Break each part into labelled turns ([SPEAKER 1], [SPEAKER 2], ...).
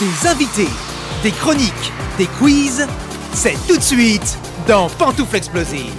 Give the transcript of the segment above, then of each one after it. [SPEAKER 1] Des invités, des chroniques, des quiz, c'est tout de suite dans Pantoufles Explosives.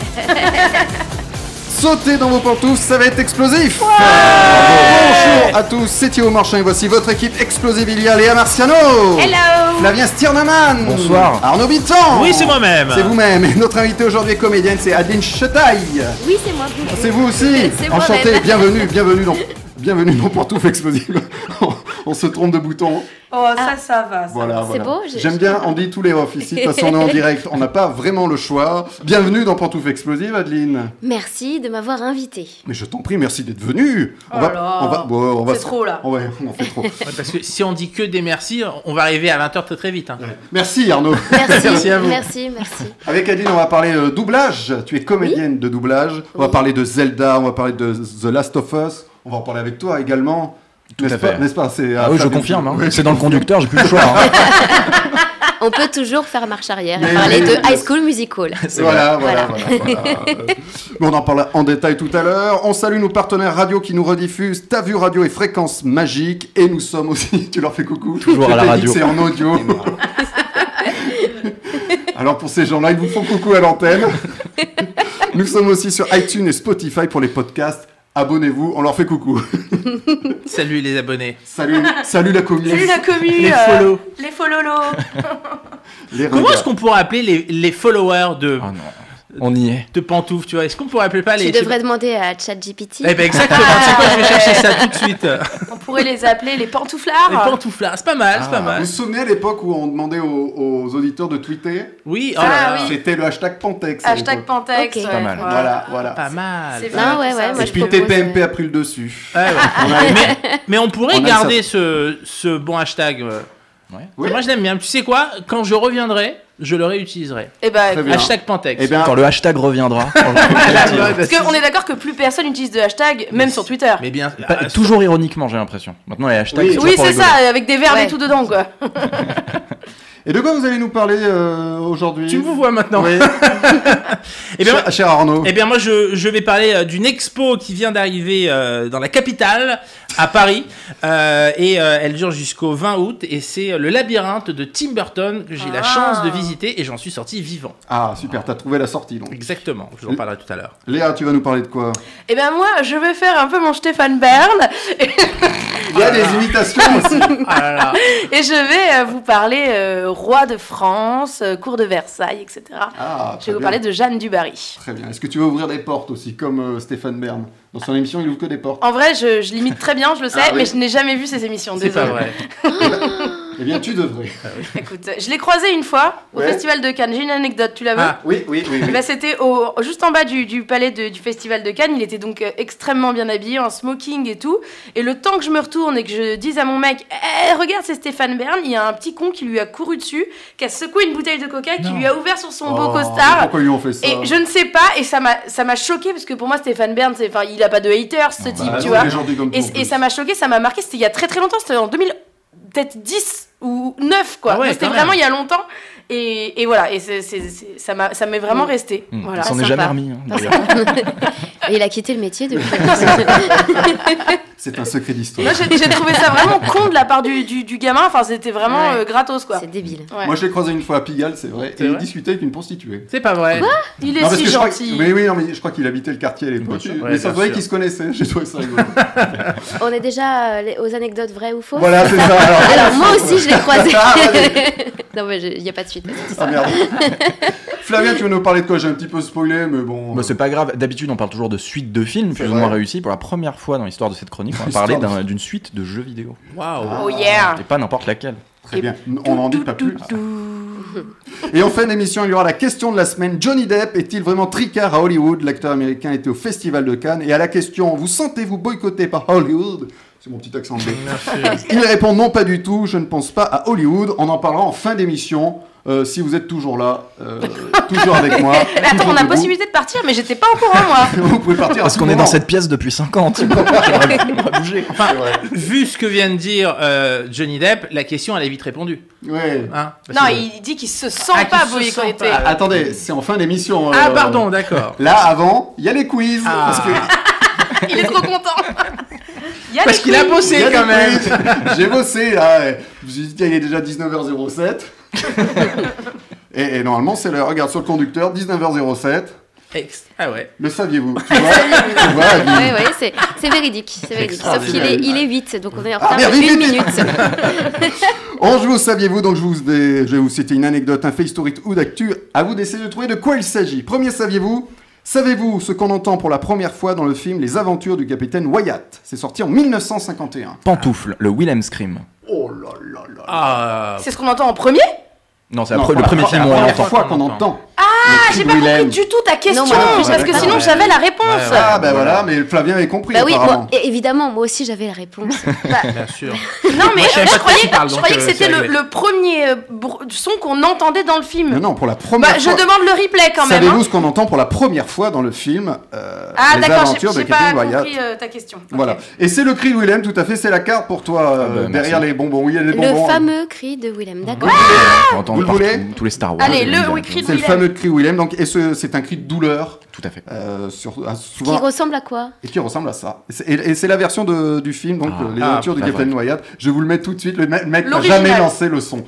[SPEAKER 2] Sautez dans vos pantoufles, ça va être explosif Bonjour à tous, c'est Thio Marchand et voici votre équipe explosive. Il y a Léa Marciano
[SPEAKER 3] Hello
[SPEAKER 2] Flavien Stirnaman
[SPEAKER 4] Bonsoir.
[SPEAKER 2] Arnaud Bittan
[SPEAKER 5] Oui, c'est moi-même.
[SPEAKER 2] C'est vous-même. Et notre invitée aujourd'hui est comédienne, c'est Adeline Chetaille.
[SPEAKER 3] Oui, c'est moi.
[SPEAKER 2] C'est vous aussi
[SPEAKER 3] C'est
[SPEAKER 2] Enchanté,
[SPEAKER 3] moi-même.
[SPEAKER 2] bienvenue, bienvenue dans, bienvenue dans Pantoufles Explosives. On- On se trompe de bouton.
[SPEAKER 6] Oh, ça, ça va. ça.
[SPEAKER 2] Voilà,
[SPEAKER 3] C'est
[SPEAKER 2] voilà.
[SPEAKER 3] beau, j'ai-
[SPEAKER 2] J'aime bien, on dit tous les off ici, de toute façon on est en direct, on n'a pas vraiment le choix. Bienvenue dans Pantoufles Explosives, Adeline.
[SPEAKER 3] Merci de m'avoir invité.
[SPEAKER 2] Mais je t'en prie, merci d'être venu. On
[SPEAKER 6] Oh
[SPEAKER 2] va,
[SPEAKER 6] là.
[SPEAKER 2] on va, bon, on va
[SPEAKER 6] C'est
[SPEAKER 2] se-
[SPEAKER 6] trop, là.
[SPEAKER 2] Ouais, on en fait trop.
[SPEAKER 5] Ouais, parce que si on dit que des merci, on va arriver à 20h très très vite. hein.
[SPEAKER 2] merci Arnaud.
[SPEAKER 3] Merci,
[SPEAKER 5] Merci à vous.
[SPEAKER 3] Merci, merci.
[SPEAKER 2] Avec Adeline, on va parler euh, doublage. Tu es comédienne de doublage. On va
[SPEAKER 3] Oui.
[SPEAKER 2] parler de Zelda, on va parler de The Last of Us. On va en parler avec toi également.
[SPEAKER 4] Tout à
[SPEAKER 2] N'est-ce
[SPEAKER 4] fait.
[SPEAKER 2] pas- N'est-ce pas C'est à
[SPEAKER 4] Ah oui, je
[SPEAKER 2] faire des
[SPEAKER 4] confirme. hein.
[SPEAKER 2] films. Ouais.
[SPEAKER 4] C'est dans le conducteur, j'ai plus le choix. hein.
[SPEAKER 3] On peut toujours faire marche arrière et
[SPEAKER 2] Mais
[SPEAKER 3] parler
[SPEAKER 2] oui,
[SPEAKER 3] de
[SPEAKER 2] bien
[SPEAKER 3] High School Musical.
[SPEAKER 2] Voilà, voilà, voilà. voilà. Euh, mais on en parle en détail tout à l'heure. On salue nos partenaires radio qui nous rediffusent. T'as vu Radio et Fréquence Magique. Et nous sommes aussi. Tu leur fais coucou.
[SPEAKER 4] Toujours
[SPEAKER 2] Je
[SPEAKER 4] à la
[SPEAKER 2] t'ai dit
[SPEAKER 4] radio.
[SPEAKER 2] que C'est en audio. Alors pour ces gens-là, ils vous font coucou à l'antenne. Nous sommes aussi sur iTunes et Spotify pour les podcasts. Abonnez-vous, on leur fait coucou.
[SPEAKER 5] Salut les abonnés.
[SPEAKER 2] Salut, salut la commune.
[SPEAKER 6] Salut la commu
[SPEAKER 5] Les
[SPEAKER 6] euh,
[SPEAKER 5] follow.
[SPEAKER 6] Les follolo
[SPEAKER 2] Les
[SPEAKER 5] Comment
[SPEAKER 2] regards.
[SPEAKER 5] est-ce qu'on pourrait appeler les, les followers de,
[SPEAKER 4] Ah non. On y est.
[SPEAKER 5] de Pantouf, tu vois Est-ce qu'on pourrait appeler pas les...
[SPEAKER 3] Tu devrais demander à ChatGPT.
[SPEAKER 5] Eh ben exactement, tu sais quoi, je vais chercher ça tout de suite.
[SPEAKER 6] On pourrait les appeler les pantouflards.
[SPEAKER 5] Les pantouflards, c'est pas mal, c'est pas
[SPEAKER 2] Vous vous
[SPEAKER 5] mal.
[SPEAKER 2] souvenez à l'époque où on demandait aux, aux auditeurs de tweeter
[SPEAKER 5] Oui, oh là
[SPEAKER 6] Ah
[SPEAKER 5] là,
[SPEAKER 6] oui.
[SPEAKER 2] C'était le hashtag Pantex. à
[SPEAKER 6] Hashtag
[SPEAKER 2] l'époque.
[SPEAKER 6] Pantex. Ah,
[SPEAKER 3] Ok.
[SPEAKER 6] ouais,
[SPEAKER 4] Pas mal.
[SPEAKER 6] voilà.
[SPEAKER 2] Voilà, voilà.
[SPEAKER 5] pas mal.
[SPEAKER 6] C'est
[SPEAKER 5] pas
[SPEAKER 6] vrai.
[SPEAKER 5] mal.
[SPEAKER 3] Non, ouais, ouais,
[SPEAKER 6] Et
[SPEAKER 3] moi
[SPEAKER 2] Et
[SPEAKER 3] je
[SPEAKER 2] puis le
[SPEAKER 3] propose...
[SPEAKER 2] TPMP
[SPEAKER 3] euh,
[SPEAKER 2] a pris le dessus.
[SPEAKER 5] Ouais, ouais. mais, mais on pourrait
[SPEAKER 2] On a
[SPEAKER 5] garder ce, ce bon hashtag. euh.
[SPEAKER 4] Ouais.
[SPEAKER 2] Oui.
[SPEAKER 5] Moi je l'aime bien. Tu sais quoi Quand je reviendrai, je le réutiliserai.
[SPEAKER 6] Et bah,
[SPEAKER 2] Très bien.
[SPEAKER 5] Hashtag Pantex. Ah,
[SPEAKER 2] Eh bien,
[SPEAKER 4] Quand le hashtag reviendra.
[SPEAKER 6] parce qu'on est d'accord que plus personne n'utilise de hashtag, même sur Twitter.
[SPEAKER 5] Mais bien,
[SPEAKER 4] Pas-
[SPEAKER 5] ah,
[SPEAKER 4] toujours ironiquement, j'ai l'impression. Maintenant, les hashtags.
[SPEAKER 2] Oui.
[SPEAKER 4] toujours
[SPEAKER 6] Oui,
[SPEAKER 4] pour
[SPEAKER 6] c'est
[SPEAKER 4] rigoler.
[SPEAKER 6] ça, avec des verbes
[SPEAKER 3] Ouais.
[SPEAKER 6] et tout dedans, quoi.
[SPEAKER 2] et de quoi vous allez nous parler euh, aujourd'hui
[SPEAKER 5] tu me vois maintenant.
[SPEAKER 2] Oui.
[SPEAKER 5] Eh bien,
[SPEAKER 2] cher, cher Arnaud.
[SPEAKER 5] Eh bien moi je, je vais parler euh, d'une expo qui vient d'arriver euh, dans la capitale, à Paris, Euh, et euh, elle dure jusqu'au 20 août, et c'est euh, le labyrinthe de Tim Burton que j'ai la
[SPEAKER 6] Ah.
[SPEAKER 5] chance de visiter, et j'en suis sorti vivant.
[SPEAKER 2] Ah, super, t'as trouvé la sortie donc.
[SPEAKER 5] Exactement, je vous en parlerai tout à l'heure.
[SPEAKER 2] Léa, tu vas nous parler de quoi
[SPEAKER 6] Et ben moi, je vais faire un peu mon Stéphane Bern
[SPEAKER 2] Il y a des imitations aussi.
[SPEAKER 5] Ah là là.
[SPEAKER 6] et je vais euh, vous parler euh, roi de France, euh, cour de Versailles, etc.
[SPEAKER 2] Ah,
[SPEAKER 6] Je
[SPEAKER 2] très
[SPEAKER 6] vais vous
[SPEAKER 2] bien.
[SPEAKER 6] parler de Jeanne du Barry.
[SPEAKER 2] Très bien. Est-ce que tu veux ouvrir des portes aussi, comme euh, Stéphane Bern Dans son émission, il ouvre que des portes.
[SPEAKER 6] En vrai, je, je l'imite très bien, je le sais,
[SPEAKER 2] Ah oui.
[SPEAKER 6] mais je n'ai jamais vu ces émissions.
[SPEAKER 5] c'est pas
[SPEAKER 6] désolée.
[SPEAKER 5] vrai.
[SPEAKER 2] Eh bien, tu devrais.
[SPEAKER 6] Écoute, je l'ai croisé une fois au
[SPEAKER 2] Ouais.
[SPEAKER 6] Festival de Cannes. J'ai une anecdote, tu la veux
[SPEAKER 5] Ah.
[SPEAKER 2] Oui, oui, oui.
[SPEAKER 6] Eh
[SPEAKER 2] oui.
[SPEAKER 6] ben, c'était au- juste en bas du, du palais de- du Festival de Cannes. Il était donc euh, extrêmement bien habillé, en smoking et tout. Et le temps que je me retourne et que je dise à mon mec Eh, Regarde, c'est Stéphane Bern, il y a un petit con qui lui a couru dessus, qui a secoué une bouteille de coca, qui
[SPEAKER 5] Non.
[SPEAKER 6] lui a ouvert sur son
[SPEAKER 2] Oh,
[SPEAKER 6] beau
[SPEAKER 2] mais
[SPEAKER 6] costard.
[SPEAKER 2] Pourquoi ils lui ont fait ça Bah,
[SPEAKER 6] Et je ne sais pas, et ça m'a ça m'a choqué parce que pour moi, Stéphane Bern, c'est- enfin, il a pas de haters, ce
[SPEAKER 4] Bah,
[SPEAKER 6] type,
[SPEAKER 2] Bah,
[SPEAKER 6] tu
[SPEAKER 2] non,
[SPEAKER 6] vois.
[SPEAKER 2] les gens disent comme
[SPEAKER 6] Et,
[SPEAKER 2] toi, en
[SPEAKER 6] et
[SPEAKER 2] plus.
[SPEAKER 6] ça m'a choqué, ça m'a marqué, c'était il y a très très longtemps, c'était en 2000, peut-être 10 ou 9 quoi.
[SPEAKER 5] Ah ouais,
[SPEAKER 6] Donc c'était
[SPEAKER 5] quand
[SPEAKER 6] vraiment
[SPEAKER 5] même.
[SPEAKER 6] il y a longtemps. Et, et voilà, et c'est- c'est- c'est- ça m'a- ça m'est
[SPEAKER 5] Mm.
[SPEAKER 6] vraiment resté.
[SPEAKER 4] Hmm,
[SPEAKER 6] Voilà.
[SPEAKER 4] on s'en est
[SPEAKER 6] Sympa.
[SPEAKER 4] jamais remis. hein, d'ailleurs.
[SPEAKER 3] Et euh, il a quitté le métier depuis.
[SPEAKER 2] C'est un secret d'histoire.
[SPEAKER 6] Moi j'ai j'ai trouvé ça vraiment con de la part du, du, du gamin, enfin c'était vraiment
[SPEAKER 3] Ouais.
[SPEAKER 6] euh, gratos quoi.
[SPEAKER 3] c'est débile.
[SPEAKER 6] Ouais.
[SPEAKER 2] Moi, je l'ai croisé une fois à Pigalle, c'est vrai,
[SPEAKER 5] C'est
[SPEAKER 2] et il
[SPEAKER 5] vrai
[SPEAKER 2] discutait avec une prostituée.
[SPEAKER 5] C'est pas vrai.
[SPEAKER 6] Il est
[SPEAKER 2] Non, parce
[SPEAKER 6] si
[SPEAKER 2] que je crois que-
[SPEAKER 6] gentil.
[SPEAKER 2] Mais oui, non, mais je crois qu'il habitait le quartier à
[SPEAKER 4] Bien
[SPEAKER 2] l'époque.
[SPEAKER 4] sûr.
[SPEAKER 5] Ouais,
[SPEAKER 2] mais ça
[SPEAKER 5] bien
[SPEAKER 2] se voyait
[SPEAKER 5] sûr.
[SPEAKER 2] qu'ils se connaissaient. J'ai trouvé ça rigolo.
[SPEAKER 3] On est déjà euh, les- aux anecdotes vraies ou fausses.
[SPEAKER 2] voilà, c'est ça. Alors,
[SPEAKER 3] Alors moi aussi je l'ai croisé.
[SPEAKER 2] Ah, allez.
[SPEAKER 3] non mais il n'y a pas de suite.
[SPEAKER 2] Ah, merde. Flavien, tu veux nous parler de quoi J'ai un petit peu spoilé, mais bon.
[SPEAKER 4] Bah, c'est pas grave. D'habitude, on parle toujours de suite de films,
[SPEAKER 2] C'est
[SPEAKER 4] plus ou moins
[SPEAKER 2] vrai.
[SPEAKER 4] réussis. Pour la première fois dans l'histoire de cette chronique, on va
[SPEAKER 2] Histoire
[SPEAKER 4] parler
[SPEAKER 2] de- Ah.
[SPEAKER 4] d'un- d'une suite de jeux vidéo.
[SPEAKER 5] Waouh.
[SPEAKER 6] Oh yeah.
[SPEAKER 5] Ah,
[SPEAKER 4] Et pas n'importe laquelle.
[SPEAKER 2] Très bien. On n'en dit pas plus. Et en fin d'émission, il y aura la question de la semaine. Johnny Depp est-il vraiment tricard à Hollywood L'acteur américain était au Festival de Cannes. Et à la question, vous sentez-vous boycotté par Hollywood C'est mon petit accent anglais.
[SPEAKER 5] Merci.
[SPEAKER 2] Il répond non, pas du tout. Je ne pense pas à Hollywood. On en parlera en fin d'émission. Euh, si vous êtes toujours là, euh, toujours avec moi.
[SPEAKER 6] Mais attends, on a
[SPEAKER 2] toujours debout.
[SPEAKER 6] possibilité de partir, mais j'étais pas au courant moi.
[SPEAKER 2] Vous pouvez partir. à
[SPEAKER 4] Parce
[SPEAKER 2] tout
[SPEAKER 4] qu'on est dans
[SPEAKER 2] moment.
[SPEAKER 4] cette pièce depuis 50. ans. on va bouger.
[SPEAKER 2] C'est vrai.
[SPEAKER 5] Vu ce que vient de dire euh, Johnny Depp, la question elle est vite répondue.
[SPEAKER 2] Ouais.
[SPEAKER 5] hein. Parce
[SPEAKER 6] Non,
[SPEAKER 5] que-
[SPEAKER 6] il dit qu'il se sent
[SPEAKER 5] Ah, qu'il
[SPEAKER 6] pas
[SPEAKER 5] se sent
[SPEAKER 6] boycotté.
[SPEAKER 5] pas.
[SPEAKER 2] Ah, attendez, c'est en fin d'émission.
[SPEAKER 5] Ah
[SPEAKER 2] euh,
[SPEAKER 5] pardon, d'accord.
[SPEAKER 2] Là, avant, il y a les quiz.
[SPEAKER 5] Ah.
[SPEAKER 2] Parce que
[SPEAKER 6] Il est trop content. Il y a
[SPEAKER 5] Parce
[SPEAKER 6] des
[SPEAKER 5] qu'il a
[SPEAKER 6] quiz.
[SPEAKER 2] Il y
[SPEAKER 5] bossé
[SPEAKER 2] a
[SPEAKER 5] quand
[SPEAKER 2] des
[SPEAKER 5] même.
[SPEAKER 2] quiz. J'ai bossé là. ouais. Je me suis dit, tiens, il est déjà 19h07. et, et normalement, c'est l'heure. Regarde sur le conducteur, 19h07.
[SPEAKER 5] Ex- Ah ouais.
[SPEAKER 2] Le saviez-vous Tu vois, tu vois, Guy.
[SPEAKER 3] Ouais, ouais, c'est c'est véridique, c'est véridique. Sauf qu'il est, il est 8, donc on est en retard
[SPEAKER 2] merde,
[SPEAKER 3] de
[SPEAKER 2] Ah, vite,
[SPEAKER 3] une
[SPEAKER 2] vite,
[SPEAKER 3] minute.
[SPEAKER 2] On joue au saviez-vous, donc je, vous dé- je vais vous citer une anecdote, un fait historique ou d'actu. À vous d'essayer de trouver de quoi il s'agit. Premier saviez-vous Savez-vous ce qu'on entend pour la première fois dans le film Les Aventures du capitaine Wyatt C'est sorti en 1951.
[SPEAKER 4] Pantoufle, le Willem Scream.
[SPEAKER 2] Oh là là là. là.
[SPEAKER 5] Ah.
[SPEAKER 6] C'est ce qu'on entend en premier
[SPEAKER 4] Non, c'est la
[SPEAKER 2] Non,
[SPEAKER 4] pre- le
[SPEAKER 2] la
[SPEAKER 4] premier
[SPEAKER 2] pre-
[SPEAKER 4] film
[SPEAKER 2] la
[SPEAKER 4] où on
[SPEAKER 2] première
[SPEAKER 4] l'entend.
[SPEAKER 2] fois qu'on entend. Ah,
[SPEAKER 6] Ah, j'ai pas compris du tout ta question,
[SPEAKER 3] Non, moi non
[SPEAKER 2] plus,
[SPEAKER 6] parce que
[SPEAKER 2] d'accord.
[SPEAKER 6] sinon
[SPEAKER 5] Ouais.
[SPEAKER 6] j'avais la réponse.
[SPEAKER 5] Ouais, ouais.
[SPEAKER 2] Ah, ben voilà, mais Flavien avait compris
[SPEAKER 3] Bah oui,
[SPEAKER 2] apparemment.
[SPEAKER 3] moi, é- évidemment, moi aussi j'avais la réponse.
[SPEAKER 5] Bien sûr.
[SPEAKER 6] Non, mais
[SPEAKER 5] Moi, je
[SPEAKER 6] je,
[SPEAKER 5] savais pas de quoi
[SPEAKER 6] croyais,
[SPEAKER 5] tu parles,
[SPEAKER 6] je
[SPEAKER 5] donc,
[SPEAKER 6] croyais que
[SPEAKER 5] euh,
[SPEAKER 6] c'était
[SPEAKER 5] c'est
[SPEAKER 6] le,
[SPEAKER 5] réglé.
[SPEAKER 6] le premier euh, br- son qu'on entendait dans le film.
[SPEAKER 2] Non, non, pour la première
[SPEAKER 6] Bah, je
[SPEAKER 2] fois.
[SPEAKER 6] demande le replay quand même.
[SPEAKER 2] Savez-vous
[SPEAKER 6] hein.
[SPEAKER 2] ce qu'on entend pour la première fois dans le film euh,
[SPEAKER 6] Ah,
[SPEAKER 2] Les
[SPEAKER 6] d'accord, j'ai
[SPEAKER 2] Aventures du
[SPEAKER 6] j'ai pas
[SPEAKER 2] capitaine Wyatt
[SPEAKER 6] compris euh, ta question. Ok.
[SPEAKER 2] Voilà. Et c'est le cri de Willem, tout à fait, c'est la carte pour toi, euh,
[SPEAKER 4] Ah bah,
[SPEAKER 2] derrière
[SPEAKER 4] merci.
[SPEAKER 2] les bonbons. Oui, il y a des bonbons. hein.
[SPEAKER 3] Le fameux cri de Willem, d'accord
[SPEAKER 4] On entend
[SPEAKER 2] Vous le
[SPEAKER 4] partout,
[SPEAKER 2] voulez
[SPEAKER 4] tous les Star Wars.
[SPEAKER 6] Allez,
[SPEAKER 4] les
[SPEAKER 6] le
[SPEAKER 4] Williams.
[SPEAKER 6] oui, cri de
[SPEAKER 2] C'est le
[SPEAKER 6] Willem.
[SPEAKER 2] fameux cri de Willem, donc, et ce- c'est un cri de douleur,
[SPEAKER 4] Tout à fait.
[SPEAKER 2] euh, sur- à- souvent,
[SPEAKER 3] Qui ressemble à quoi
[SPEAKER 2] et qui ressemble à ça. Et c'est- Et, et c'est la version de- du film, donc
[SPEAKER 4] Ah.
[SPEAKER 2] euh, Les
[SPEAKER 5] Ah,
[SPEAKER 2] aventures du
[SPEAKER 4] pas
[SPEAKER 2] Capitaine Wyatt. Je vous le mets tout de suite, le me- mec n'a
[SPEAKER 6] L'original.
[SPEAKER 2] jamais lancé le son.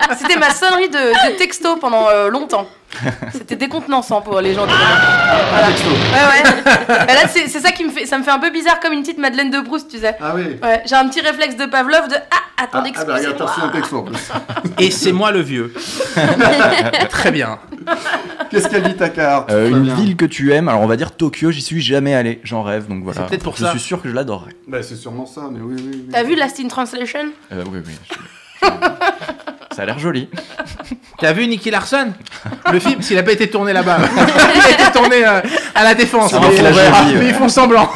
[SPEAKER 6] Ah, C'était ma sonnerie de, de texto pendant euh, longtemps. C'était décontenançant pour les gens. de-
[SPEAKER 2] Ah, texto.
[SPEAKER 6] Ouais, ouais. Bah là, c'est c'est ça qui me fait, ça me fait un peu bizarre comme une petite Madeleine de Proust, tu sais.
[SPEAKER 2] Ah oui.
[SPEAKER 6] Ouais, j'ai un petit réflexe de Pavlov de ah
[SPEAKER 2] Ah,
[SPEAKER 6] attendez,
[SPEAKER 2] ah bah, regarde, t'as reçu un
[SPEAKER 6] excusez-moi.
[SPEAKER 2] texto en plus.
[SPEAKER 5] Et c'est moi le vieux. Très bien.
[SPEAKER 2] Qu'est-ce qu'elle dit ta carte
[SPEAKER 4] Euh,
[SPEAKER 2] Très
[SPEAKER 4] une
[SPEAKER 2] bien.
[SPEAKER 4] ville que tu aimes, alors on va dire Tokyo, j'y suis jamais allé, j'en rêve, donc voilà.
[SPEAKER 5] C'est peut-être pour
[SPEAKER 4] je
[SPEAKER 5] ça.
[SPEAKER 4] suis sûr que je l'adorerais.
[SPEAKER 2] Bah, c'est sûrement ça, mais oui, oui. oui.
[SPEAKER 6] T'as vu Last in Translation
[SPEAKER 4] Euh, oui, oui. je- ça a l'air joli.
[SPEAKER 5] T'as vu Nicky Larson Le film, s'il a pas été tourné là-bas, il a été tourné euh, à la défense.
[SPEAKER 4] Ça
[SPEAKER 5] Mais
[SPEAKER 4] m'a fait la jolie,
[SPEAKER 5] mais
[SPEAKER 4] ouais.
[SPEAKER 5] ils font semblant.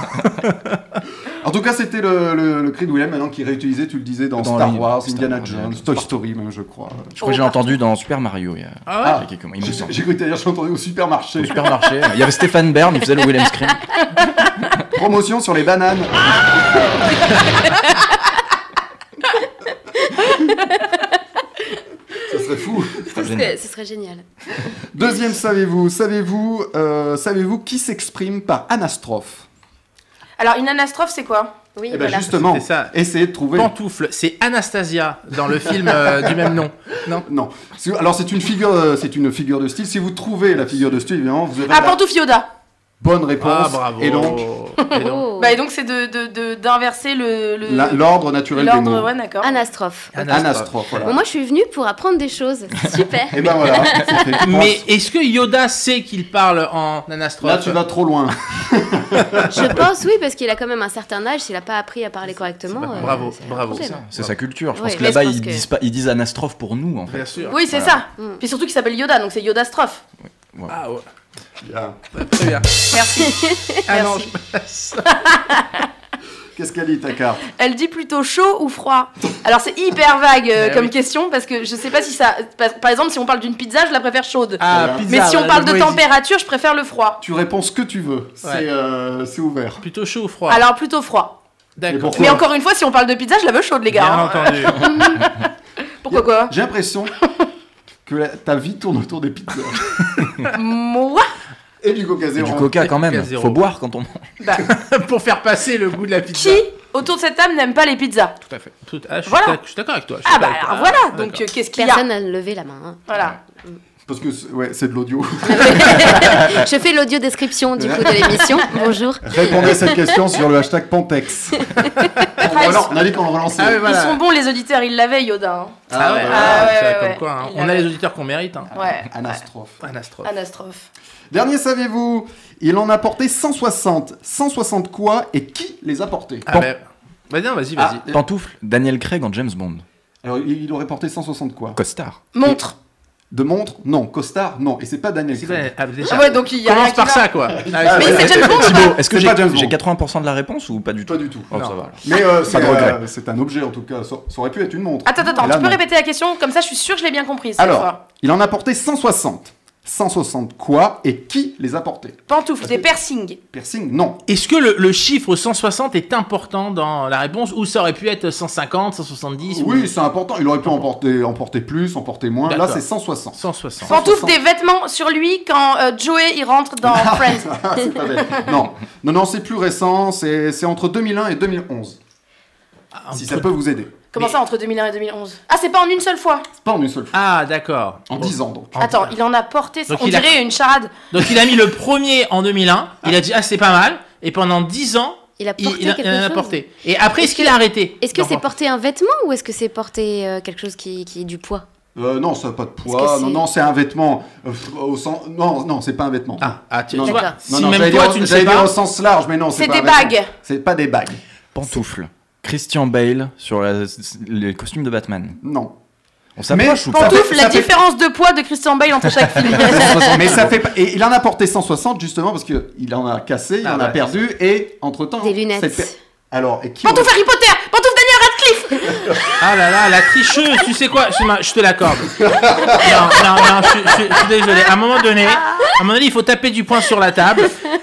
[SPEAKER 2] En tout cas, c'était le, le- le cri de Willem, maintenant qui est réutilisé, tu le disais, dans,
[SPEAKER 4] Dans
[SPEAKER 2] Star
[SPEAKER 4] les-
[SPEAKER 2] Wars,
[SPEAKER 4] Star
[SPEAKER 2] Indiana
[SPEAKER 4] Wars,
[SPEAKER 2] Jones,
[SPEAKER 4] ouais.
[SPEAKER 2] Toy Story, même, je crois.
[SPEAKER 4] Je crois que
[SPEAKER 6] Oh.
[SPEAKER 4] j'ai entendu dans Super Mario, il y a,
[SPEAKER 5] Ah
[SPEAKER 4] il y a quelques mois, il me
[SPEAKER 2] J'ai
[SPEAKER 4] semble.
[SPEAKER 2] j'ai cru que t'allais dire, j'ai entendu au supermarché.
[SPEAKER 4] Au supermarché, il y avait Stéphane Bern, il faisait le Willem Scream.
[SPEAKER 2] Promotion sur les bananes. Ça serait fou.
[SPEAKER 3] Ce serait, ce serait génial.
[SPEAKER 2] Deuxième, savez-vous, savez-vous, euh, savez-vous qui s'exprime par anastrophe
[SPEAKER 6] Alors une anastrophe c'est quoi
[SPEAKER 3] Oui,
[SPEAKER 2] Eh ben
[SPEAKER 3] voilà.
[SPEAKER 2] justement,
[SPEAKER 5] C'était ça.
[SPEAKER 2] essayez de trouver.
[SPEAKER 5] Pantoufle, c'est Anastasia dans le film euh, du même nom. Non
[SPEAKER 2] Non. Si- Alors c'est une figure, euh, c'est une figure de style. Si vous trouvez la figure de style, évidemment, vous aurez
[SPEAKER 6] Ah
[SPEAKER 2] la
[SPEAKER 6] pantoufle Yoda.
[SPEAKER 2] bonne réponse.
[SPEAKER 5] Ah bravo.
[SPEAKER 2] Et donc
[SPEAKER 5] Et donc,
[SPEAKER 3] Oh.
[SPEAKER 6] Bah et donc c'est de de- de- d'inverser le le-
[SPEAKER 2] la- l'ordre naturel des
[SPEAKER 6] Euh, l'ordre
[SPEAKER 2] mots.
[SPEAKER 6] ouais d'accord.
[SPEAKER 3] Ah, Anastrophe.
[SPEAKER 2] Anastrophe. Voilà.
[SPEAKER 3] Bon, moi je suis venue pour apprendre des choses, c'est super.
[SPEAKER 2] Et ben voilà. ça fait-
[SPEAKER 5] Mais est-ce que Yoda sait qu'il parle en anastrophe
[SPEAKER 2] Là, tu vas trop loin.
[SPEAKER 3] Je pense oui, parce qu'il a quand même un certain âge, s'il a pas appris à parler
[SPEAKER 5] C'est
[SPEAKER 3] correctement.
[SPEAKER 5] pas-
[SPEAKER 3] euh,
[SPEAKER 5] Bah, Bravo,
[SPEAKER 3] c'est un
[SPEAKER 5] bravo.
[SPEAKER 3] problème.
[SPEAKER 4] C'est sa culture. Je pense
[SPEAKER 3] Ouais,
[SPEAKER 4] que
[SPEAKER 3] mais
[SPEAKER 4] là-bas,
[SPEAKER 3] je pense
[SPEAKER 4] ils,
[SPEAKER 3] que-
[SPEAKER 4] disent pas- ils disent anastrophe pour nous, en fait.
[SPEAKER 5] Bien sûr.
[SPEAKER 6] Oui c'est ça.
[SPEAKER 3] Mm.
[SPEAKER 6] Puis surtout qu'il s'appelle Yoda donc c'est Yoda strophe.
[SPEAKER 5] Ah ouais.
[SPEAKER 2] Bien.
[SPEAKER 5] Très bien.
[SPEAKER 6] Merci.
[SPEAKER 5] Ah non,
[SPEAKER 6] Merci.
[SPEAKER 5] je passe.
[SPEAKER 2] Qu'est-ce qu'elle dit ta carte
[SPEAKER 6] Elle dit plutôt chaud ou froid Alors c'est hyper vague euh,
[SPEAKER 5] Eh
[SPEAKER 6] comme
[SPEAKER 5] oui.
[SPEAKER 6] question parce que je sais pas si ça. par- Par exemple, si on parle d'une pizza, je la préfère chaude.
[SPEAKER 5] Ah,
[SPEAKER 2] Voilà.
[SPEAKER 5] pizza,
[SPEAKER 6] Mais si on
[SPEAKER 5] le
[SPEAKER 6] parle de
[SPEAKER 5] mot existe.
[SPEAKER 6] température, je préfère le froid.
[SPEAKER 2] Tu réponds ce que tu veux.
[SPEAKER 5] Ouais.
[SPEAKER 2] C'est euh, c'est ouvert.
[SPEAKER 5] Plutôt chaud ou froid
[SPEAKER 6] Alors plutôt froid.
[SPEAKER 2] Et
[SPEAKER 5] D'accord.
[SPEAKER 2] pourquoi
[SPEAKER 6] Mais encore une fois, si on parle de pizza, je la veux chaude, les
[SPEAKER 5] Bien
[SPEAKER 6] gars. hein.
[SPEAKER 5] entendu.
[SPEAKER 6] Pourquoi quoi
[SPEAKER 2] J'ai l'impression que la- ta vie tourne autour des pizzas
[SPEAKER 6] Moi
[SPEAKER 2] et du coca
[SPEAKER 4] Et
[SPEAKER 2] zéro.
[SPEAKER 4] du coca quand même,
[SPEAKER 5] Coca zéro.
[SPEAKER 4] faut boire quand on mange.
[SPEAKER 6] Bah,
[SPEAKER 5] Pour faire passer le goût de la pizza.
[SPEAKER 6] qui autour de cette table n'aime pas les pizzas
[SPEAKER 5] Tout à fait. Tout- ah, je suis
[SPEAKER 6] Voilà.
[SPEAKER 5] d'ac- je suis d'accord avec toi. je suis
[SPEAKER 6] Ah bah
[SPEAKER 5] d'accord
[SPEAKER 6] alors
[SPEAKER 5] avec toi.
[SPEAKER 6] voilà,
[SPEAKER 5] Ah,
[SPEAKER 6] donc euh,
[SPEAKER 5] d'accord.
[SPEAKER 6] qu'est-ce qu'il y a
[SPEAKER 3] Personne n'a levé la main. hein.
[SPEAKER 6] Voilà.
[SPEAKER 2] Parce que c'est- ouais, c'est de l'audio.
[SPEAKER 3] Je fais l'audio description du coup de l'émission. Bonjour.
[SPEAKER 2] Répondez à cette question sur le hashtag Pantex. on, relance- on a dit qu'on le relançait.
[SPEAKER 5] Ah oui,
[SPEAKER 6] Ils
[SPEAKER 5] voilà.
[SPEAKER 6] sont bons les auditeurs, ils l'avaient Yoda. hein.
[SPEAKER 5] Ah ouais,
[SPEAKER 2] bah,
[SPEAKER 5] Ah, ah,
[SPEAKER 6] ouais,
[SPEAKER 5] c'est
[SPEAKER 6] ouais,
[SPEAKER 5] comme
[SPEAKER 6] ouais.
[SPEAKER 5] quoi, hein.
[SPEAKER 6] Il
[SPEAKER 5] on a
[SPEAKER 6] avait-
[SPEAKER 5] les auditeurs qu'on mérite. Hein.
[SPEAKER 6] Ouais.
[SPEAKER 2] Anastrophe.
[SPEAKER 5] Anastrophe.
[SPEAKER 6] Anastrophe.
[SPEAKER 2] Dernier, savez-vous Il en a porté 160. 160 quoi et qui les a portés
[SPEAKER 5] Ah
[SPEAKER 4] Pan-
[SPEAKER 5] bah, bah non, vas-y, vas-y.
[SPEAKER 2] Ah.
[SPEAKER 4] Pantoufle, Daniel Craig en James Bond.
[SPEAKER 2] Alors, il il aurait porté 160 quoi
[SPEAKER 4] Costard.
[SPEAKER 6] Montre.
[SPEAKER 2] De montre Non. Costard Non. Et c'est pas Daniel
[SPEAKER 5] C'est quoi
[SPEAKER 2] Craig.
[SPEAKER 5] ah, déjà,
[SPEAKER 6] Ah ouais, donc il y a rien
[SPEAKER 5] Commence
[SPEAKER 6] qui
[SPEAKER 5] par
[SPEAKER 6] va.
[SPEAKER 5] ça, quoi. Ah, ouais,
[SPEAKER 6] Mais
[SPEAKER 5] c'est-
[SPEAKER 6] c'est James Bond ou pas
[SPEAKER 4] Eh, Thibaut, est-ce que
[SPEAKER 2] C'est
[SPEAKER 4] j'ai
[SPEAKER 2] pas James Bond.
[SPEAKER 4] j'ai 80% de la réponse ou pas du tout
[SPEAKER 2] Pas du tout.
[SPEAKER 4] Oh, ça
[SPEAKER 5] Non.
[SPEAKER 4] va, alors.
[SPEAKER 2] Mais euh, c'est
[SPEAKER 4] de regret.
[SPEAKER 2] euh, c'est un objet en tout cas. Ça, ça aurait pu être une montre.
[SPEAKER 6] Attends, attends,
[SPEAKER 2] Là,
[SPEAKER 6] tu peux
[SPEAKER 2] non.
[SPEAKER 6] répéter la question Comme ça, je suis sûre que je l'ai bien comprise. cette
[SPEAKER 2] Alors,
[SPEAKER 6] fois.
[SPEAKER 2] il en a porté 160. 160 quoi et qui les a portés
[SPEAKER 6] Pantoufles, des piercings.
[SPEAKER 2] Piercing, non.
[SPEAKER 5] Est-ce que le, le chiffre 160 est important dans la réponse ou ça aurait pu être 150, 170
[SPEAKER 2] Oui,
[SPEAKER 5] ou
[SPEAKER 2] c'est important. Il aurait pu en porter, en porter plus, en porter moins. Là,
[SPEAKER 5] D'accord.
[SPEAKER 2] c'est 160.
[SPEAKER 5] 160
[SPEAKER 6] Pantoufles, des vêtements sur lui quand euh, Joey il rentre dans Friends.
[SPEAKER 2] Ah, c'est pas bête. Non, non, non, c'est plus récent. C'est c'est entre 2001 et 2011.
[SPEAKER 5] Ah,
[SPEAKER 2] Si
[SPEAKER 5] entre-
[SPEAKER 2] ça peut vous aider.
[SPEAKER 6] Comment
[SPEAKER 5] Mais-
[SPEAKER 6] ça entre 2001 et 2011 Ah, c'est pas en une seule fois.
[SPEAKER 2] C'est pas en une seule fois.
[SPEAKER 5] Ah, d'accord.
[SPEAKER 2] En
[SPEAKER 5] Bon.
[SPEAKER 2] 10 ans, donc.
[SPEAKER 6] Attends, il en a porté. ça.
[SPEAKER 5] Donc
[SPEAKER 6] On
[SPEAKER 5] il a-
[SPEAKER 6] dirait une charade.
[SPEAKER 5] Donc il a mis le premier en 2001, il a dit ah c'est pas mal, et pendant 10 ans,
[SPEAKER 3] Il a
[SPEAKER 5] il,
[SPEAKER 3] porté
[SPEAKER 5] il en-
[SPEAKER 3] quelque
[SPEAKER 5] il en a euh,
[SPEAKER 3] chose.
[SPEAKER 5] porté. Et après, est-ce
[SPEAKER 3] Est-ce
[SPEAKER 5] qu'il a arrêté
[SPEAKER 3] Est-ce que c'est
[SPEAKER 5] D'accord.
[SPEAKER 3] porter un vêtement ou est-ce que c'est porter euh, quelque chose qui, qui est du poids
[SPEAKER 2] Euh, non, ça n'a pas de
[SPEAKER 3] Est-ce
[SPEAKER 2] poids.
[SPEAKER 3] que
[SPEAKER 2] Non,
[SPEAKER 3] c'est-
[SPEAKER 2] non, c'est un vêtement. euh, pff, au sens... Non, non, c'est pas un vêtement.
[SPEAKER 5] Ah, ah, tu,
[SPEAKER 2] Non,
[SPEAKER 5] tu
[SPEAKER 2] non.
[SPEAKER 5] vois,
[SPEAKER 3] Non,
[SPEAKER 5] si même
[SPEAKER 2] j'allais
[SPEAKER 5] toi
[SPEAKER 2] dire-
[SPEAKER 5] tu ne sais
[SPEAKER 2] j'allais dire
[SPEAKER 5] pas,
[SPEAKER 2] au sens large, mais non, c'est
[SPEAKER 6] C'est
[SPEAKER 2] pas un
[SPEAKER 6] des
[SPEAKER 2] vêtement.
[SPEAKER 6] bagues.
[SPEAKER 2] C'est pas des bagues.
[SPEAKER 4] Pantoufle. Christian Bale sur la- les costumes de Batman.
[SPEAKER 2] Non.
[SPEAKER 4] On s'approche
[SPEAKER 2] Mais-
[SPEAKER 4] ou pas
[SPEAKER 6] Pantoufles,
[SPEAKER 2] ça
[SPEAKER 6] la
[SPEAKER 2] fait-
[SPEAKER 6] différence de poids de Christian Bale entre chaque film.
[SPEAKER 2] mais ça fait pas- Et il en a porté 160 justement parce qu'il en a cassé, il
[SPEAKER 5] Ah
[SPEAKER 2] en a
[SPEAKER 5] ouais.
[SPEAKER 2] perdu et entre temps.
[SPEAKER 3] Des lunettes.
[SPEAKER 2] Alors, et qui
[SPEAKER 6] Pantoufles Harry Potter Pantoufles Daniel Radcliffe
[SPEAKER 5] ah là là, la tricheuse, tu sais quoi, Sima, je te l'accorde. non, non, non, je, je- je suis désolé. À un moment donné, à un moment donné, il faut taper du poing sur la table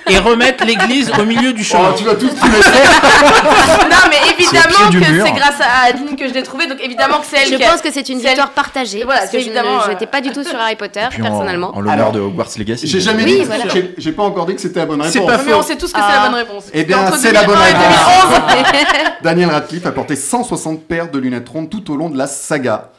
[SPEAKER 5] et remettre l'église au milieu du chemin.
[SPEAKER 2] Oh, tu vas tout les
[SPEAKER 6] Non, mais
[SPEAKER 4] C'est
[SPEAKER 6] évidemment
[SPEAKER 4] au pied du
[SPEAKER 6] que
[SPEAKER 4] mur.
[SPEAKER 6] c'est grâce à Adeline que je l'ai trouvé, donc évidemment que c'est elle
[SPEAKER 3] Je
[SPEAKER 6] qui a-
[SPEAKER 3] pense que c'est une
[SPEAKER 6] c'est elle-
[SPEAKER 3] victoire partagée.
[SPEAKER 6] Et voilà,
[SPEAKER 3] parce
[SPEAKER 6] c'est
[SPEAKER 3] que je
[SPEAKER 6] évidemment, euh,
[SPEAKER 3] n'étais pas du tout sur Harry Potter,
[SPEAKER 4] Puis en-
[SPEAKER 3] personnellement.
[SPEAKER 4] En, l'honneur
[SPEAKER 2] Alors,
[SPEAKER 4] de Hogwarts Legacy.
[SPEAKER 2] J'ai jamais
[SPEAKER 3] Oui,
[SPEAKER 2] dit,
[SPEAKER 3] voilà.
[SPEAKER 2] j'ai- j'ai pas encore dit que c'était la bonne
[SPEAKER 5] C'est
[SPEAKER 2] réponse.
[SPEAKER 5] pas
[SPEAKER 6] Mais on
[SPEAKER 5] faux.
[SPEAKER 6] sait tous que c'est la bonne réponse.
[SPEAKER 2] Eh bien,
[SPEAKER 6] Entre
[SPEAKER 2] c'est la bonne
[SPEAKER 6] 2001 et
[SPEAKER 2] réponse.
[SPEAKER 6] 2011.
[SPEAKER 2] Daniel Radcliffe a porté 160 paires de lunettes rondes tout au long de la saga.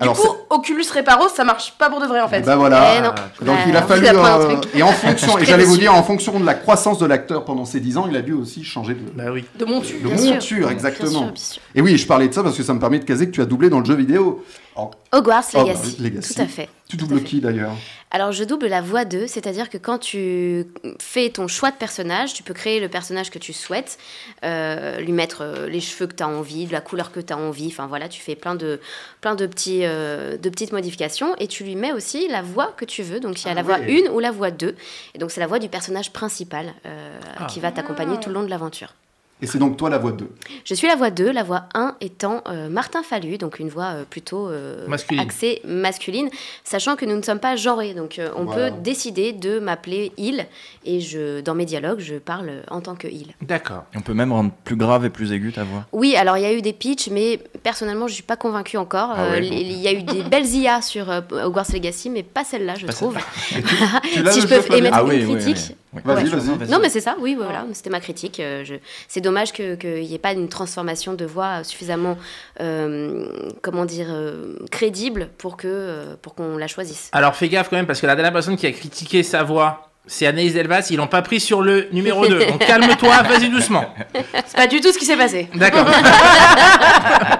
[SPEAKER 6] Du coup, Oculus Reparo, ça marche pas pour de vrai en fait.
[SPEAKER 2] Bah voilà.
[SPEAKER 3] Eh non.
[SPEAKER 2] Donc
[SPEAKER 3] Bah,
[SPEAKER 2] il a
[SPEAKER 3] vous
[SPEAKER 2] fallu
[SPEAKER 3] apprend un
[SPEAKER 2] euh,
[SPEAKER 3] truc.
[SPEAKER 2] et en fonction et
[SPEAKER 3] Je
[SPEAKER 2] j'allais vous
[SPEAKER 3] suis
[SPEAKER 2] dire en fonction de la croissance de l'acteur pendant ces 10 ans, il a dû aussi changer de,
[SPEAKER 5] Bah oui.
[SPEAKER 6] De mon tu.
[SPEAKER 2] de
[SPEAKER 3] Bien sûr.
[SPEAKER 2] monture exactement.
[SPEAKER 3] Bien sûr, bien sûr.
[SPEAKER 2] Et oui, je parlais de ça parce que ça me permet de caser que tu as doublé dans le jeu vidéo. Alors,
[SPEAKER 3] Hogwarts
[SPEAKER 2] Oh, bah,
[SPEAKER 3] Legacy.
[SPEAKER 2] Legacy.
[SPEAKER 3] Tout à fait.
[SPEAKER 2] tu
[SPEAKER 3] Tout à
[SPEAKER 2] doubles
[SPEAKER 3] fait.
[SPEAKER 2] qui d'ailleurs
[SPEAKER 3] Alors je double la voix 2, c'est-à-dire que quand tu fais ton choix de personnage, tu peux créer le personnage que tu souhaites, euh, lui mettre euh, les cheveux que tu as envie, de la couleur que tu as envie, enfin voilà, tu fais plein de, plein de, petits, euh, de petites modifications et tu lui mets aussi la voix que tu veux. Donc il y a
[SPEAKER 2] Ah
[SPEAKER 3] la voix
[SPEAKER 2] ouais.
[SPEAKER 3] 1 ou la voix 2. Et donc c'est la voix du personnage principal euh,
[SPEAKER 5] Ah.
[SPEAKER 3] qui va t'accompagner tout le long de l'aventure.
[SPEAKER 2] Et c'est donc toi la voix 2.
[SPEAKER 3] Je suis la voix 2, la voix 1 étant euh, Martin Fallu, donc une voix euh, plutôt euh,
[SPEAKER 5] Masculine.
[SPEAKER 3] axée masculine, sachant que nous ne sommes pas genrés, donc euh, on
[SPEAKER 2] Voilà.
[SPEAKER 3] peut décider de m'appeler il, et je, dans mes dialogues, je parle en tant que il.
[SPEAKER 5] D'accord.
[SPEAKER 4] Et On peut même rendre plus grave et plus aiguë ta voix.
[SPEAKER 3] Oui, alors il y a eu des pitchs, mais personnellement, je ne suis pas convaincue encore.
[SPEAKER 4] Ah
[SPEAKER 3] Euh,
[SPEAKER 4] ouais,
[SPEAKER 3] l-
[SPEAKER 4] bon.
[SPEAKER 3] il y a eu des belles IA sur euh, Hogwarts Legacy, mais pas celle-là, je
[SPEAKER 4] Pas
[SPEAKER 3] trouve.
[SPEAKER 2] Tu l'as,
[SPEAKER 3] Si
[SPEAKER 2] le
[SPEAKER 3] je
[SPEAKER 2] jeu,
[SPEAKER 3] peux
[SPEAKER 2] Flavien
[SPEAKER 3] émettre-
[SPEAKER 4] Ah
[SPEAKER 3] une
[SPEAKER 4] oui, oui, oui,
[SPEAKER 3] critique
[SPEAKER 4] oui.
[SPEAKER 2] Vas-y,
[SPEAKER 4] Ouais.
[SPEAKER 2] vas-y.
[SPEAKER 3] Non, mais c'est ça, oui, voilà, c'était ma critique. euh, je- C'est dommage que- qu'il n'y ait pas une transformation de voix suffisamment, euh, comment dire, euh, crédible pour que euh, pour qu'on la choisisse.
[SPEAKER 5] Alors fais gaffe quand même, parce que la dernière personne qui a critiqué sa voix, c'est Anaïs Delvas, ils l'ont pas pris sur le numéro 2. Donc calme-toi, vas-y doucement.
[SPEAKER 6] C'est pas du tout ce qui s'est passé.
[SPEAKER 5] D'accord.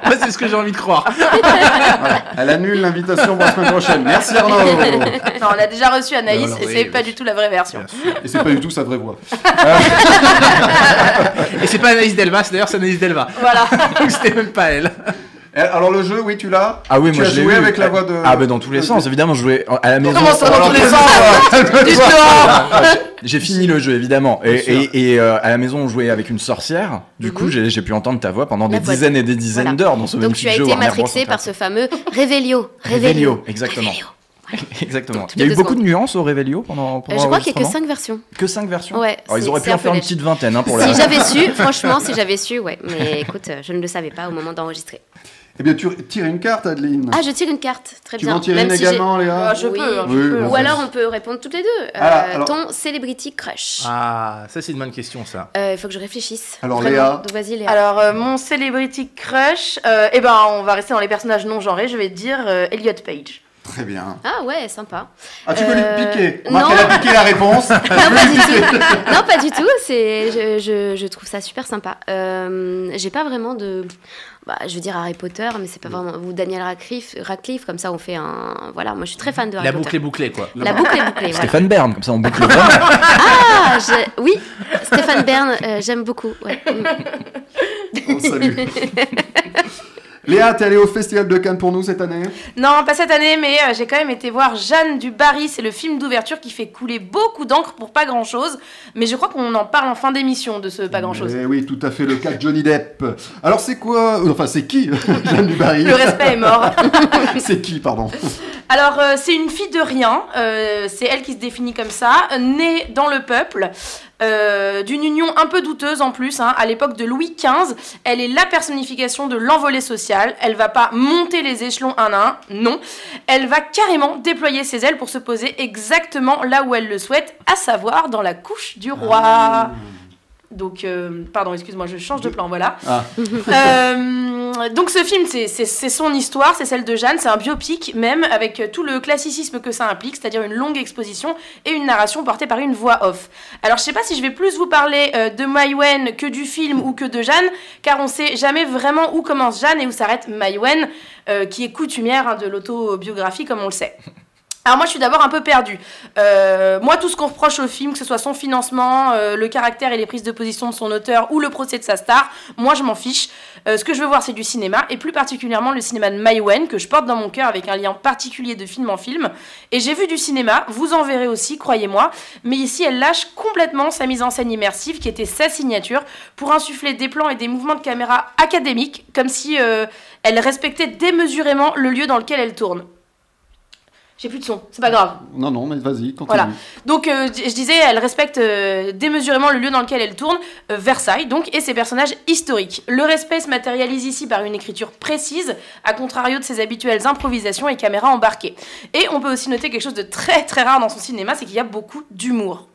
[SPEAKER 5] Moi, c'est ce que j'ai envie de croire.
[SPEAKER 2] Ah, Voilà. Elle annule l'invitation pour la semaine prochaine. Merci Arnaud.
[SPEAKER 6] Non, on a déjà reçu Anaïs
[SPEAKER 4] Alors,
[SPEAKER 6] et
[SPEAKER 4] oui,
[SPEAKER 6] c'est
[SPEAKER 4] oui.
[SPEAKER 6] pas du tout la vraie version.
[SPEAKER 2] Et c'est pas du tout sa vraie voix.
[SPEAKER 5] Et c'est pas Anaïs Delvas, d'ailleurs, c'est Anaïs Delva.
[SPEAKER 6] Voilà.
[SPEAKER 5] Donc c'était même pas elle.
[SPEAKER 2] Eh, Alors le jeu, oui, tu l'as
[SPEAKER 4] Ah oui,
[SPEAKER 2] Tu
[SPEAKER 4] moi
[SPEAKER 2] as
[SPEAKER 4] je l'ai
[SPEAKER 2] joué
[SPEAKER 4] eu.
[SPEAKER 2] avec la voix de-
[SPEAKER 4] Ah bah dans tous les
[SPEAKER 2] de-
[SPEAKER 4] sens, évidemment, je jouais à la maison.
[SPEAKER 6] Comment ça dans
[SPEAKER 2] Alors,
[SPEAKER 6] tous les hein.
[SPEAKER 2] quel
[SPEAKER 6] sens
[SPEAKER 4] J'ai fini le jeu évidemment et,
[SPEAKER 5] Bien sûr.
[SPEAKER 4] et- et, euh, à la maison on jouait avec une sorcière. Du coup
[SPEAKER 3] Mhm.
[SPEAKER 4] j'ai j'ai pu entendre ta voix pendant
[SPEAKER 3] La
[SPEAKER 4] des
[SPEAKER 3] voix.
[SPEAKER 4] dizaines et des dizaines
[SPEAKER 3] Voilà.
[SPEAKER 4] d'heures dans ce
[SPEAKER 3] Donc
[SPEAKER 4] même
[SPEAKER 3] tu as
[SPEAKER 4] jeu.
[SPEAKER 3] été
[SPEAKER 4] Warner Bros.
[SPEAKER 3] matrixé par ce fameux Révélio.
[SPEAKER 4] Révélio, hein. exactement. Exactement.
[SPEAKER 3] toutes
[SPEAKER 4] Il y a
[SPEAKER 3] les
[SPEAKER 4] eu
[SPEAKER 3] deux
[SPEAKER 4] beaucoup de nuances au Révélio pendant.
[SPEAKER 3] Euh,
[SPEAKER 4] pendant
[SPEAKER 3] je crois qu'il n'y a que
[SPEAKER 4] l'enregistrement.
[SPEAKER 3] 5 versions.
[SPEAKER 4] Que cinq versions.
[SPEAKER 3] Ouais,
[SPEAKER 4] Alors, ils
[SPEAKER 3] c'est-
[SPEAKER 4] auraient pu
[SPEAKER 3] c'est
[SPEAKER 4] en
[SPEAKER 3] un peu
[SPEAKER 4] faire une
[SPEAKER 3] léger.
[SPEAKER 4] petite vingtaine hein, pour la.
[SPEAKER 3] Si j'avais su, franchement, si j'avais su, ouais. Mais écoute, euh, je ne le savais pas au moment d'enregistrer.
[SPEAKER 2] Eh bien, tu tires une carte, Adeline.
[SPEAKER 3] Ah, je tire une carte, très
[SPEAKER 2] tu veux
[SPEAKER 3] bien.
[SPEAKER 2] en tirer
[SPEAKER 3] même
[SPEAKER 2] une
[SPEAKER 3] si j'ai- Oh,
[SPEAKER 2] également, Léa
[SPEAKER 6] Ah, Je
[SPEAKER 3] Oui.
[SPEAKER 6] peux. hein, je
[SPEAKER 2] Oui,
[SPEAKER 6] peux.
[SPEAKER 2] bon.
[SPEAKER 3] Ou alors on peut répondre toutes les deux. Euh,
[SPEAKER 2] Ah, alors-
[SPEAKER 3] Ton celebrity crush. Euh,
[SPEAKER 5] Ah, ça, c'est une bonne question, ça.
[SPEAKER 3] Il faut que je réfléchisse.
[SPEAKER 2] Alors,
[SPEAKER 3] Vraiment.
[SPEAKER 2] Léa.
[SPEAKER 3] Donc, Vas-y Léa.
[SPEAKER 6] Alors, euh, mon celebrity crush, euh, eh ben, on va rester dans les personnages non genrés. Je vais dire euh, Elliot Page.
[SPEAKER 2] Très bien.
[SPEAKER 3] Ah ouais, sympa.
[SPEAKER 2] Ah, tu peux lui
[SPEAKER 3] Euh,
[SPEAKER 2] piquer. Remarque,
[SPEAKER 3] non.
[SPEAKER 2] elle a piqué la réponse.
[SPEAKER 3] Non, pas du tout. Non, pas du tout. C'est, je, je, je trouve ça super sympa. Euh, j'ai pas vraiment de. Bah, je veux dire Harry Potter, mais
[SPEAKER 2] Mm.
[SPEAKER 3] c'est pas vraiment. Ou Daniel Radcliffe, Radcliffe, comme ça on fait un. Voilà, moi je suis très fan de Harry
[SPEAKER 5] La boucle
[SPEAKER 3] Potter.
[SPEAKER 5] est bouclée, quoi.
[SPEAKER 3] La boucle est bouclée. voilà.
[SPEAKER 4] Stéphane Bern, comme ça on boucle vraiment.
[SPEAKER 3] Ah, je- oui, Stéphane Bern, euh, j'aime beaucoup. ouais. Mm.
[SPEAKER 2] Oh, salut. Oh, Léa, t'es allée au Festival de Cannes pour nous cette année
[SPEAKER 6] Non, pas cette année, mais euh, j'ai quand même été voir Jeanne du Barry. C'est le film d'ouverture qui fait couler beaucoup d'encre pour pas grand chose. Mais je crois qu'on en parle en fin d'émission de ce pas grand chose.
[SPEAKER 2] Eh oui, tout à fait, le cas de Johnny Depp. Alors c'est quoi euh, Enfin, c'est qui Jeanne Dubarry
[SPEAKER 6] Le respect est mort.
[SPEAKER 2] C'est qui, pardon
[SPEAKER 6] Alors, euh, c'est une fille de rien, euh, c'est elle qui se définit comme ça, euh, née dans le peuple, euh, d'une union un peu douteuse en plus, hein, à l'époque de Louis XV. Elle est la personnification de l'envolée sociale, elle va pas monter les échelons un à un, non. Elle va carrément déployer ses ailes pour se poser exactement là où elle le souhaite, à savoir dans la couche du roi. Donc, euh, pardon, excuse-moi, je change de plan, voilà.
[SPEAKER 2] Ah.
[SPEAKER 6] Euh, donc ce film, c'est- c'est c'est son histoire, c'est celle de Jeanne, c'est un biopic même, avec euh, tout le classicisme que ça implique, c'est-à-dire une longue exposition et une narration portée par une voix off. Alors je sais pas si je vais plus vous parler euh, de Maïwen que du film ou que de Jeanne, car on sait jamais vraiment où commence Jeanne et où s'arrête Maïwen, euh, qui est coutumière hein, de l'autobiographie comme on le sait. Alors moi je suis d'abord un peu perdue. Euh, moi tout ce qu'on reproche au film, que ce soit son financement, euh, le caractère et les prises de position de son auteur ou le procès de sa star, moi je m'en fiche. Euh, ce que je veux voir c'est du cinéma et plus particulièrement le cinéma de Maïwen que je porte dans mon cœur avec un lien particulier de film en film. Et j'ai vu du cinéma, vous en verrez aussi, croyez-moi. Mais ici elle lâche complètement sa mise en scène immersive qui était sa signature pour insuffler des plans et des mouvements de caméra académiques comme si euh, elle respectait démesurément le lieu dans lequel elle tourne. J'ai plus de son, c'est pas grave.
[SPEAKER 2] Non, non, mais vas-y, continue.
[SPEAKER 6] Voilà. Donc, euh, je je disais, elle respecte euh, démesurément le lieu dans lequel elle tourne, euh, Versailles, donc, et ses personnages historiques. Le respect se matérialise ici par une écriture précise, à contrario de ses habituelles improvisations et caméras embarquées. Et on peut aussi noter quelque chose de très très rare dans son cinéma, c'est qu'il y a beaucoup d'humour.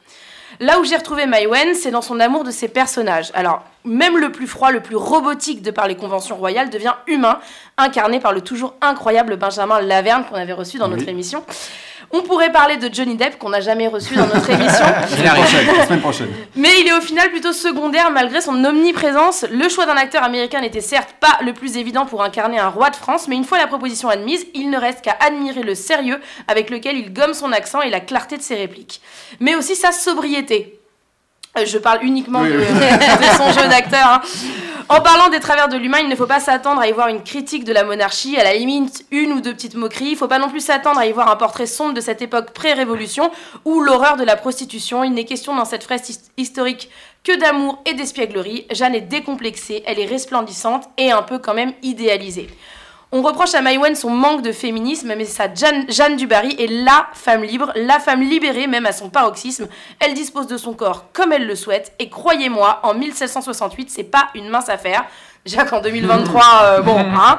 [SPEAKER 6] Là où j'ai retrouvé Maïwen, c'est dans son amour de ses personnages. Alors, même le plus froid, le plus robotique de par les conventions royales, devient humain, incarné par le toujours incroyable Benjamin Laverne qu'on avait reçu dans notre
[SPEAKER 2] Oui.
[SPEAKER 6] émission. On pourrait parler de Johnny Depp qu'on n'a jamais reçu dans notre émission,
[SPEAKER 5] Il arrive.
[SPEAKER 2] La semaine prochaine.
[SPEAKER 6] mais il est au final plutôt secondaire malgré son omniprésence. Le choix d'un acteur américain n'était certes pas le plus évident pour incarner un roi de France, mais une fois la proposition admise, il ne reste qu'à admirer le sérieux avec lequel il gomme son accent et la clarté de ses répliques. Mais aussi sa sobriété. Euh, Je parle uniquement
[SPEAKER 2] Oui,
[SPEAKER 6] de,
[SPEAKER 2] oui.
[SPEAKER 6] de son jeu d'acteur. hein. En parlant des travers de l'humain, il ne faut pas s'attendre à y voir une critique de la monarchie, à la limite une ou deux petites moqueries. Il ne faut pas non plus s'attendre à y voir un portrait sombre de cette époque pré-révolution ou l'horreur de la prostitution. Il n'est question dans cette fresque his- historique que d'amour et d'espièglerie. Jeanne est décomplexée, elle est resplendissante et un peu quand même idéalisée. On reproche à Maïwen son manque de féminisme, mais sa Jeanne, Jeanne du Barry est LA femme libre, la femme libérée même à son paroxysme. Elle dispose de son corps comme elle le souhaite, et croyez-moi, en 1768, c'est pas une mince affaire. Déjà qu'en 2023, euh, bon, hein.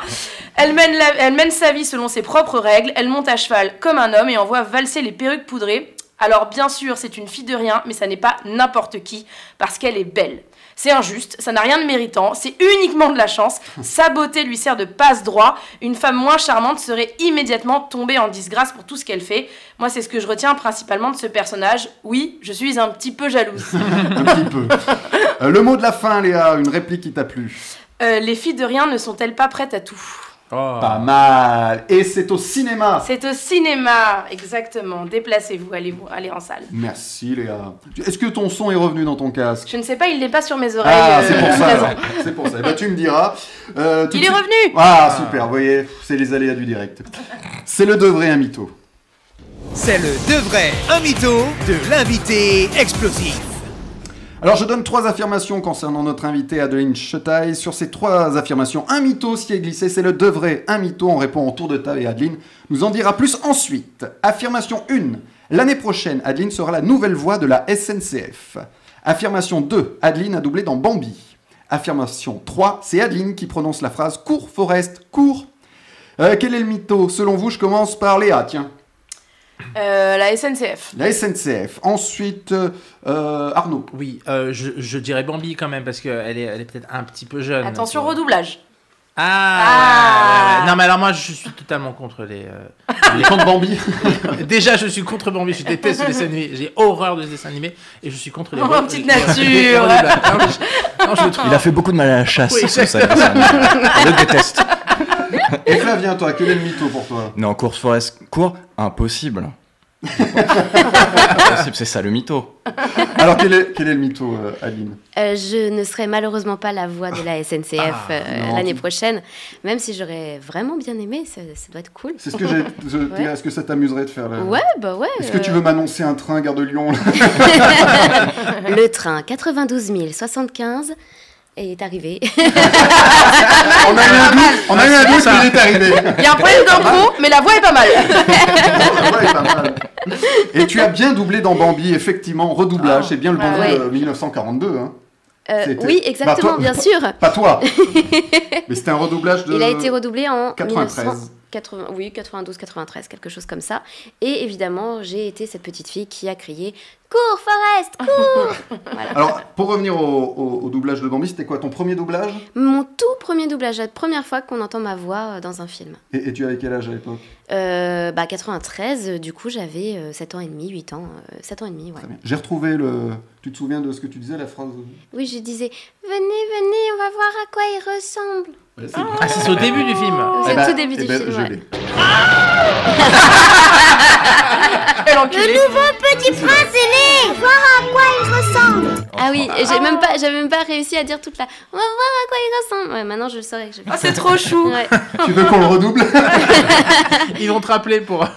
[SPEAKER 6] Elle mène, la- elle mène sa vie selon ses propres règles, elle monte à cheval comme un homme et envoie valser les perruques poudrées. Alors bien sûr, c'est une fille de rien, mais ça n'est pas n'importe qui, parce qu'elle est belle. C'est injuste, ça n'a rien de méritant, c'est uniquement de la chance, sa beauté lui sert de passe-droit, une femme moins charmante serait immédiatement tombée en disgrâce pour tout ce qu'elle fait. Moi, c'est ce que je retiens principalement de ce personnage. Oui, je suis un petit peu jalouse.
[SPEAKER 2] Un petit peu. Euh, le mot de la fin, Léa, une réplique qui t'a plu.
[SPEAKER 6] Euh, les filles de rien ne sont-elles pas prêtes à tout
[SPEAKER 5] Ah. Oh.
[SPEAKER 2] Pas mal. Et c'est au cinéma.
[SPEAKER 6] C'est au cinéma, exactement. Déplacez-vous, allez, allez en salle.
[SPEAKER 2] Merci, Léa. Est-ce que ton son est revenu dans ton casque
[SPEAKER 6] Je ne sais pas, il n'est pas sur mes oreilles.
[SPEAKER 2] Ah,
[SPEAKER 6] euh,
[SPEAKER 2] c'est pour ça.
[SPEAKER 6] présent.
[SPEAKER 2] alors. C'est pour ça. Eh ben, tu me diras. Euh, tout
[SPEAKER 6] Il
[SPEAKER 2] de
[SPEAKER 6] est
[SPEAKER 2] suite-
[SPEAKER 6] revenu
[SPEAKER 2] Ah, super, vous voyez, c'est les aléas du direct. C'est le de vrai un mytho.
[SPEAKER 1] C'est le de vrai, un mytho de l'invité explosif.
[SPEAKER 2] Alors je donne trois affirmations concernant notre invité Adeline Chetaille. Sur ces trois affirmations, un mytho s'y est glissé, c'est le de vrai, un mytho, on répond en tour de table et Adeline nous en dira plus ensuite. Affirmation 1, l'année prochaine, Adeline sera la nouvelle voix de la SNCF. Affirmation 2, Adeline a doublé dans Bambi. Affirmation 3, c'est Adeline qui prononce la phrase « cours, Forest, cours ». Euh, quel est le mytho Selon vous, je commence par Léa, tiens.
[SPEAKER 6] Euh, La SNCF.
[SPEAKER 2] La SNCF. Ensuite, euh, euh, Arnaud.
[SPEAKER 5] Oui, euh, je, je dirais Bambi quand même parce qu'elle est, elle est peut-être un petit peu jeune.
[SPEAKER 6] Attention,
[SPEAKER 5] Tu vois.
[SPEAKER 6] redoublage.
[SPEAKER 5] Ah,
[SPEAKER 6] Ah.
[SPEAKER 5] ouais, ouais, ouais. Non, mais alors moi je suis totalement contre les. euh, les-
[SPEAKER 2] Contre Bambi.
[SPEAKER 5] Déjà, je suis contre Bambi, je déteste les dessins animés, j'ai horreur de les dessins animés et je suis contre les.
[SPEAKER 6] Oh,
[SPEAKER 5] re-
[SPEAKER 6] petite
[SPEAKER 5] les- les-
[SPEAKER 6] nature.
[SPEAKER 5] les- les- non, je le trouve.
[SPEAKER 4] Il a fait beaucoup de mal à la chasse.
[SPEAKER 5] Oui,
[SPEAKER 4] c'est ça, ça. Je le déteste.
[SPEAKER 2] Et Flavien, toi, quel est le mytho pour toi
[SPEAKER 4] Non, course forest court, impossible. C'est c'est ça le mytho.
[SPEAKER 2] Alors, quel est, quel est le mytho, euh, Aline
[SPEAKER 3] Euh, je ne serai malheureusement pas la voix de la SNCF
[SPEAKER 2] Ah,
[SPEAKER 3] euh,
[SPEAKER 2] non.
[SPEAKER 3] l'année prochaine, même si j'aurais vraiment bien aimé, ça, ça doit être cool.
[SPEAKER 2] C'est ce que j'ai. je-
[SPEAKER 3] Ouais.
[SPEAKER 2] Est-ce que ça t'amuserait de faire là
[SPEAKER 3] Ouais, Ah, bah ouais.
[SPEAKER 2] Est-ce que tu
[SPEAKER 3] euh,
[SPEAKER 2] veux m'annoncer un train Gare de Lyon là Ah.
[SPEAKER 3] Le train 92 075 est arrivé.
[SPEAKER 2] On a eu un doute, on a eu un doute, mais il est arrivé.
[SPEAKER 6] Il y a un problème d'impro, mais la voix est pas mal.
[SPEAKER 2] Ah ouais, pas mal. Et tu as bien doublé dans Bambi, effectivement, redoublage, c'est bien le Bambi
[SPEAKER 3] Ah ouais.
[SPEAKER 2] de 1942. hein.
[SPEAKER 3] Euh,
[SPEAKER 2] C'était-
[SPEAKER 3] oui,
[SPEAKER 2] Bah,
[SPEAKER 3] exactement,
[SPEAKER 2] toi-
[SPEAKER 3] bien sûr.
[SPEAKER 2] Pas toi Mais c'était un redoublage de.
[SPEAKER 3] Il a été redoublé en
[SPEAKER 2] 93.
[SPEAKER 3] 1980 oui, 92, 93, quelque chose comme ça. Et évidemment, j'ai été cette petite fille qui a crié Cours, Forest cours
[SPEAKER 2] Alors, pour revenir au, au- au doublage de Bambi, c'était quoi ton premier doublage
[SPEAKER 3] Mon tout premier doublage, la première fois qu'on entend ma voix euh, dans un film.
[SPEAKER 2] et, et tu avais quel âge à l'époque
[SPEAKER 3] Euh, bah, 93, euh, du coup, j'avais euh, 7 ans et demi, 8 ans, euh, 7 ans et demi, ouais.
[SPEAKER 2] Très bien. J'ai retrouvé le. Tu te souviens de ce que tu disais, la phrase
[SPEAKER 3] Oui, je disais Venez, venez, on va voir à quoi il ressemble.
[SPEAKER 2] Ouais, c'est bien.
[SPEAKER 5] Ah, c'est au début du film.
[SPEAKER 3] C'est
[SPEAKER 2] Eh
[SPEAKER 3] au
[SPEAKER 2] ben-
[SPEAKER 3] tout début
[SPEAKER 2] eh
[SPEAKER 3] du
[SPEAKER 2] ben,
[SPEAKER 3] film.
[SPEAKER 2] je
[SPEAKER 3] ouais.
[SPEAKER 2] l'ai.
[SPEAKER 6] Quel enculé.
[SPEAKER 3] Ah oui, et j'ai même pas, j'avais même pas réussi à dire toute la. On va voir à quoi il ressemble. Ouais, maintenant je le saurais que je.
[SPEAKER 6] Ah, c'est trop chou.
[SPEAKER 3] Ouais.
[SPEAKER 2] Tu veux qu'on le redouble
[SPEAKER 5] Ils vont te rappeler pour.
[SPEAKER 3] Mmh,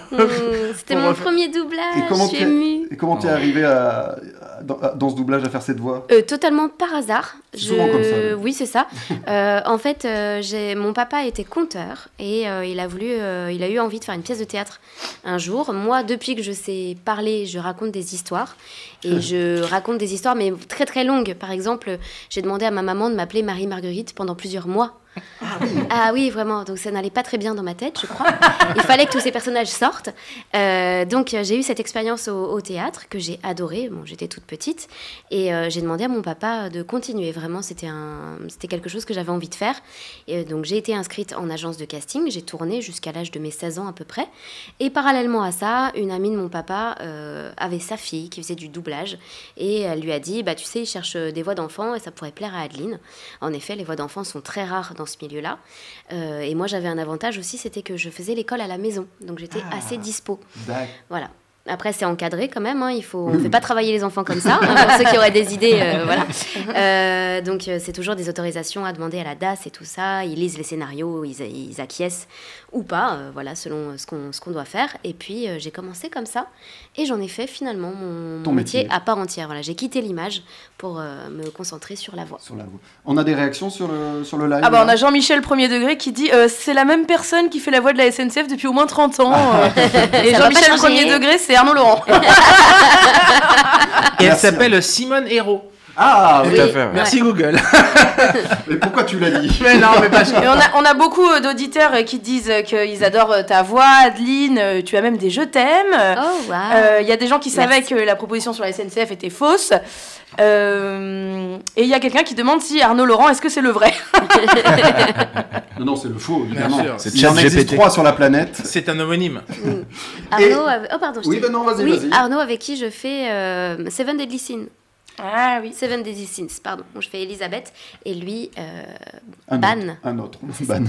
[SPEAKER 3] C'était
[SPEAKER 5] Pour
[SPEAKER 3] mon
[SPEAKER 5] refaire.
[SPEAKER 3] premier doublage.
[SPEAKER 2] Et comment
[SPEAKER 3] je suis
[SPEAKER 2] t'es-
[SPEAKER 3] émue.
[SPEAKER 2] Et comment t'es
[SPEAKER 4] Ah ouais.
[SPEAKER 2] arrivé à, à- dans, à- dans ce doublage à faire cette voix
[SPEAKER 3] Euh, totalement par hasard.
[SPEAKER 2] C'est souvent comme ça, ouais.
[SPEAKER 3] Oui, c'est ça. Euh, en fait, euh, j'ai- mon papa était conteur et euh, il a voulu, euh, il a eu envie de faire une pièce de théâtre un jour. Moi, depuis que je sais parler, je raconte des histoires
[SPEAKER 2] Ah.
[SPEAKER 3] et je raconte des histoires, mais très très longues. Par exemple, j'ai demandé à ma maman de m'appeler Marie Marguerite pendant plusieurs mois. Ah oui, vraiment. Donc ça n'allait pas très bien dans ma tête, je crois. Il fallait que tous ces personnages sortent. Euh, donc euh, j'ai eu cette expérience au, au théâtre que j'ai adorée. Bon, j'étais toute petite et euh, j'ai demandé à mon papa de continuer. Vraiment, c'était un, c'était quelque chose que j'avais envie de faire. Et, euh, donc j'ai été inscrite en agence de casting. J'ai tourné jusqu'à l'âge de mes 16 ans à peu près. Et parallèlement à ça, une amie de mon papa euh, avait sa fille qui faisait du doublage et elle lui a dit, bah tu sais, il cherche des voix d'enfants et ça pourrait plaire à Adeline. En effet, les voix d'enfants sont très rares dans ce milieu-là. Euh, et moi, j'avais un avantage aussi, c'était que je faisais l'école à la maison. Donc, j'étais assez dispo. Voilà. Après, c'est encadré quand même. hein, Il faut... On ne fait pas travailler les enfants comme ça, hein, pour ceux qui auraient des idées. euh, voilà. Euh, donc, euh, c'est toujours des autorisations à demander à la DAS et tout ça. Ils lisent les scénarios, ils, ils acquiescent ou pas, euh, voilà, selon euh, ce qu'on ce qu'on doit faire. Et puis, euh, j'ai commencé comme ça. Et j'en ai fait finalement mon,
[SPEAKER 2] Ton
[SPEAKER 3] mon métier,
[SPEAKER 2] métier.
[SPEAKER 3] à part entière. Voilà, j'ai quitté l'image pour euh, me concentrer sur la voix.
[SPEAKER 2] Sur la voix. On a des réactions sur le, sur le live
[SPEAKER 6] Ah bah on
[SPEAKER 2] là
[SPEAKER 6] a Jean-Michel premier degré qui dit euh, c'est la même personne qui fait la voix de la SNCF depuis au moins 30 ans. euh. et
[SPEAKER 3] Ça va pas
[SPEAKER 6] Jean-Michel
[SPEAKER 3] changer.
[SPEAKER 6] premier degré c'est Arnaud Laurent.
[SPEAKER 5] Et elle
[SPEAKER 2] Merci.
[SPEAKER 5] s'appelle Simone Hérault.
[SPEAKER 2] Ah
[SPEAKER 4] Tout
[SPEAKER 2] oui.
[SPEAKER 4] à fait. ouais.
[SPEAKER 5] Merci Google.
[SPEAKER 2] Mais pourquoi tu l'as dit
[SPEAKER 5] Mais non, mais parce que.
[SPEAKER 6] Et on a, on a beaucoup euh, d'auditeurs euh, qui disent euh, qu'ils adorent euh, ta voix, Adeline, euh, tu as même des je t'aime. Euh,
[SPEAKER 3] Oh, waouh!
[SPEAKER 6] Il y a des gens qui savaient que la proposition sur la SNCF était fausse. Euh, et il y a quelqu'un qui demande si Arnaud Laurent, est-ce que c'est le vrai
[SPEAKER 2] Non, non, c'est le faux, évidemment.
[SPEAKER 5] sûr.
[SPEAKER 4] C'est
[SPEAKER 2] Il en existe
[SPEAKER 4] ChatGPT.
[SPEAKER 2] trois sur la planète.
[SPEAKER 5] C'est un homonyme.
[SPEAKER 3] Arnaud,
[SPEAKER 2] Et-
[SPEAKER 3] avec- oh pardon, je
[SPEAKER 2] Oui,
[SPEAKER 3] t'ai-
[SPEAKER 2] ben non, vas-y,
[SPEAKER 3] Oui,
[SPEAKER 2] vas-y.
[SPEAKER 3] Arnaud avec qui je fais euh, Seven Deadly Sins.
[SPEAKER 6] Ah oui.
[SPEAKER 3] Seven Deadly Sins, pardon. Bon, je fais Elisabeth et lui, euh,
[SPEAKER 2] un
[SPEAKER 3] Ban.
[SPEAKER 2] autre. Un autre. Ban.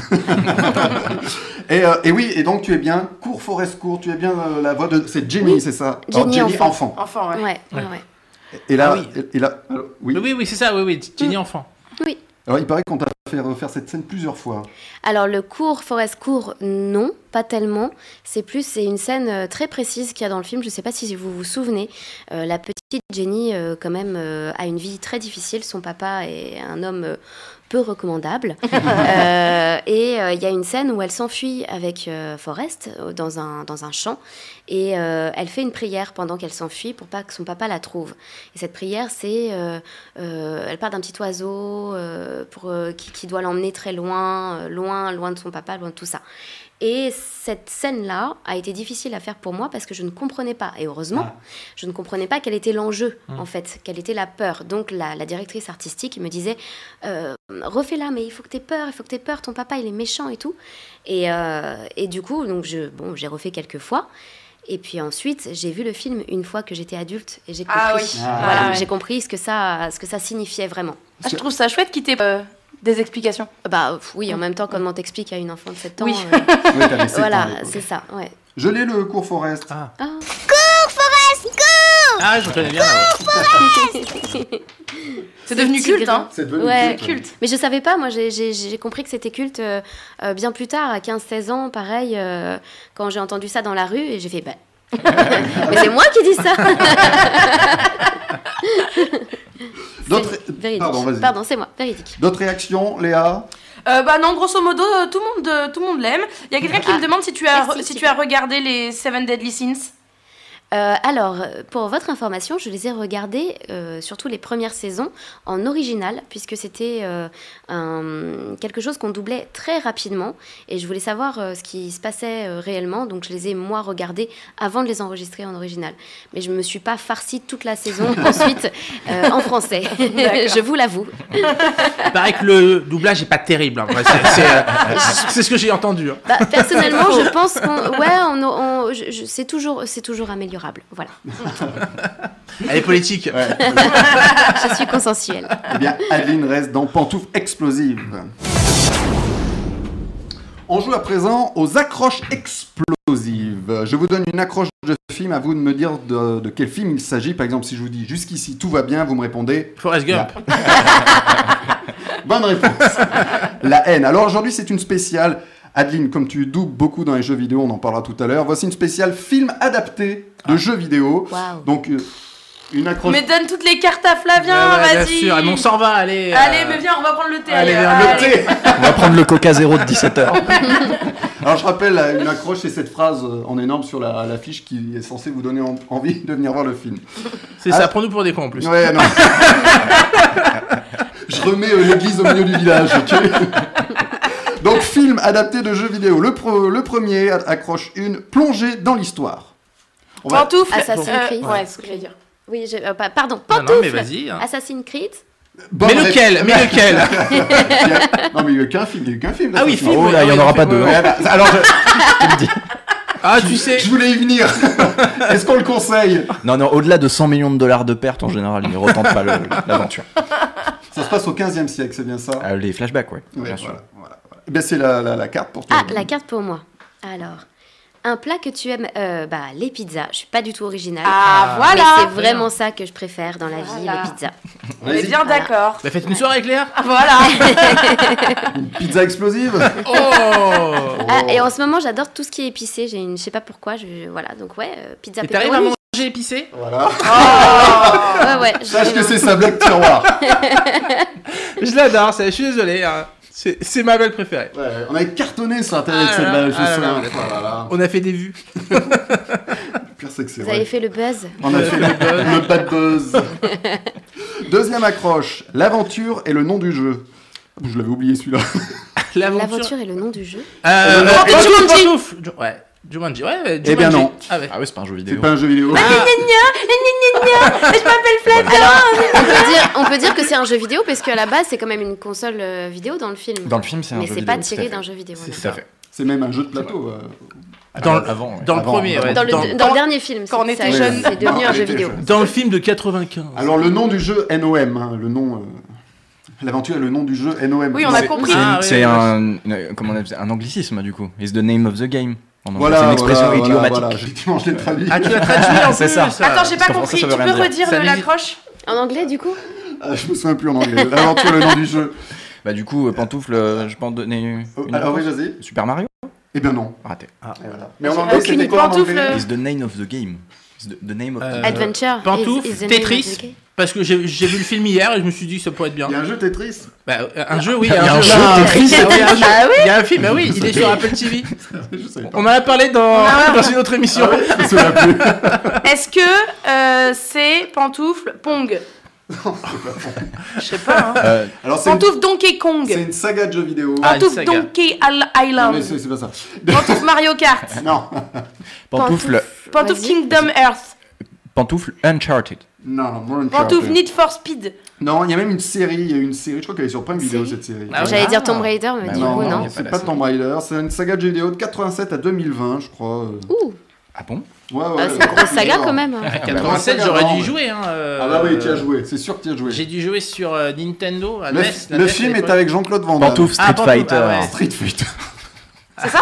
[SPEAKER 2] et, euh, et oui, et donc tu es bien court, forest court, tu es bien euh, la voix de. C'est Jenny, c'est ça Alors,
[SPEAKER 3] Jenny
[SPEAKER 2] Jenny
[SPEAKER 3] enfant.
[SPEAKER 2] enfant.
[SPEAKER 6] Enfant, ouais.
[SPEAKER 3] ouais, ouais, ouais.
[SPEAKER 2] Et là,
[SPEAKER 5] Ah oui.
[SPEAKER 2] et là alors, oui.
[SPEAKER 5] Oui, Mmh. oui, c'est ça, oui, oui. Jenny Enfant.
[SPEAKER 2] Alors, il paraît qu'on t'a fait refaire cette scène plusieurs fois.
[SPEAKER 3] Alors le cours, Forest Court, non, pas tellement. C'est plus, c'est une scène euh, très précise qu'il y a dans le film. Je ne sais pas si vous vous souvenez. Euh, la petite Jenny, euh, quand même, euh, a une vie très difficile. Son papa est un homme euh, peu recommandable. Euh, et euh, il y a une scène où elle s'enfuit avec euh, Forrest euh, dans un, dans un champ. Et euh, elle fait une prière pendant qu'elle s'enfuit pour pas que son papa la trouve. Et cette prière, c'est... euh, euh, elle part d'un petit oiseau euh, pour, euh, qui, qui doit l'emmener très loin, euh, loin, loin de son papa, loin de tout ça. Et cette scène-là a été difficile à faire pour moi parce que je ne comprenais pas, et heureusement, je ne comprenais pas quel était l'enjeu, en fait, quelle était la peur. Donc la, la directrice artistique me disait, euh, refais-la, mais il faut que t'aies peur, il faut que t'aies peur, ton papa, il est méchant et tout. Et, euh, et du coup, donc je, bon, j'ai refait quelques fois. Et puis ensuite, j'ai vu le film une fois que j'étais adulte et j'ai compris.
[SPEAKER 6] Ah oui.
[SPEAKER 2] Ah,
[SPEAKER 3] Voilà,
[SPEAKER 6] ouais.
[SPEAKER 3] j'ai compris ce que ça, ce que ça signifiait vraiment.
[SPEAKER 6] Ah, je trouve ça chouette qu'il t'ait euh, des explications.
[SPEAKER 3] Bah pff, oui, en même temps, comment t'expliques à une enfant de 7 ans
[SPEAKER 6] Mm. Oui.
[SPEAKER 3] euh,
[SPEAKER 2] Oui, t'avais sept ans à
[SPEAKER 3] Voilà,
[SPEAKER 2] l'époque.
[SPEAKER 3] c'est ça, ouais.
[SPEAKER 2] Je l'ai le cours forest.
[SPEAKER 5] Ah.
[SPEAKER 3] Ah.
[SPEAKER 5] Ah, je connais bien. la voix.
[SPEAKER 6] C'est devenu
[SPEAKER 3] tigre.
[SPEAKER 6] culte, hein.
[SPEAKER 2] C'est devenu
[SPEAKER 3] Ouais.
[SPEAKER 2] culte.
[SPEAKER 6] Culte.
[SPEAKER 3] Mais je savais pas, moi j'ai- j'ai j'ai compris que c'était culte euh, euh, bien plus tard, à 15-16 ans, pareil, euh, quand j'ai entendu ça dans la rue, et j'ai fait bah. Mais c'est moi qui dis ça
[SPEAKER 2] D'autres-
[SPEAKER 3] C'est véridique.
[SPEAKER 2] Pardon, vas-y.
[SPEAKER 3] Pardon, c'est moi, véridique.
[SPEAKER 2] D'autres réactions, Léa
[SPEAKER 6] Euh, bah non, grosso modo, euh, tout le monde, euh, tout le monde l'aime. Il y a quelqu'un qui
[SPEAKER 3] Ah.
[SPEAKER 6] me demande si tu as,
[SPEAKER 3] Merci,
[SPEAKER 6] si tu
[SPEAKER 3] super.
[SPEAKER 6] as regardé les Seven Deadly Sins.
[SPEAKER 3] Euh, alors, euh, pour votre information, je les ai regardés, euh, surtout les premières saisons, en original, puisque c'était euh, un- quelque chose qu'on doublait très rapidement. Et je voulais savoir euh, ce qui se passait euh, réellement, donc je les ai, moi, regardés avant de les enregistrer en original. Mais je ne me suis pas farcie toute la saison ensuite euh, en français. je vous l'avoue.
[SPEAKER 5] Il paraît que le doublage est pas terrible. hein. Ouais, c'est- c'est, euh, C'est ce que j'ai entendu. hein.
[SPEAKER 3] Bah, personnellement, je pense qu'on... Ouais, on, on- je- je- c'est toujours, c'est toujours améliorable. Voilà,
[SPEAKER 5] Elle est politique.
[SPEAKER 2] Ouais.
[SPEAKER 3] je suis consensuelle.
[SPEAKER 2] Eh bien, Adeline reste dans Pantoufles Explosives. On joue à présent aux accroches explosives. Je vous donne une accroche de film, à vous de me dire de, de quel film il s'agit. Par exemple, si je vous dis jusqu'ici tout va bien, vous me répondez
[SPEAKER 5] Forrest Gump.
[SPEAKER 2] bonne réponse. La haine. Alors aujourd'hui, c'est une spéciale. Adeline, comme tu doubles beaucoup dans les jeux vidéo, on en parlera tout à l'heure. Voici une spéciale film adapté de jeux vidéo.
[SPEAKER 3] Waouh.
[SPEAKER 2] Donc, euh, une accroche.
[SPEAKER 6] Mais donne toutes les cartes à Flavien,
[SPEAKER 5] Ouais, ouais, bien
[SPEAKER 6] vas-y.
[SPEAKER 5] sûr. Et on s'en va, allez. euh,
[SPEAKER 6] Allez, mais viens, on va prendre le thé.
[SPEAKER 5] Allez, viens,
[SPEAKER 2] Le thé.
[SPEAKER 4] On va prendre le coca zéro de 17h.
[SPEAKER 2] Alors je rappelle la- une accroche, c'est cette phrase euh, en énorme sur la- l'affiche qui est censée vous donner en- envie de venir voir le film.
[SPEAKER 5] C'est ça, prends-nous pour des cons en plus.
[SPEAKER 2] Ouais, non. je remets euh, l'église au milieu du village, ok Donc film adapté de jeux vidéo. Le, pro- le premier, a- accroche une, plongée dans l'histoire. On va-
[SPEAKER 6] Pantoufle.
[SPEAKER 3] Assassin's Creed.
[SPEAKER 6] Euh, Ouais, c'est ce que j'allais dire.
[SPEAKER 3] Oui, je- euh, pa- pardon,
[SPEAKER 5] Non,
[SPEAKER 3] pantoufle
[SPEAKER 5] non, mais vas-y. hein.
[SPEAKER 3] Assassin's Creed
[SPEAKER 2] Bonne
[SPEAKER 5] Mais lequel Mais lequel
[SPEAKER 2] réponse. Non mais il n'y a eu qu'un film, il n'y a eu qu'un film.
[SPEAKER 5] Ah oui,
[SPEAKER 2] d'Assassin's
[SPEAKER 5] film.
[SPEAKER 4] Oh là, il y en aura pas deux.
[SPEAKER 2] Creed. Ouais, bah, alors je,
[SPEAKER 5] Ah, tu sais.
[SPEAKER 2] je voulais y venir. Est-ce qu'on le conseille
[SPEAKER 4] Non, non, au-delà de 100 millions de dollars de pertes, en général, ils ne retentent pas le- l'aventure.
[SPEAKER 2] Ça se passe au 15e siècle, c'est bien ça
[SPEAKER 4] Ah, les flashbacks, ouais.
[SPEAKER 2] Ouais,
[SPEAKER 4] bien sûr.
[SPEAKER 2] voilà, voilà, voilà. Eh bien, c'est la, la- la carte pour toi.
[SPEAKER 3] Ah, la carte pour moi. Alors, un plat que tu aimes, euh, bah les pizzas. Je suis pas du tout originale.
[SPEAKER 6] Ah,
[SPEAKER 3] mais c'est
[SPEAKER 6] voilà.
[SPEAKER 3] vraiment ça que je préfère dans la vie,
[SPEAKER 6] Voilà.
[SPEAKER 3] les pizzas.
[SPEAKER 6] On est
[SPEAKER 2] Vas-y.
[SPEAKER 6] bien
[SPEAKER 3] Voilà.
[SPEAKER 6] d'accord.
[SPEAKER 5] Bah, faites une soirée éclair.
[SPEAKER 6] Ah, Voilà.
[SPEAKER 2] Pizza explosive
[SPEAKER 5] Oh
[SPEAKER 3] Ah, et en ce moment, j'adore tout ce qui est épicé. J'ai une, je sais pas pourquoi, je, voilà. Donc ouais, euh, pizza
[SPEAKER 5] Et t'arrives à
[SPEAKER 3] pepperoni.
[SPEAKER 5] manger épicé
[SPEAKER 2] Voilà.
[SPEAKER 3] Ouais, ouais.
[SPEAKER 2] Sache
[SPEAKER 3] je-
[SPEAKER 2] que c'est sa blague tiroir.
[SPEAKER 5] Je l'adore, ça, je suis désolé. hein. C'est c'est ma belle préférée.
[SPEAKER 2] Ouais, on avait cartonné sur Internet
[SPEAKER 5] Ah
[SPEAKER 2] cette
[SPEAKER 5] là
[SPEAKER 2] blague,
[SPEAKER 5] là, ah
[SPEAKER 2] je sais.
[SPEAKER 5] là là.
[SPEAKER 2] hein. Oh là là.
[SPEAKER 5] On a fait des vues.
[SPEAKER 2] Le Pire, c'est que c'est
[SPEAKER 3] Vous avez
[SPEAKER 2] vrai.
[SPEAKER 3] fait le buzz.
[SPEAKER 2] On a fait le, le bad buzz. Deuxième accroche, l'aventure et le nom du jeu. Je l'avais oublié celui-là.
[SPEAKER 5] L'aventure.
[SPEAKER 3] L'aventure est le nom du jeu.
[SPEAKER 5] Euh,
[SPEAKER 2] L'aventure.
[SPEAKER 5] euh,
[SPEAKER 6] Jumanji.
[SPEAKER 5] Pantouf, Ju- Ouais. Jumanji, ouais, ouais. Jumanji.
[SPEAKER 2] Eh bien, non.
[SPEAKER 5] Ah ouais.
[SPEAKER 4] Ah oui, c'est pas un jeu
[SPEAKER 2] C'est
[SPEAKER 4] vidéo.
[SPEAKER 2] pas un jeu vidéo.
[SPEAKER 3] On peut dire, on peut dire que c'est un jeu vidéo parce qu'à la base, c'est quand même une console euh, vidéo dans le film.
[SPEAKER 4] Dans le film, c'est un
[SPEAKER 3] mais
[SPEAKER 4] jeu
[SPEAKER 3] c'est
[SPEAKER 4] vidéo.
[SPEAKER 3] pas
[SPEAKER 4] tout à
[SPEAKER 3] tiré
[SPEAKER 4] fait.
[SPEAKER 3] d'un jeu vidéo.
[SPEAKER 5] C'est
[SPEAKER 3] non.
[SPEAKER 4] Tout à fait.
[SPEAKER 2] C'est même un jeu de plateau. euh.
[SPEAKER 5] Dans le-
[SPEAKER 4] Ah, avant, ouais.
[SPEAKER 5] Dans le
[SPEAKER 2] Avant,
[SPEAKER 5] premier,
[SPEAKER 2] avant.
[SPEAKER 5] ouais.
[SPEAKER 3] Dans le, dans, le dernier film,
[SPEAKER 6] quand on
[SPEAKER 3] c'est-
[SPEAKER 6] était
[SPEAKER 3] ça-
[SPEAKER 6] jeune.
[SPEAKER 3] c'est devenu
[SPEAKER 2] Quand on
[SPEAKER 3] un jeu
[SPEAKER 2] était
[SPEAKER 3] vidéo.
[SPEAKER 2] jeune.
[SPEAKER 5] dans le film de 95.
[SPEAKER 2] Alors, Ah, le nom du jeu NOM, hein, le nom. euh, L'aventure et le nom du jeu NOM.
[SPEAKER 6] Oui, on a compris.
[SPEAKER 4] C'est
[SPEAKER 5] Ah,
[SPEAKER 4] une-
[SPEAKER 5] oui,
[SPEAKER 4] c'est
[SPEAKER 5] oui.
[SPEAKER 4] un, euh, comment on appelle ça un anglicisme du coup. It's the name of the game. En anglais.
[SPEAKER 2] Voilà,
[SPEAKER 4] c'est une expression
[SPEAKER 2] voilà, voilà,
[SPEAKER 4] idiomatique.
[SPEAKER 2] voilà. Effectivement, je l'ai traduit.
[SPEAKER 5] Ah, tu l'as traduit en
[SPEAKER 4] C'est
[SPEAKER 5] plus,
[SPEAKER 4] ça.
[SPEAKER 6] Attends, j'ai pas
[SPEAKER 4] parce qu'en français,
[SPEAKER 6] compris.
[SPEAKER 4] ça
[SPEAKER 6] Tu
[SPEAKER 4] veut rien
[SPEAKER 6] peux
[SPEAKER 4] dire.
[SPEAKER 6] redire
[SPEAKER 5] Ça
[SPEAKER 6] de
[SPEAKER 5] veut dire-
[SPEAKER 6] l'accroche
[SPEAKER 3] En anglais, du coup
[SPEAKER 2] Ah, je me souviens plus en anglais. L'aventure, le nom du jeu.
[SPEAKER 4] Bah du coup, euh, pantoufle, euh, je peux en donner une.
[SPEAKER 2] Oh,
[SPEAKER 4] une
[SPEAKER 2] alors oui,
[SPEAKER 4] réponse
[SPEAKER 2] vas-y.
[SPEAKER 4] Super Mario
[SPEAKER 2] Eh bien non.
[SPEAKER 4] Raté.
[SPEAKER 2] Et voilà. Mais en
[SPEAKER 6] J'ai
[SPEAKER 2] anglais,
[SPEAKER 6] aucune
[SPEAKER 2] c'était quoi en
[SPEAKER 6] pantoufle.
[SPEAKER 2] anglais
[SPEAKER 4] It's the name of the game. It's the, the name of
[SPEAKER 5] Euh,
[SPEAKER 4] the game.
[SPEAKER 3] Adventure.
[SPEAKER 5] Pantoufle,
[SPEAKER 3] is- is the name of
[SPEAKER 5] Tetris.
[SPEAKER 3] the game.
[SPEAKER 5] Parce que j'ai j'ai vu le film hier et je me suis dit que ça pourrait être bien.
[SPEAKER 2] Il y a un jeu Tetris.
[SPEAKER 5] Bah, euh, un jeu, oui.
[SPEAKER 4] Il y a un jeu,
[SPEAKER 5] Ah,
[SPEAKER 4] Tetris.
[SPEAKER 5] oui, il y a un jeu. Il y a un film, bah oui, il est sur Apple TV.
[SPEAKER 2] Je savais pas. Ah
[SPEAKER 5] On en a parlé dans, dans une autre émission.
[SPEAKER 2] Je sais pas plus.
[SPEAKER 6] Est-ce que euh, c'est pantoufle Pong Je sais pas. Hein.
[SPEAKER 4] Euh,
[SPEAKER 2] Alors c'est une,
[SPEAKER 6] Pantoufle Donkey
[SPEAKER 2] c'est
[SPEAKER 6] Kong.
[SPEAKER 2] une saga de jeux vidéo.
[SPEAKER 5] Ah, une
[SPEAKER 6] Pantoufle
[SPEAKER 5] saga.
[SPEAKER 6] Donkey Al-
[SPEAKER 3] Ah,
[SPEAKER 2] Non, mais c'est
[SPEAKER 6] Island.
[SPEAKER 2] c'est pas ça.
[SPEAKER 6] Pantoufle Mario Kart.
[SPEAKER 2] Non,
[SPEAKER 4] pantoufle,
[SPEAKER 6] Pantoufle
[SPEAKER 3] Vas-y.
[SPEAKER 6] Kingdom Earth.
[SPEAKER 4] pantoufle Uncharted.
[SPEAKER 2] non, non.
[SPEAKER 6] Pantoufle Need for Speed.
[SPEAKER 2] Non, il y a même une série. Il y a eu une série. Je crois qu'elle est sur Prime Video
[SPEAKER 3] Série
[SPEAKER 2] cette série.
[SPEAKER 5] Ah ouais.
[SPEAKER 3] J'allais dire Tomb Raider, mais
[SPEAKER 4] Bah
[SPEAKER 3] du
[SPEAKER 2] Non,
[SPEAKER 3] coup,
[SPEAKER 2] non,
[SPEAKER 3] non.
[SPEAKER 4] y a pas
[SPEAKER 2] c'est
[SPEAKER 4] la
[SPEAKER 2] pas
[SPEAKER 4] série.
[SPEAKER 2] Tomb Raider, c'est une saga de jeux vidéo de 87 à 2020, je crois. euh.
[SPEAKER 3] Ouh,
[SPEAKER 4] Ah bon
[SPEAKER 2] Ouais, ouais.
[SPEAKER 3] bah, c'est une grosse saga quand même. hein.
[SPEAKER 5] À 87, j'aurais dû y jouer. Hein, euh,
[SPEAKER 2] Ah bah oui, tu y as joué, c'est sûr que tu y as joué.
[SPEAKER 5] J'ai dû jouer sur euh, Nintendo. à
[SPEAKER 2] Le,
[SPEAKER 5] NES, la
[SPEAKER 2] le
[SPEAKER 5] NES,
[SPEAKER 2] film
[SPEAKER 5] à
[SPEAKER 2] est
[SPEAKER 5] l'époque.
[SPEAKER 2] avec Jean-Claude Van Damme.
[SPEAKER 4] Pantoufle Street
[SPEAKER 5] pantoufle, ah
[SPEAKER 4] Fighter.
[SPEAKER 5] ouais.
[SPEAKER 2] Street Fighter.
[SPEAKER 6] C'est ça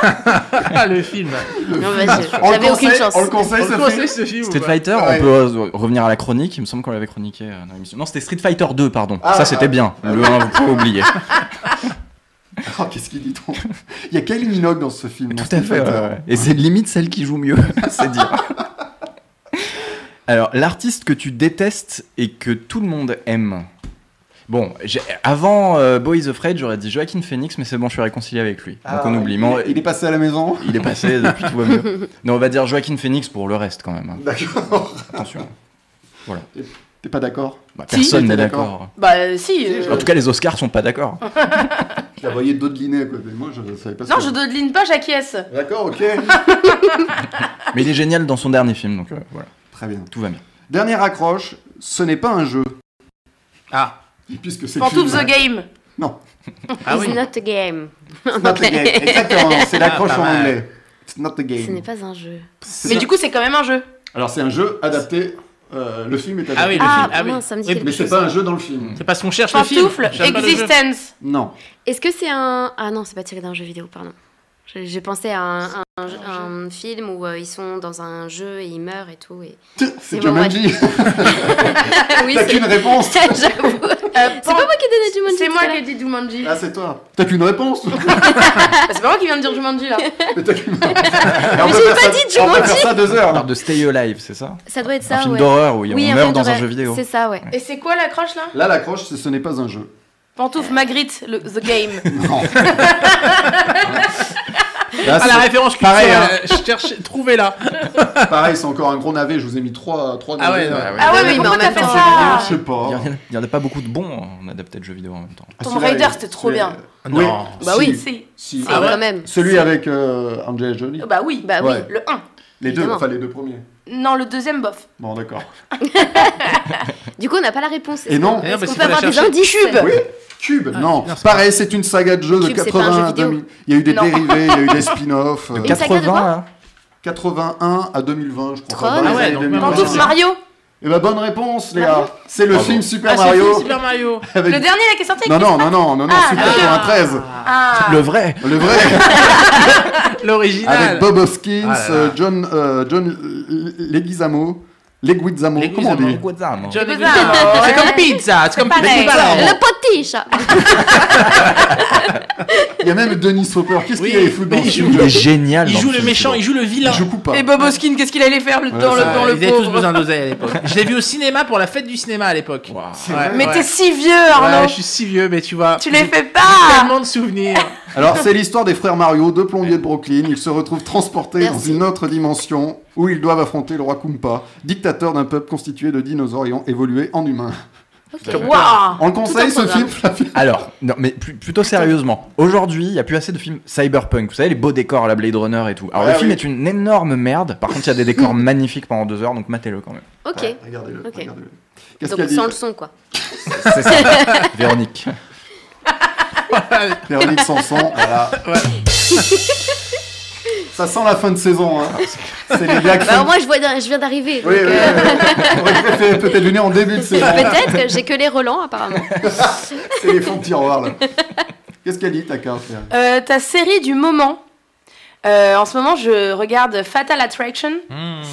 [SPEAKER 5] Ah, le film.
[SPEAKER 3] Non, bah, je-
[SPEAKER 2] On le
[SPEAKER 3] j'avais aucune
[SPEAKER 2] conseille-
[SPEAKER 3] chance.
[SPEAKER 2] On le conseille,
[SPEAKER 5] On le
[SPEAKER 2] ce
[SPEAKER 5] conseille
[SPEAKER 2] film.
[SPEAKER 5] ce film. ou
[SPEAKER 4] Street
[SPEAKER 5] pas
[SPEAKER 4] Fighter,
[SPEAKER 2] Ouais.
[SPEAKER 4] on peut euh, revenir à la chronique, il me semble qu'on l'avait chroniqué euh, dans l'émission. Non, c'était Street Fighter 2, pardon.
[SPEAKER 2] Ah,
[SPEAKER 4] ça, c'était
[SPEAKER 2] ah.
[SPEAKER 4] bien. Le 1, vous pouvez oublier.
[SPEAKER 2] Oh, qu'est-ce qu'il dit donc Il y a Kylie Minogue dans ce film. dans Street Fighter.
[SPEAKER 4] ouais, ouais. Et c'est limite celle qui joue mieux, c'est dire. Alors, l'artiste que tu détestes et que tout le monde aime. Bon, j'ai- avant euh, Boy is Afraid, j'aurais dit Joaquin Phoenix, mais c'est bon, je suis réconcilié avec lui.
[SPEAKER 2] Ah,
[SPEAKER 4] Donc on oublie.
[SPEAKER 2] il-
[SPEAKER 4] Mais on-
[SPEAKER 2] Il est passé à la maison.
[SPEAKER 4] il est passé, depuis tout va mieux. Non, on va dire Joaquin Phoenix pour le reste quand même. hein.
[SPEAKER 2] D'accord.
[SPEAKER 4] Attention.
[SPEAKER 2] T'es pas d'accord
[SPEAKER 4] Bah,
[SPEAKER 6] Si,
[SPEAKER 4] personne
[SPEAKER 2] t'es
[SPEAKER 4] n'est
[SPEAKER 2] d'accord.
[SPEAKER 4] d'accord.
[SPEAKER 6] Bah euh, si. euh,
[SPEAKER 4] En tout cas, les Oscars sont pas d'accord.
[SPEAKER 2] Je la voyais dodeliner à côté. Moi, je savais pas ce
[SPEAKER 6] Non,
[SPEAKER 2] que-
[SPEAKER 6] je dodeline pas, j'acquiesce.
[SPEAKER 2] D'accord, ok.
[SPEAKER 4] Mais il est génial dans son dernier film, donc euh, voilà,
[SPEAKER 2] Très bien.
[SPEAKER 4] tout va bien.
[SPEAKER 2] Dernière accroche, ce n'est pas un jeu.
[SPEAKER 5] Ah.
[SPEAKER 2] Puisque c'est
[SPEAKER 6] Pantouf
[SPEAKER 2] une-
[SPEAKER 6] the game.
[SPEAKER 5] Ah
[SPEAKER 3] It's
[SPEAKER 5] oui.
[SPEAKER 3] not a game.
[SPEAKER 2] It's not the game. Exactement, c'est l'accroche
[SPEAKER 5] Ah, pas
[SPEAKER 2] en
[SPEAKER 5] mal.
[SPEAKER 2] anglais. It's not the
[SPEAKER 3] Ce
[SPEAKER 2] game.
[SPEAKER 3] n'est pas un jeu.
[SPEAKER 2] C'est
[SPEAKER 6] Mais
[SPEAKER 2] ça.
[SPEAKER 6] du coup, c'est quand même un jeu.
[SPEAKER 2] Alors c'est un jeu adapté. euh, le film est adapté.
[SPEAKER 5] Ah oui, le
[SPEAKER 3] Ah,
[SPEAKER 5] film. Ah oui.
[SPEAKER 3] mince, ça me dit
[SPEAKER 5] Oui,
[SPEAKER 3] quelque
[SPEAKER 2] Mais
[SPEAKER 5] mais
[SPEAKER 2] c'est pas un jeu dans le film.
[SPEAKER 5] C'est parce qu'on cherche le film.
[SPEAKER 6] Pantoufle,
[SPEAKER 5] On cherche pas le jeu.
[SPEAKER 6] existence.
[SPEAKER 2] Non.
[SPEAKER 3] Est-ce que c'est un. Ah non, c'est pas tiré d'un jeu vidéo, pardon. J'ai j'ai pensé à un, un- un film où euh, ils sont dans un jeu et ils meurent et tout. Et...
[SPEAKER 2] C'est
[SPEAKER 3] bon, ouais.
[SPEAKER 2] Jumanji.
[SPEAKER 5] Ah
[SPEAKER 3] oui,
[SPEAKER 2] T'as
[SPEAKER 3] c'est-
[SPEAKER 2] qu'une réponse.
[SPEAKER 3] J'avoue.
[SPEAKER 6] Euh,
[SPEAKER 3] C'est pas moi qui ai donné Jumanji.
[SPEAKER 6] C'est
[SPEAKER 3] tout
[SPEAKER 6] moi
[SPEAKER 3] à
[SPEAKER 6] qui ai dit Jumanji.
[SPEAKER 2] Ah c'est toi. T'as qu'une réponse.
[SPEAKER 6] Bah, c'est pas moi qui viens de dire Jumanji là.
[SPEAKER 2] Mais t'as qu'une. Mais
[SPEAKER 3] j'ai pas dit
[SPEAKER 2] On peut
[SPEAKER 3] Jumanji.
[SPEAKER 2] faire ça deux
[SPEAKER 4] On parle
[SPEAKER 2] heures.
[SPEAKER 4] de Stay Alive, c'est ça
[SPEAKER 3] l'heure. Ça doit être
[SPEAKER 4] Un
[SPEAKER 3] ça,
[SPEAKER 4] film
[SPEAKER 3] ouais.
[SPEAKER 4] d'horreur où on
[SPEAKER 3] un
[SPEAKER 4] meurt
[SPEAKER 3] film
[SPEAKER 4] dans un
[SPEAKER 3] d'horreur.
[SPEAKER 4] jeu vidéo.
[SPEAKER 3] C'est ça,
[SPEAKER 5] Ah
[SPEAKER 3] ouais.
[SPEAKER 6] Et c'est quoi l'accroche là
[SPEAKER 2] Là l'accroche, c'est ce n'est pas un jeu.
[SPEAKER 3] Euh.
[SPEAKER 6] Pantouf Magritte, le, The Game.
[SPEAKER 2] Non.
[SPEAKER 5] Ah, la référence culturelle,
[SPEAKER 2] Pareil, hein.
[SPEAKER 5] euh, je cherche, trouvez-la.
[SPEAKER 2] Pareil, c'est encore un gros navet. Je vous ai mis trois, trois
[SPEAKER 5] Ah ouais,
[SPEAKER 2] navets,
[SPEAKER 5] ouais,
[SPEAKER 2] là.
[SPEAKER 4] ouais.
[SPEAKER 6] Ah ouais,
[SPEAKER 3] Bah Oui,
[SPEAKER 6] mais
[SPEAKER 3] mais en
[SPEAKER 6] pourquoi t'as
[SPEAKER 3] même
[SPEAKER 6] fait
[SPEAKER 3] temps, euh,
[SPEAKER 6] ça
[SPEAKER 2] Je sais pas.
[SPEAKER 4] Il y en a- il y en a pas beaucoup de bons en adapté de jeux vidéo en même temps.
[SPEAKER 2] Ah,
[SPEAKER 6] Tomb
[SPEAKER 2] celui-là,
[SPEAKER 6] Raider,
[SPEAKER 2] il-
[SPEAKER 6] c'était trop
[SPEAKER 2] celui-là-
[SPEAKER 6] bien.
[SPEAKER 2] Oui.
[SPEAKER 5] euh, Non.
[SPEAKER 3] Bah
[SPEAKER 2] Si,
[SPEAKER 3] oui.
[SPEAKER 6] Si.
[SPEAKER 2] si.
[SPEAKER 3] C'est
[SPEAKER 5] Ah ouais
[SPEAKER 3] quand même.
[SPEAKER 2] Celui avec euh, Angelina Jolie.
[SPEAKER 6] Bah oui.
[SPEAKER 3] Bah
[SPEAKER 2] Ouais.
[SPEAKER 3] oui.
[SPEAKER 6] Le 1.
[SPEAKER 2] Les deux,
[SPEAKER 3] évidemment.
[SPEAKER 2] enfin les deux premiers.
[SPEAKER 6] Non, le deuxième bof.
[SPEAKER 2] Bon, d'accord.
[SPEAKER 3] Du coup, on n'a pas la réponse.
[SPEAKER 2] Et non.
[SPEAKER 5] Eh non, parce
[SPEAKER 3] On peut
[SPEAKER 5] qu'il faut la
[SPEAKER 3] avoir des
[SPEAKER 5] chercher.
[SPEAKER 3] indices.
[SPEAKER 2] Oui, Cube, non.
[SPEAKER 5] non, c'est
[SPEAKER 2] Pareil, c'est une saga de jeux de
[SPEAKER 3] Cube, c'est pas un jeu
[SPEAKER 2] 80 à
[SPEAKER 3] vidéo.
[SPEAKER 2] 2000. Il y a eu des
[SPEAKER 6] Non.
[SPEAKER 2] dérivés, il y a eu des spin-offs. euh,
[SPEAKER 3] Une saga de quoi
[SPEAKER 4] là
[SPEAKER 2] 81 à 2020, je crois.
[SPEAKER 3] Troll.
[SPEAKER 2] Enfin, dans les
[SPEAKER 5] Ah ouais,
[SPEAKER 2] années
[SPEAKER 5] donc
[SPEAKER 2] 2020.
[SPEAKER 5] vraiment,
[SPEAKER 6] Pantouf
[SPEAKER 5] c'est-
[SPEAKER 6] Mario.
[SPEAKER 2] Eh ben, bonne réponse, Léa. C'est le
[SPEAKER 4] Bravo.
[SPEAKER 2] film Super
[SPEAKER 5] Ah, c'est
[SPEAKER 2] Mario.
[SPEAKER 5] fou, Super Mario.
[SPEAKER 2] avec-
[SPEAKER 6] Le dernier là qui est sorti
[SPEAKER 2] Non,
[SPEAKER 6] avec
[SPEAKER 2] non, non, non, non, non,
[SPEAKER 6] Ah,
[SPEAKER 2] Super
[SPEAKER 6] ah.
[SPEAKER 2] 93.
[SPEAKER 6] Ah.
[SPEAKER 4] Le vrai
[SPEAKER 2] Le vrai, avec
[SPEAKER 5] L'original.
[SPEAKER 2] Bob Hoskins,
[SPEAKER 5] Ah là là.
[SPEAKER 2] euh, John, euh, John L- L- Leguizamo. Leguizamo, comment on dit
[SPEAKER 4] Guadam.
[SPEAKER 5] Johnny
[SPEAKER 6] Bizarre.
[SPEAKER 5] Depp. C'est
[SPEAKER 6] Ouais.
[SPEAKER 5] comme pizza, c'est comme
[SPEAKER 6] Pareil.
[SPEAKER 5] pizza.
[SPEAKER 3] Le potiche
[SPEAKER 2] Il y a même Denis Hopper. Qu'est-ce
[SPEAKER 5] Oui,
[SPEAKER 2] qu'il avait foutu
[SPEAKER 5] mais
[SPEAKER 2] dans ce
[SPEAKER 5] il
[SPEAKER 2] film
[SPEAKER 5] joue-
[SPEAKER 4] Il est
[SPEAKER 2] Je
[SPEAKER 4] génial.
[SPEAKER 5] Il
[SPEAKER 4] dans
[SPEAKER 5] joue
[SPEAKER 4] ce
[SPEAKER 5] le
[SPEAKER 4] film,
[SPEAKER 5] méchant,
[SPEAKER 4] je
[SPEAKER 5] il joue le vilain.
[SPEAKER 2] je coupe pas.
[SPEAKER 6] Et Bob Hoskin, qu'est-ce qu'il allait faire dans le,
[SPEAKER 2] ça,
[SPEAKER 6] dans
[SPEAKER 5] Ah,
[SPEAKER 6] le
[SPEAKER 5] Ils avaient tous
[SPEAKER 6] pauvre
[SPEAKER 5] besoin d'oseille à l'époque. Je l'ai vu au cinéma pour la fête du cinéma à l'époque.
[SPEAKER 4] Waouh.
[SPEAKER 2] C'est
[SPEAKER 5] Ouais,
[SPEAKER 2] vrai.
[SPEAKER 6] Mais
[SPEAKER 5] ouais.
[SPEAKER 6] t'es si vieux, Arnaud.
[SPEAKER 5] Ouais, je suis si vieux, mais tu vois.
[SPEAKER 6] Tu les
[SPEAKER 5] j'ai
[SPEAKER 6] fais pas.
[SPEAKER 5] Tellement de souvenirs.
[SPEAKER 2] Alors, c'est l'histoire des frères Mario, deux plombiers de Brooklyn. Ils se retrouvent transportés dans
[SPEAKER 3] Merci.
[SPEAKER 2] une autre dimension où ils doivent affronter le roi Kumpa, dictateur d'un peuple constitué de dinosaures ayant évolué en humains.
[SPEAKER 6] Waouh.
[SPEAKER 2] On le conseille,
[SPEAKER 3] Tout
[SPEAKER 2] ce
[SPEAKER 3] un
[SPEAKER 2] film
[SPEAKER 3] programme.
[SPEAKER 2] Flavie
[SPEAKER 4] trouve. Alors, non, mais plus- plutôt sérieusement, aujourd'hui, il n'y a plus assez de films cyberpunk. Vous savez, les beaux décors, à la Blade Runner et tout. Alors,
[SPEAKER 2] Ouais,
[SPEAKER 4] le film
[SPEAKER 2] oui.
[SPEAKER 4] est une énorme merde. Par contre, il y a des décors magnifiques pendant deux heures, donc matez-le quand même.
[SPEAKER 3] Ok.
[SPEAKER 2] Ouais, Regardez-le.
[SPEAKER 3] Ok.
[SPEAKER 2] regardez-le. Qu'est-ce
[SPEAKER 3] Donc,
[SPEAKER 2] qu'elle dit
[SPEAKER 3] sans le son, quoi.
[SPEAKER 4] C'est ça. Véronique.
[SPEAKER 2] Véronique Sanson, voilà. Ça sent la fin de saison. Hein. C'est les blagues.
[SPEAKER 3] Ah, Bah, moi, je, vois, je viens d'arriver.
[SPEAKER 2] Oui, oui,
[SPEAKER 3] donc,
[SPEAKER 2] oui.
[SPEAKER 3] euh,
[SPEAKER 2] On aurait préféré peut-être venir en début de saison.
[SPEAKER 3] Peut-être, j'ai que les relents, apparemment.
[SPEAKER 2] C'est les fonds de tiroir, là. Qu'est-ce qu'elle dit, ta carte là
[SPEAKER 6] Euh, ta série du moment. Euh, en ce moment, je regarde Fatal Attraction.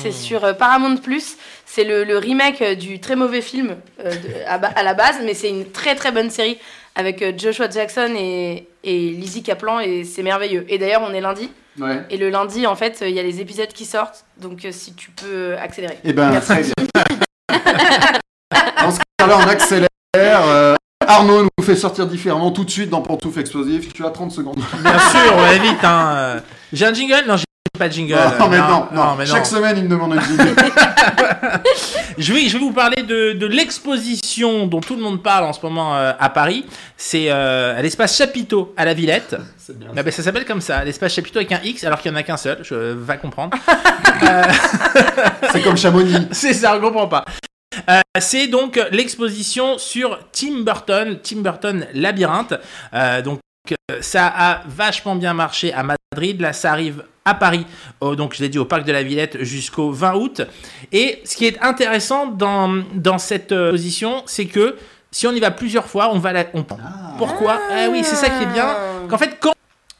[SPEAKER 6] C'est sur euh, Paramount Plus. C'est le, le remake euh, du très mauvais film euh, de- à, ba- à la base, mais c'est une très très bonne série avec euh, Joshua Jackson et, et Lizzie Kaplan et c'est merveilleux. Et d'ailleurs, on est lundi
[SPEAKER 2] Ouais.
[SPEAKER 6] et le lundi, en fait, euh, il y a les épisodes qui sortent. Donc, euh, si tu peux accélérer.
[SPEAKER 2] Eh ben, très bien. Dans ce cas-là, on accélère. Euh, Arnaud nous fait sortir différemment tout de suite dans Pantouf Explosif. Tu as 30 secondes.
[SPEAKER 5] Bien sûr, on va vite. hein, euh. J'ai un jingle Non, j'ai pas de jingle.
[SPEAKER 2] non, mais non, non.
[SPEAKER 5] mais non.
[SPEAKER 2] Chaque semaine, il me demande un jingle.
[SPEAKER 5] Je vais, je vais vous parler de, de l'exposition dont tout le monde parle en ce moment euh, à Paris. C'est euh, à l'espace Chapiteau à la Villette.
[SPEAKER 2] C'est bien.
[SPEAKER 5] Ah ben, ça s'appelle comme ça, l'espace Chapiteau avec un X alors qu'il n'y en a qu'un seul. Je vais comprendre. Euh,
[SPEAKER 2] C'est comme Chamonix.
[SPEAKER 5] c'est ça, on comprend pas. Euh, c'est donc l'exposition sur Tim Burton, Tim Burton Labyrinthe. Euh, donc euh, ça a vachement bien marché à Madrid. Là, ça arrive à Paris, au- donc je l'ai dit au parc de la Villette jusqu'au 20 août. Et ce qui est intéressant dans, dans cette euh, exposition, c'est que
[SPEAKER 6] Euh, Ah.
[SPEAKER 5] si on y va plusieurs fois, on va la. on- Pourquoi Eh oui, c'est ça qui est bien. Qu'en fait, quand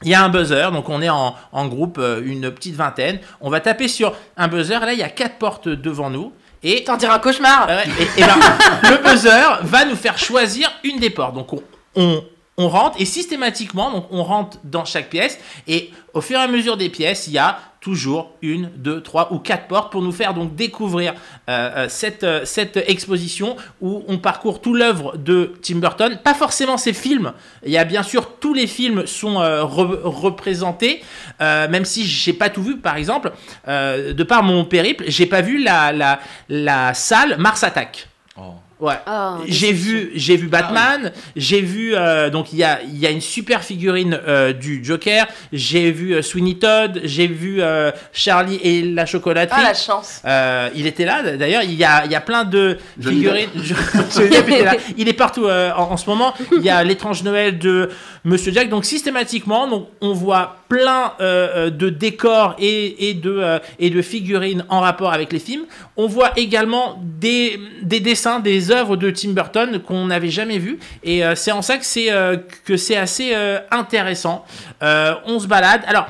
[SPEAKER 5] Il y a un buzzer, donc on est en, en groupe euh, une petite vingtaine. On va taper sur un buzzer. Là, il y a quatre portes devant nous. Et
[SPEAKER 6] T'en dire un cauchemar
[SPEAKER 5] Ouais, et, et ben, le buzzer va nous faire choisir une des portes. Donc on, on, on rentre et systématiquement, donc on rentre dans chaque pièce et au fur et à mesure des pièces, il y a toujours une, deux, trois ou quatre portes pour nous faire donc découvrir euh, euh, cette, euh, cette exposition où on parcourt tout l'œuvre de Tim Burton. Pas forcément ses films. Il y a bien sûr tous les films sont euh, re- représentés, euh, même si j'ai pas tout vu. Par exemple, euh, de par mon périple, j'ai pas vu la, la, la salle Mars Attack.
[SPEAKER 4] Oh.
[SPEAKER 5] Ouais.
[SPEAKER 6] Ah,
[SPEAKER 3] Oh,
[SPEAKER 5] J'ai vu, j'ai vu Batman, j'ai vu euh, donc il y a, il y a une super figurine euh, du Joker, j'ai vu euh, Sweeney Todd, j'ai vu euh, Charlie et la chocolaterie.
[SPEAKER 6] Ah, la chance
[SPEAKER 5] Euh, il était là d- d'ailleurs, il y a, il y a plein de
[SPEAKER 2] Johnny
[SPEAKER 5] figurines. Johnny Depp était là. Il est partout euh, en, en ce moment. Il y a l'étrange Noël de Monsieur Jack. Donc systématiquement, donc, on voit plein euh, euh, de décors et, et de, euh, et de figurines en rapport avec les films. On voit également des, des dessins, des œuvres de Tim Burton qu'on n'avait jamais vues. Et euh, c'est en ça que c'est euh, que c'est assez euh, intéressant. Euh, on se balade. Alors,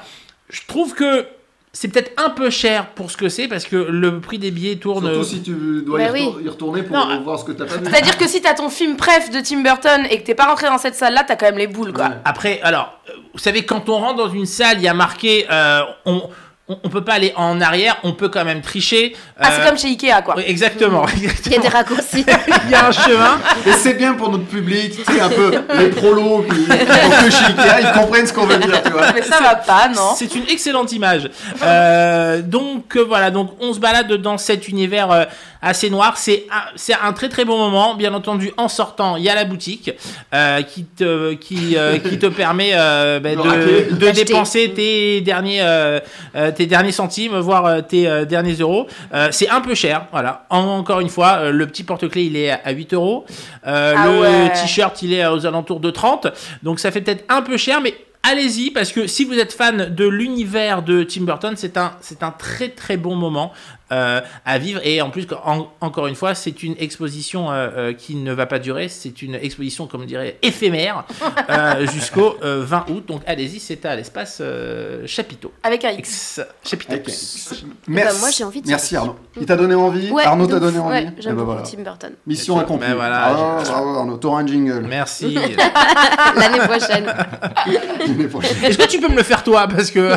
[SPEAKER 5] je trouve que c'est peut-être un peu cher pour ce que c'est parce que le prix des billets tourne. euh,
[SPEAKER 2] Surtout si tu dois y,
[SPEAKER 3] Bah oui.
[SPEAKER 2] retour- y retourner pour
[SPEAKER 5] Non,
[SPEAKER 2] voir ce que t'as pas vu.
[SPEAKER 6] C'est-à-dire que si t'as ton film préf de Tim Burton et que t'es pas rentré dans cette salle-là, t'as quand même les boules, quoi.
[SPEAKER 2] Ouais.
[SPEAKER 5] bah, Après, alors, euh, vous savez, quand on rentre dans une salle, il y a marqué, euh, on, on, on peut pas aller en arrière, on peut quand même tricher.
[SPEAKER 6] Ah, c'est
[SPEAKER 5] Euh,
[SPEAKER 6] comme chez Ikea, quoi.
[SPEAKER 5] oui, exactement.
[SPEAKER 3] Il y a
[SPEAKER 5] exactement.
[SPEAKER 3] des raccourcis.
[SPEAKER 5] Il y a un chemin.
[SPEAKER 2] Et c'est bien pour notre public, tu sais, un peu les prolos qui, qui font que chez Ikea, ils comprennent ce qu'on veut dire, tu vois.
[SPEAKER 6] Mais ça va pas, Ah, non
[SPEAKER 5] C'est une excellente image. Euh, donc euh, voilà, donc on se balade dans cet univers euh, assez noir. C'est un, c'est un très très bon moment. Bien entendu, en sortant, il y a la boutique euh, qui te qui, euh, qui te permet euh, bah,
[SPEAKER 2] De
[SPEAKER 5] de,
[SPEAKER 2] raquer.
[SPEAKER 5] de
[SPEAKER 3] D'acheter.
[SPEAKER 5] dépenser tes derniers euh, euh, tes derniers centimes, voire euh, tes euh, derniers euros. Euh, c'est un peu cher. Voilà. En- encore une fois, euh, le petit porte-clés il est à 8 euros. Euh,
[SPEAKER 6] Ah
[SPEAKER 5] le
[SPEAKER 6] ouais.
[SPEAKER 5] t-shirt il est aux alentours de 30. Donc ça fait peut-être un peu cher, mais allez-y parce que si vous êtes fan de l'univers de Tim Burton, c'est un, c'est un très très bon moment euh, à vivre. Et en plus, en- encore une fois, c'est une exposition euh, euh, qui ne va pas durer. C'est une exposition, comme on dirait, éphémère euh, jusqu'au euh, 20 août. Donc allez-y, c'est à l'espace euh, Chapiteau.
[SPEAKER 6] Avec un X.
[SPEAKER 5] Ex- Chapiteau.
[SPEAKER 2] Ok.
[SPEAKER 3] Bah,
[SPEAKER 2] Merci.
[SPEAKER 3] Eh moi, j'ai envie de
[SPEAKER 2] Merci
[SPEAKER 3] sortir.
[SPEAKER 2] Arnaud. Il t'a donné envie
[SPEAKER 3] Ouais,
[SPEAKER 2] Arnaud t'a
[SPEAKER 3] de ouf.
[SPEAKER 2] donné envie
[SPEAKER 3] Ouais,
[SPEAKER 2] Eh
[SPEAKER 3] j'aime
[SPEAKER 2] ben
[SPEAKER 3] beaucoup
[SPEAKER 2] voilà.
[SPEAKER 3] Tim Burton.
[SPEAKER 2] Mission
[SPEAKER 5] Mais
[SPEAKER 2] accomplie.
[SPEAKER 5] voilà,
[SPEAKER 2] Bravo,
[SPEAKER 5] j'ai-
[SPEAKER 2] bravo Arnaud, t'auras un jingle.
[SPEAKER 5] Merci.
[SPEAKER 3] Ah, L'année prochaine.
[SPEAKER 2] L'année prochaine.
[SPEAKER 5] Est-ce que tu peux me le faire toi Parce que.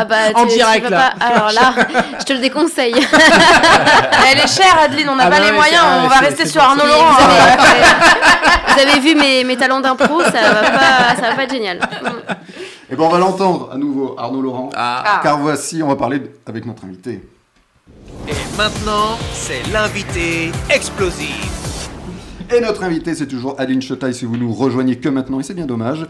[SPEAKER 3] Ah bah,
[SPEAKER 5] En
[SPEAKER 3] tu- tu
[SPEAKER 5] direct,
[SPEAKER 3] peux
[SPEAKER 5] là.
[SPEAKER 3] pas- Alors là, je te le déconseille.
[SPEAKER 6] Elle est chère, Adeline, on n'a
[SPEAKER 5] Ah
[SPEAKER 6] pas
[SPEAKER 5] bah
[SPEAKER 6] les
[SPEAKER 5] ouais,
[SPEAKER 6] moyens,
[SPEAKER 5] c'est- ah,
[SPEAKER 6] on va
[SPEAKER 5] c'est-
[SPEAKER 6] rester
[SPEAKER 5] c'est
[SPEAKER 6] sur
[SPEAKER 5] pour
[SPEAKER 6] Arnaud
[SPEAKER 3] Mais
[SPEAKER 6] Laurent.
[SPEAKER 3] vous,
[SPEAKER 6] hein.
[SPEAKER 3] avez, vous avez vu mes, mes talents d'impro, ça va pas, ça va pas être génial. Mm.
[SPEAKER 2] Et ben on va l'entendre à nouveau, Arnaud Laurent.
[SPEAKER 6] Ah.
[SPEAKER 2] Car voici, on va parler de- avec notre invité.
[SPEAKER 1] Et maintenant, c'est l'invité explosif.
[SPEAKER 2] Et notre invité, c'est toujours Adeline Chetaille, si vous nous rejoignez que maintenant, et c'est bien dommage.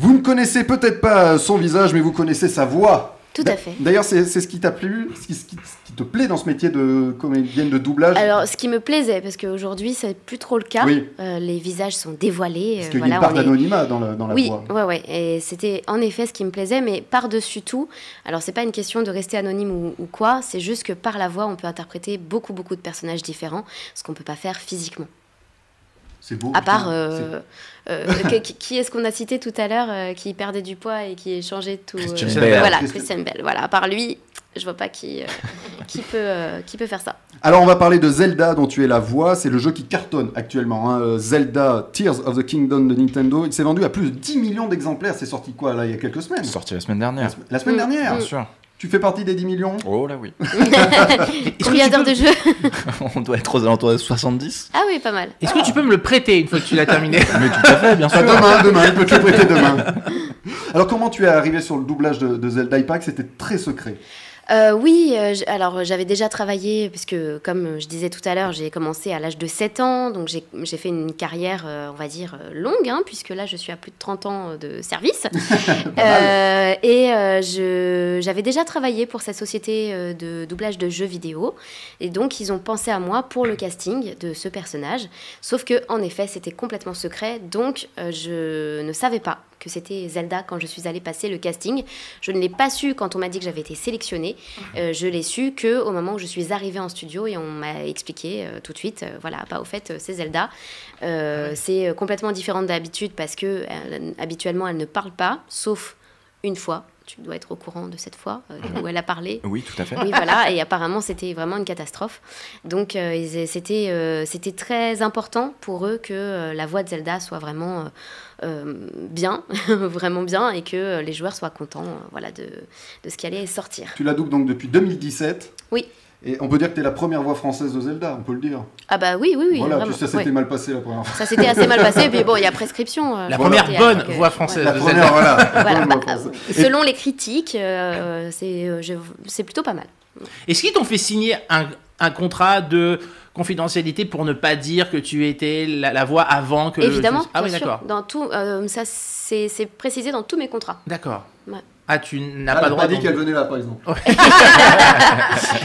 [SPEAKER 2] vous ne connaissez peut-être pas son visage, mais vous connaissez sa voix.
[SPEAKER 3] Tout à
[SPEAKER 2] D'a-
[SPEAKER 3] fait.
[SPEAKER 2] D'ailleurs, c'est c'est ce qui t'a plu, ce qui, ce qui- ce qui te plaît dans ce métier de comédienne de doublage.
[SPEAKER 3] Alors, ce qui me plaisait, parce qu'aujourd'hui, c'est plus trop le cas.
[SPEAKER 2] Oui.
[SPEAKER 3] Euh, les visages sont dévoilés.
[SPEAKER 2] parce
[SPEAKER 3] euh,
[SPEAKER 2] qu'il y a
[SPEAKER 3] voilà,
[SPEAKER 2] une part
[SPEAKER 3] on est-
[SPEAKER 2] d'anonymat dans la, dans la
[SPEAKER 3] Oui,
[SPEAKER 2] voix.
[SPEAKER 3] ouais, ouais. Et c'était en effet ce qui me plaisait, mais par-dessus tout, alors c'est pas une question de rester anonyme ou, ou quoi, c'est juste que par la voix, on peut interpréter beaucoup, beaucoup de personnages différents, ce qu'on peut pas faire physiquement.
[SPEAKER 2] C'est beau.
[SPEAKER 3] À part.
[SPEAKER 2] C'est-
[SPEAKER 3] euh, euh, que- qui, qui est-ce qu'on a cité tout à l'heure euh, qui perdait du poids et qui est changé de tout. euh,
[SPEAKER 4] Christian
[SPEAKER 5] Bale.
[SPEAKER 3] Voilà,
[SPEAKER 2] Qu'est-ce que-
[SPEAKER 3] Christian Bell. Voilà, à part lui, je vois pas qui, euh, qui, peut, euh, qui peut faire ça.
[SPEAKER 2] Alors, on va parler de Zelda, dont tu es la voix. C'est le jeu qui cartonne actuellement. hein. Euh, Zelda Tears of the Kingdom de Nintendo. Il s'est vendu à plus de 10 millions d'exemplaires. C'est sorti quoi, là, il y a quelques semaines
[SPEAKER 4] Sorti la semaine
[SPEAKER 2] La
[SPEAKER 4] dernière.
[SPEAKER 2] se- La semaine
[SPEAKER 3] Mm.
[SPEAKER 2] dernière
[SPEAKER 4] Bien sûr.
[SPEAKER 2] Tu fais partie des 10 millions
[SPEAKER 4] Oh là oui.
[SPEAKER 5] Est-ce que,
[SPEAKER 3] Combien
[SPEAKER 5] tu
[SPEAKER 3] d'heures
[SPEAKER 5] peux...
[SPEAKER 3] de jeu
[SPEAKER 4] On doit être aux alentours de 70.
[SPEAKER 3] Ah oui, pas mal.
[SPEAKER 5] Est-ce que tu peux me le prêter une fois que tu l'as terminé
[SPEAKER 4] Mais tout à fait, bien
[SPEAKER 2] Pas
[SPEAKER 4] sûr.
[SPEAKER 2] Bah, demain, demain, il peut te le prêter demain. Alors comment tu es arrivé sur le doublage de, de Zelda Ipac C'était très secret.
[SPEAKER 3] Euh, oui, euh, j- alors euh, j'avais déjà travaillé, puisque comme euh, je disais tout à l'heure, j'ai commencé à l'âge de 7 ans, donc j'ai j'ai fait une carrière, euh, on va dire, euh, longue, hein, puisque là je suis à plus de 30 ans euh, de service. Euh, et euh, je- j'avais déjà travaillé pour cette société euh, de doublage de jeux vidéo, et donc ils ont pensé à moi pour le casting de ce personnage, sauf que en effet c'était complètement secret, donc euh, je ne savais pas que c'était Zelda quand je suis allée passer le casting. Je ne l'ai pas su quand on m'a dit que j'avais été sélectionnée. Euh, je l'ai su que au moment où je suis arrivée en studio et on m'a expliqué euh, tout de suite, euh, voilà, bah au fait euh, c'est Zelda. Euh, C'est euh, complètement différent d'habitude parce que euh, habituellement elle ne parle pas, sauf une fois. Tu dois être au courant de cette fois euh, où elle a parlé.
[SPEAKER 4] Oui, tout à fait.
[SPEAKER 3] Oui, voilà, et apparemment c'était vraiment une catastrophe. Donc euh, ils- c'était euh, c'était très important pour eux que euh, la voix de Zelda soit vraiment euh, euh, bien, vraiment bien, et que euh, les joueurs soient contents euh, voilà, de, de ce qui allait sortir.
[SPEAKER 2] Tu la doubles donc depuis 2017.
[SPEAKER 3] Oui.
[SPEAKER 2] Et on peut dire que t'es la première voix française de Zelda, on peut le dire.
[SPEAKER 3] Ah bah oui, oui, oui.
[SPEAKER 2] voilà,
[SPEAKER 3] vraiment,
[SPEAKER 2] tu sais, ça
[SPEAKER 3] ouais.
[SPEAKER 2] s'était mal passé la première fois.
[SPEAKER 3] Ça s'était assez mal passé, mais bon, il y a prescription. euh,
[SPEAKER 5] La
[SPEAKER 3] voilà.
[SPEAKER 5] première
[SPEAKER 3] Et
[SPEAKER 5] bonne
[SPEAKER 3] avec, euh,
[SPEAKER 5] voix française
[SPEAKER 2] La
[SPEAKER 5] de
[SPEAKER 2] première,
[SPEAKER 5] Zelda.
[SPEAKER 2] voilà. la
[SPEAKER 3] Voilà,
[SPEAKER 2] première
[SPEAKER 3] bah,
[SPEAKER 2] voix française.
[SPEAKER 3] euh, selon les critiques, euh, c'est euh, je- c'est plutôt pas mal.
[SPEAKER 5] Est-ce qu'ils t'ont fait signer un, un contrat de confidentialité pour ne pas dire que tu étais la, la voix avant que le-
[SPEAKER 3] Évidemment,
[SPEAKER 5] Ah oui,
[SPEAKER 3] bien sûr.
[SPEAKER 5] d'accord.
[SPEAKER 3] Dans tout, euh, ça c'est c'est précisé dans tous mes contrats.
[SPEAKER 5] D'accord.
[SPEAKER 3] Ouais.
[SPEAKER 5] Ah, tu n'as
[SPEAKER 2] Elle
[SPEAKER 5] pas
[SPEAKER 2] a
[SPEAKER 5] droit.
[SPEAKER 2] pas dit
[SPEAKER 5] donc-
[SPEAKER 2] qu'elle venait là, par exemple.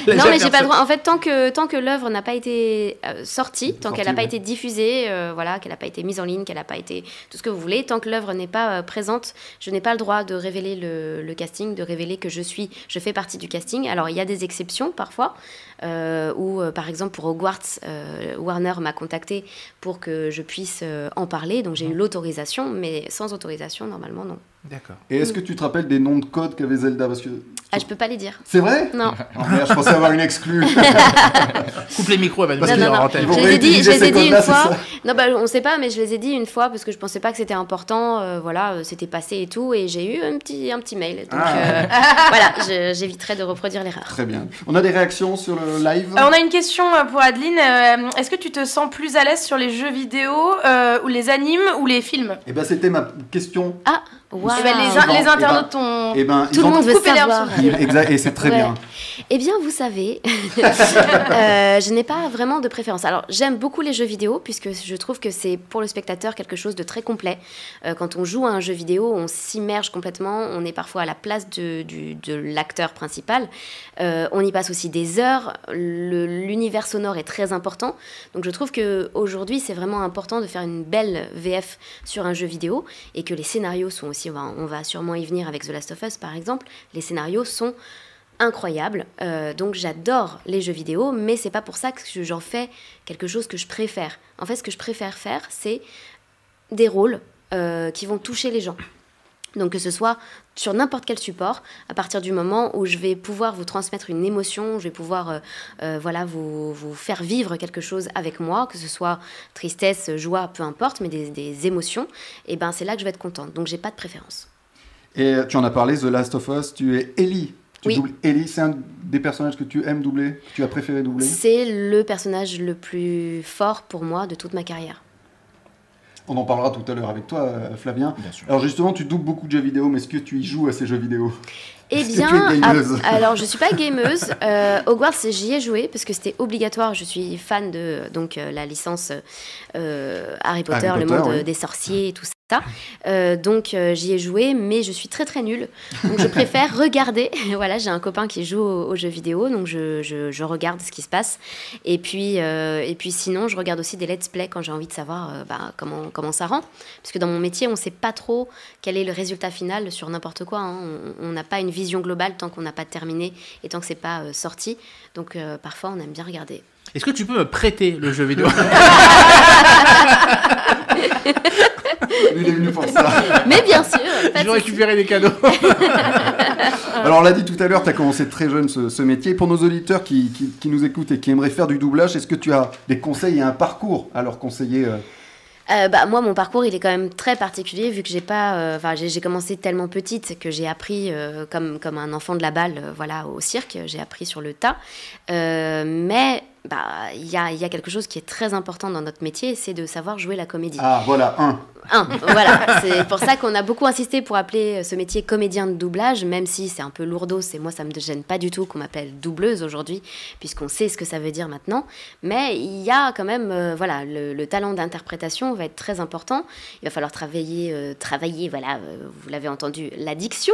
[SPEAKER 5] La
[SPEAKER 3] Non,
[SPEAKER 5] seule
[SPEAKER 3] mais j'ai pas
[SPEAKER 5] personne-
[SPEAKER 3] le droit. En fait, tant que, tant que l'œuvre n'a pas été euh, sortie, tant qu'elle n'a
[SPEAKER 2] Sortie,
[SPEAKER 3] pas
[SPEAKER 2] oui.
[SPEAKER 3] été diffusée, euh, voilà, qu'elle n'a pas été mise en ligne, qu'elle n'a pas été tout ce que vous voulez, tant que l'œuvre n'est pas euh, présente, je n'ai pas le droit de révéler le, le casting, de révéler que je suis, je fais partie du casting. Alors, il y a des exceptions parfois, euh, où euh, par exemple pour Hogwarts, euh, Warner m'a contacté pour que je puisse euh, en parler, donc j'ai eu l'autorisation, mais sans autorisation, normalement, non.
[SPEAKER 5] D'accord.
[SPEAKER 2] Et
[SPEAKER 3] Mm.
[SPEAKER 2] est-ce que tu te rappelles des noms de code qu'avait Zelda Parce que.
[SPEAKER 3] Ah, je peux pas les dire.
[SPEAKER 2] C'est vrai
[SPEAKER 3] Non.
[SPEAKER 2] Oh merde, je pensais avoir une exclue.
[SPEAKER 5] Coupe les micros, elle va nous
[SPEAKER 2] Parce
[SPEAKER 3] Non,
[SPEAKER 5] dire
[SPEAKER 3] non,
[SPEAKER 5] en
[SPEAKER 3] non.
[SPEAKER 5] antenne.
[SPEAKER 2] Ils vont
[SPEAKER 3] Je les ai dit, je
[SPEAKER 2] réutiliser
[SPEAKER 3] les ai
[SPEAKER 2] ces
[SPEAKER 3] dit une
[SPEAKER 2] codes-là, c'est
[SPEAKER 3] fois.
[SPEAKER 2] ça
[SPEAKER 3] Non, bah, on sait pas, mais je les ai dit une fois parce que je pensais pas que c'était important. euh, voilà, euh, c'était passé et tout. Et j'ai eu un petit, un petit mail. Donc
[SPEAKER 2] Ah.
[SPEAKER 3] euh, voilà, je- j'éviterai de reproduire l'erreur.
[SPEAKER 2] Très bien. On a des réactions sur le live
[SPEAKER 3] Ah,
[SPEAKER 6] Euh, on a une question euh, pour Adeline. Euh, Est-ce que tu te sens plus à l'aise sur les jeux vidéo euh, ou les animes ou les films
[SPEAKER 2] Eh ben, c'était ma question.
[SPEAKER 3] Waouh.
[SPEAKER 6] Eh ben, les, in-
[SPEAKER 2] Souvent,
[SPEAKER 6] les
[SPEAKER 2] eh ben,
[SPEAKER 6] internautes ont.
[SPEAKER 2] Eh ben,
[SPEAKER 3] Tout
[SPEAKER 2] ils
[SPEAKER 3] le
[SPEAKER 2] ont-
[SPEAKER 3] monde veut
[SPEAKER 6] coupé l'herbe
[SPEAKER 3] savoir.
[SPEAKER 6] sous le
[SPEAKER 2] Ils- exact, et c'est très
[SPEAKER 3] Ouais.
[SPEAKER 2] bien.
[SPEAKER 3] Eh bien, vous savez, euh, je n'ai pas vraiment de préférence. Alors, j'aime beaucoup les jeux vidéo puisque je trouve que c'est pour le spectateur quelque chose de très complet. Euh, quand on joue à un jeu vidéo, on s'immerge complètement, on est parfois à la place de, du- de l'acteur principal. Euh, on y passe aussi des heures. Le- L'univers sonore est très important. Donc, je trouve que aujourd'hui, c'est vraiment important de faire une belle VF sur un jeu vidéo et que les scénarios sont aussi. On va, on va sûrement y venir avec The Last of Us, par exemple. Les scénarios sont incroyable. Euh, donc j'adore les jeux vidéo, mais c'est pas pour ça que je- j'en fais quelque chose que je préfère. En fait, ce que je préfère faire, c'est des rôles euh, qui vont toucher les gens. Donc que ce soit sur n'importe quel support, à partir du moment où je vais pouvoir vous transmettre une émotion, je vais pouvoir euh, euh, voilà vous, vous faire vivre quelque chose avec moi, que ce soit tristesse, joie, peu importe, mais des, des émotions, et ben c'est là que je vais être contente. Donc j'ai pas de préférence.
[SPEAKER 2] Et tu en as parlé, The Last of Us, tu es Ellie. Tu
[SPEAKER 3] Oui.
[SPEAKER 2] doubles Ellie, c'est un des personnages que tu aimes doubler, que tu as préféré doubler.
[SPEAKER 3] C'est le personnage le plus fort pour moi de toute ma carrière.
[SPEAKER 2] On en parlera tout à l'heure avec toi, euh, Flavien.
[SPEAKER 4] Bien sûr.
[SPEAKER 2] Alors justement, tu doubles beaucoup de jeux vidéo, mais est-ce que tu y joues à ces jeux vidéo
[SPEAKER 3] Eh
[SPEAKER 2] Est-ce que
[SPEAKER 3] bien,
[SPEAKER 2] tu es
[SPEAKER 3] ah,
[SPEAKER 2] gameuse
[SPEAKER 3] alors je suis pas gameuse. Euh, Hogwarts, j'y ai joué parce que c'était obligatoire. Je suis fan de donc euh, la licence euh, Harry Potter,
[SPEAKER 2] Harry
[SPEAKER 3] le
[SPEAKER 2] Potter,
[SPEAKER 3] monde euh,
[SPEAKER 2] oui.
[SPEAKER 3] des sorciers et tout ça. Euh, donc euh, j'y ai joué, mais je suis très très nulle. Donc je préfère regarder. voilà, j'ai un copain qui joue aux, aux jeux vidéo, donc je, je- je regarde ce qui se passe. Et puis euh, et puis sinon, je regarde aussi des let's play quand j'ai envie de savoir euh, bah, comment comment ça rend, parce que dans mon métier, on sait pas trop quel est le résultat final sur n'importe quoi. hein. On- On n'a pas une vision globale tant qu'on n'a pas terminé et tant que c'est pas euh, sorti. Donc euh, parfois on aime bien regarder.
[SPEAKER 5] Est-ce que tu peux me prêter le jeu vidéo
[SPEAKER 2] Lui, Il est venu pour ça.
[SPEAKER 3] Mais bien sûr, pas
[SPEAKER 5] Je
[SPEAKER 3] de
[SPEAKER 5] veux récupérer des cadeaux.
[SPEAKER 2] Alors on l'a dit tout à l'heure, tu as commencé très jeune ce, ce métier. Pour nos auditeurs qui, qui- qui nous écoutent et qui aimeraient faire du doublage, est-ce que tu as des conseils et un parcours à leur conseiller euh,
[SPEAKER 3] Euh, bah, moi, mon parcours, il est quand même très particulier vu que j'ai pas, euh, enfin, j'ai j'ai commencé tellement petite que j'ai appris euh, comme comme un enfant de la balle, euh, voilà, au cirque, j'ai appris sur le tas. Euh, mais bah, il y a, il y a quelque chose qui est très important dans notre métier, c'est de savoir jouer la comédie.
[SPEAKER 2] Ah voilà, un.
[SPEAKER 3] Un, voilà. C'est pour ça qu'on a beaucoup insisté pour appeler ce métier comédien de doublage, même si c'est un peu lourdeau. C'est moi, ça me gêne pas du tout qu'on m'appelle doubleuse aujourd'hui, puisqu'on sait ce que ça veut dire maintenant. Mais il y a quand même, euh, voilà, le, le talent d'interprétation va être très important. Il va falloir travailler, euh, travailler, voilà, euh, vous l'avez entendu, l'addiction,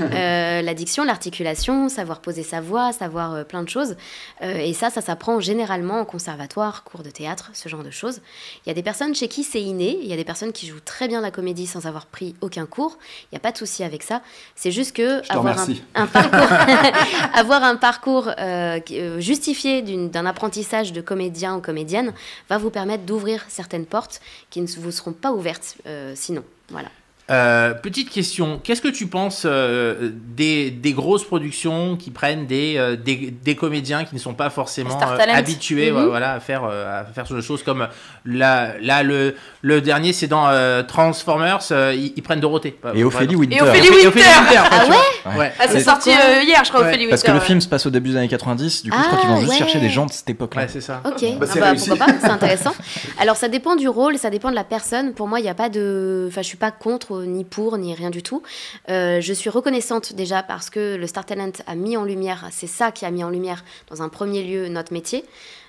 [SPEAKER 3] euh, l'addiction, l'articulation, savoir poser sa voix, savoir euh, plein de choses. Euh, et ça, ça s'apprend généralement en conservatoire, cours de théâtre, ce genre de choses. Il y a des personnes chez qui c'est inné, il y a des personnes qui joue très bien la comédie sans avoir pris aucun cours. Il n'y a pas de souci avec ça. C'est juste que
[SPEAKER 2] Je te
[SPEAKER 3] avoir un,
[SPEAKER 2] remercie.
[SPEAKER 3] un parcours, avoir un parcours euh, qui- euh, justifié d'une- d'un apprentissage de comédien ou comédienne va vous permettre d'ouvrir certaines portes qui ne vous seront pas ouvertes euh, sinon. Voilà.
[SPEAKER 5] Euh, petite question, qu'est-ce que tu penses euh, des, des grosses productions qui prennent des, euh, des, des comédiens qui ne sont pas forcément
[SPEAKER 6] Star
[SPEAKER 5] euh,
[SPEAKER 6] Talent.
[SPEAKER 5] habitués
[SPEAKER 3] Mhm.
[SPEAKER 5] voilà, à faire euh, à faire ce genre de choses comme là, là le, le dernier c'est dans euh, Transformers, euh, ils, ils prennent Dorothée. Pas-
[SPEAKER 4] Et
[SPEAKER 5] pas-
[SPEAKER 4] Ophélie
[SPEAKER 5] non.
[SPEAKER 6] Et
[SPEAKER 4] Winter.
[SPEAKER 6] Ophélie
[SPEAKER 5] Et
[SPEAKER 6] Winter
[SPEAKER 5] Winter, quoi,
[SPEAKER 3] Ah
[SPEAKER 5] tu
[SPEAKER 3] ouais
[SPEAKER 5] vois.
[SPEAKER 4] Ouais.
[SPEAKER 6] Ah, c'est
[SPEAKER 4] Ouais.
[SPEAKER 6] sorti euh, hier, je crois, Ophélie Winter.
[SPEAKER 4] Parce que le film se passe au début des années 90, du coup, je crois qu'ils vont
[SPEAKER 3] Ah,
[SPEAKER 4] juste
[SPEAKER 3] ouais.
[SPEAKER 4] chercher des gens de cette époque-là.
[SPEAKER 5] Ouais, c'est ça.
[SPEAKER 3] Ok,
[SPEAKER 2] Bah,
[SPEAKER 3] Ah
[SPEAKER 2] c'est
[SPEAKER 3] bah,
[SPEAKER 2] réussi.
[SPEAKER 3] pourquoi pas, c'est intéressant. Alors ça dépend du rôle, ça dépend de la personne. Pour moi, il n'y a pas de... Enfin, je suis pas contre, euh, ni pour, ni rien du tout. Euh, je suis reconnaissante déjà parce que le Star Talent a mis en lumière, c'est ça qui a mis en lumière dans un premier lieu notre métier.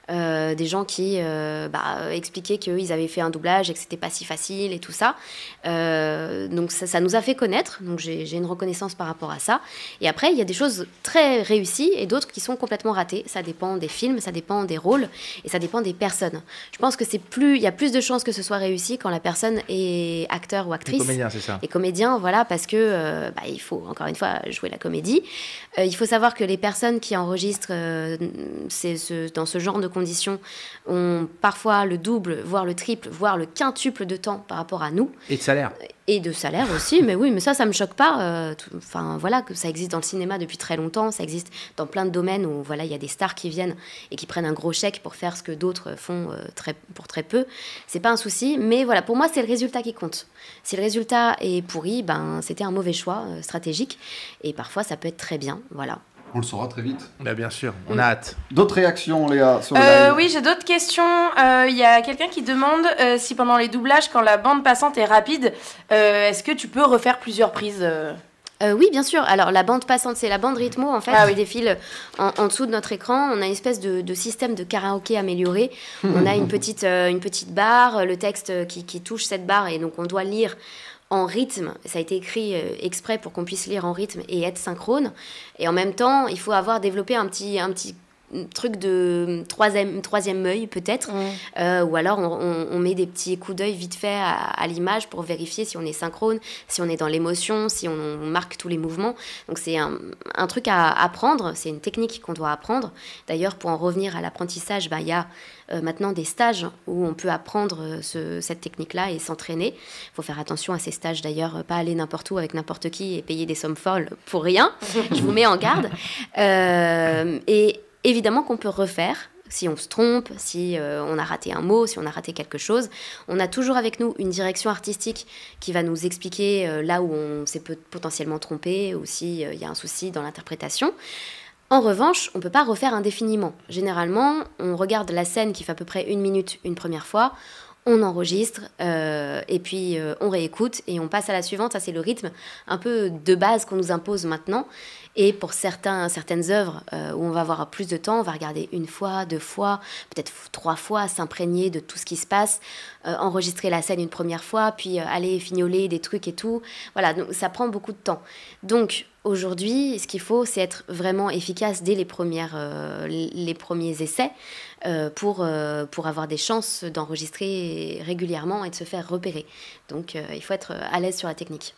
[SPEAKER 3] Euh, des gens qui euh, bah, expliquaient qu'ils avaient fait un doublage et que c'était pas si facile et tout ça. Euh, donc ça, ça nous a fait connaître, donc j'ai j'ai une reconnaissance par rapport à ça. Et après, il y a des choses très réussies et d'autres qui sont complètement ratées. Ça dépend des films, ça dépend des rôles et ça dépend des personnes. Je pense que c'est plus, il y a plus de chances que ce soit réussi quand la personne est acteur ou
[SPEAKER 5] Les
[SPEAKER 3] actrice.
[SPEAKER 5] comédiens, c'est ça.
[SPEAKER 3] Et comédien, voilà, parce que euh, bah, il faut encore une fois jouer la comédie. Euh, il faut savoir que les personnes qui enregistrent euh, ces- ce- dans ce genre de conditions ont parfois le double, voire le triple, voire le quintuple de temps par rapport à nous
[SPEAKER 5] Et de salaire.
[SPEAKER 3] et de salaire aussi. mais oui, mais ça, ça me choque pas. euh, tout- Enfin, voilà, que ça existe dans le cinéma depuis très longtemps, ça existe dans plein de domaines où voilà, il y a des stars qui viennent et qui prennent un gros chèque pour faire ce que d'autres font euh, très, pour très peu. C'est pas un souci, mais voilà, pour moi, c'est le résultat qui compte. Si le résultat est pourri, ben c'était un mauvais choix euh, stratégique et parfois ça peut être très bien. Voilà.
[SPEAKER 2] On le saura très vite.
[SPEAKER 5] Bah, bien sûr, on
[SPEAKER 3] Mm.
[SPEAKER 5] a hâte.
[SPEAKER 2] D'autres réactions, Léa, sur le
[SPEAKER 6] Euh,
[SPEAKER 2] live
[SPEAKER 6] oui, j'ai d'autres questions. Euh, Il y a quelqu'un qui demande euh, si pendant les doublages, quand la bande passante est rapide, euh, est-ce que tu peux refaire plusieurs prises euh
[SPEAKER 3] Euh, oui, bien sûr. Alors, la bande passante, c'est la bande rythmo, en fait,
[SPEAKER 6] Ah
[SPEAKER 3] qui
[SPEAKER 6] oui.
[SPEAKER 3] défile en, en dessous de notre écran. On a une espèce de, de système de karaoké amélioré. On a une petite, euh, une petite barre, euh, le texte euh, qui, qui touche cette barre, et donc on doit lire en rythme. Ça a été écrit euh, exprès pour qu'on puisse lire en rythme et être synchrone. Et en même temps, il faut avoir développé un petit... Un petit truc de troisième, troisième œil peut-être euh, ou alors on, on- on met des petits coups d'œil vite fait à, à l'image pour vérifier si on est synchrone, si on est dans l'émotion, si on, on marque tous les mouvements. Donc c'est un, un truc à apprendre, c'est une technique qu'on doit apprendre. D'ailleurs, pour en revenir à l'apprentissage, ben, il y a euh, maintenant des stages où on peut apprendre euh, ce- cette technique-là et s'entraîner. Il faut faire attention à ces stages d'ailleurs, euh, pas aller n'importe où avec n'importe qui et payer des sommes folles pour rien. Je vous mets en garde. Euh, et évidemment qu'on peut refaire. Si on se trompe, si euh, on a raté un mot, si on a raté quelque chose, on a toujours avec nous une direction artistique qui va nous expliquer euh, là où on s'est peut- potentiellement trompé ou s'il y a un souci dans l'interprétation. En revanche, on ne peut pas refaire indéfiniment. Généralement, on regarde la scène qui fait à peu près une minute une première fois, on enregistre euh, et puis euh, on réécoute et on passe à la suivante. Ça, c'est le rythme un peu de base qu'on nous impose maintenant. Et pour certains, certaines œuvres euh, où on va avoir plus de temps, on va regarder une fois, deux fois, peut-être f- trois fois, s'imprégner de tout ce qui se passe, euh, enregistrer la scène une première fois, puis euh, aller fignoler des trucs et tout. Voilà, donc ça prend beaucoup de temps. Donc aujourd'hui, ce qu'il faut, c'est être vraiment efficace dès les, premières, euh, les premiers essais euh, pour, euh, pour avoir des chances d'enregistrer régulièrement et de se faire repérer. Donc euh, il faut être à l'aise sur la technique.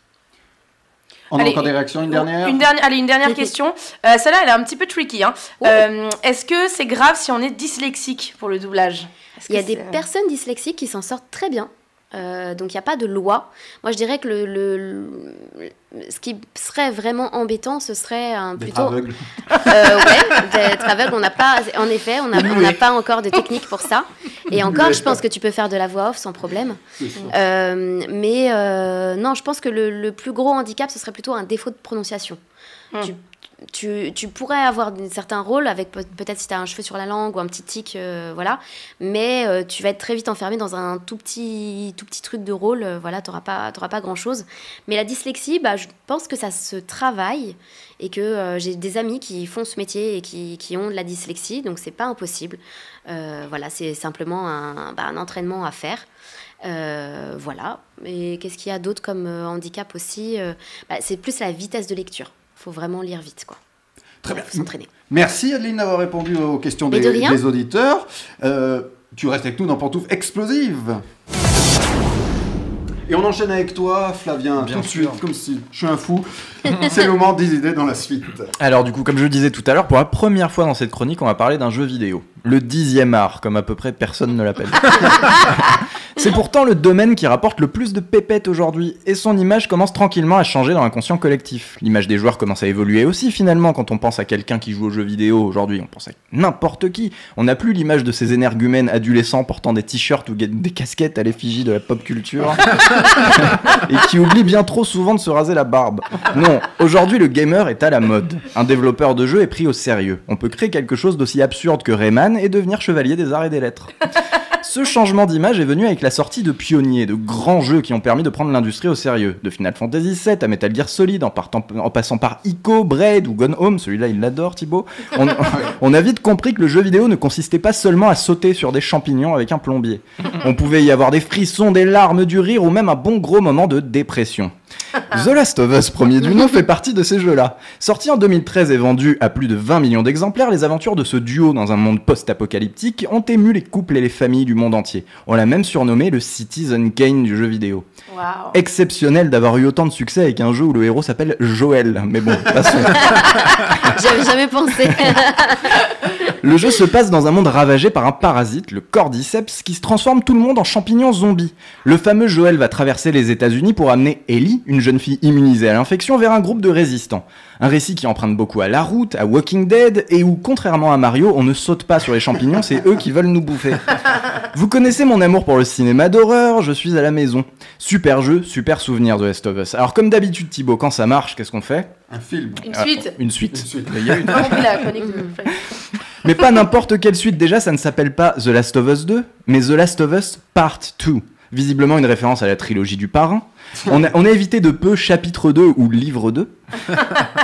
[SPEAKER 2] On a
[SPEAKER 6] Allez,
[SPEAKER 2] encore des réactions, une dernière
[SPEAKER 6] Une dernière, allez, une dernière question. Euh, Celle-là, elle est un petit peu tricky. hein.
[SPEAKER 3] Oh.
[SPEAKER 6] Euh, Est-ce que c'est grave si on est dyslexique pour le doublage Est-ce
[SPEAKER 3] Il y a
[SPEAKER 6] que
[SPEAKER 3] des
[SPEAKER 6] c'est- euh,
[SPEAKER 3] personnes dyslexiques qui s'en sortent très bien. Euh, donc il n'y a pas de loi. Moi je dirais que le, le- le- ce qui serait vraiment embêtant, ce serait un,
[SPEAKER 2] D'être
[SPEAKER 3] plutôt
[SPEAKER 2] aveugle.
[SPEAKER 3] Euh, ouais, d'être aveugle, on n'a pas, en effet, on n'a on n'a pas encore de technique pour ça. Et encore, je pense que tu peux faire de la voix off sans problème.
[SPEAKER 2] C'est sûr.
[SPEAKER 3] Euh, mais euh, non, je pense que le, le plus gros handicap, ce serait plutôt un défaut de prononciation.
[SPEAKER 6] Hmm.
[SPEAKER 3] Tu, tu, tu pourrais avoir d- certains rôles, avec peut- peut-être si tu as un cheveu sur la langue ou un petit tic, euh, voilà. Mais euh, tu vas être très vite enfermé dans un tout petit, tout petit truc de rôle, euh, voilà, tu n'auras pas, t'auras pas grand-chose. Mais la dyslexie, bah, je pense que ça se travaille et que euh, j'ai des amis qui font ce métier et qui, qui ont de la dyslexie, donc c'est pas impossible. Euh, voilà, c'est simplement un, bah, un entraînement à faire. Euh, voilà. Et qu'est-ce qu'il y a d'autre comme euh, handicap aussi Euh, bah, C'est plus la vitesse de lecture. Faut vraiment lire vite, quoi.
[SPEAKER 2] Très
[SPEAKER 3] Ouais,
[SPEAKER 2] bien.
[SPEAKER 3] Faut s'entraîner.
[SPEAKER 2] Merci Adeline d'avoir répondu aux questions
[SPEAKER 3] Mais
[SPEAKER 2] des,
[SPEAKER 3] de rien.
[SPEAKER 2] des auditeurs. Euh, tu restes avec nous dans Pantouf Explosive. Et on enchaîne avec toi, Flavien,
[SPEAKER 4] Bien
[SPEAKER 2] tout de
[SPEAKER 4] sûr.
[SPEAKER 2] suite, comme si je suis un fou. C'est le moment des idées dans la suite.
[SPEAKER 4] Alors du coup, comme je le disais tout à l'heure, pour la première fois dans cette chronique, on va parler d'un jeu vidéo. Le dixième art, comme à peu près personne ne l'appelle. C'est pourtant le domaine qui rapporte le plus de pépettes aujourd'hui, et son image commence tranquillement à changer dans l'inconscient collectif. L'image des joueurs commence à évoluer aussi finalement quand on pense à quelqu'un qui joue aux jeux vidéo aujourd'hui, on pense à n'importe qui. On n'a plus l'image de ces énergumènes adolescents portant des t-shirts ou des casquettes à l'effigie de la pop culture, et qui oublient bien trop souvent de se raser la barbe. Non, aujourd'hui le gamer est à la mode. Un développeur de jeu est pris au sérieux. On peut créer quelque chose d'aussi absurde que Rayman et devenir chevalier des arts et des lettres. Ce changement d'image est venu avec la sortie de pionniers, de grands jeux qui ont permis de prendre l'industrie au sérieux. De Final Fantasy VII à Metal Gear Solid, en, partant- en passant par Ico, Braid ou Gone Home, celui-là il l'adore Thibaut, on, on a vite compris que le jeu vidéo ne consistait pas seulement à sauter sur des champignons avec un plombier. On pouvait y avoir des frissons, des larmes, du rire ou même un bon gros moment de dépression. The Last of Us, premier du nom, fait partie de ces jeux-là. Sorti en 2013 et vendu à plus de 20 millions d'exemplaires, les aventures de ce duo dans un monde post-apocalyptique ont ému les couples et les familles du monde entier. On l'a même surnommé le Citizen Kane du jeu vidéo.
[SPEAKER 6] Waouh.
[SPEAKER 4] Exceptionnel d'avoir eu autant de succès avec un jeu où le héros s'appelle Joël. Mais bon, passons.
[SPEAKER 3] Ah, J'avais jamais pensé.
[SPEAKER 5] Ah,
[SPEAKER 4] Le jeu se passe dans un monde ravagé par un parasite, le cordyceps, qui se transforme tout le monde en champignon zombie. Le fameux Joel va traverser les États-Unis pour amener Ellie, une jeune fille immunisée à l'infection, vers un groupe de résistants. Un récit qui emprunte beaucoup à La Route, à Walking Dead, et où, contrairement à Mario, on ne saute pas sur les champignons, c'est eux qui veulent nous bouffer. Vous connaissez mon amour pour le cinéma d'horreur, je suis à la maison. Super jeu, super souvenir de Last of Us. Alors comme d'habitude Thibaut, quand ça marche, qu'est-ce qu'on fait
[SPEAKER 2] Un film.
[SPEAKER 6] Une
[SPEAKER 4] Ah,
[SPEAKER 6] suite.
[SPEAKER 4] Une
[SPEAKER 2] Une
[SPEAKER 4] suite.
[SPEAKER 2] suite.
[SPEAKER 4] Il y a une.
[SPEAKER 6] Pas compris la chronique de Fred.
[SPEAKER 4] Mais pas n'importe quelle suite, déjà ça ne s'appelle pas The Last of Us 2, mais The Last of Us Part 2. Visiblement une référence à la trilogie du parrain. On a, on a évité de peu chapitre 2 ou livre 2.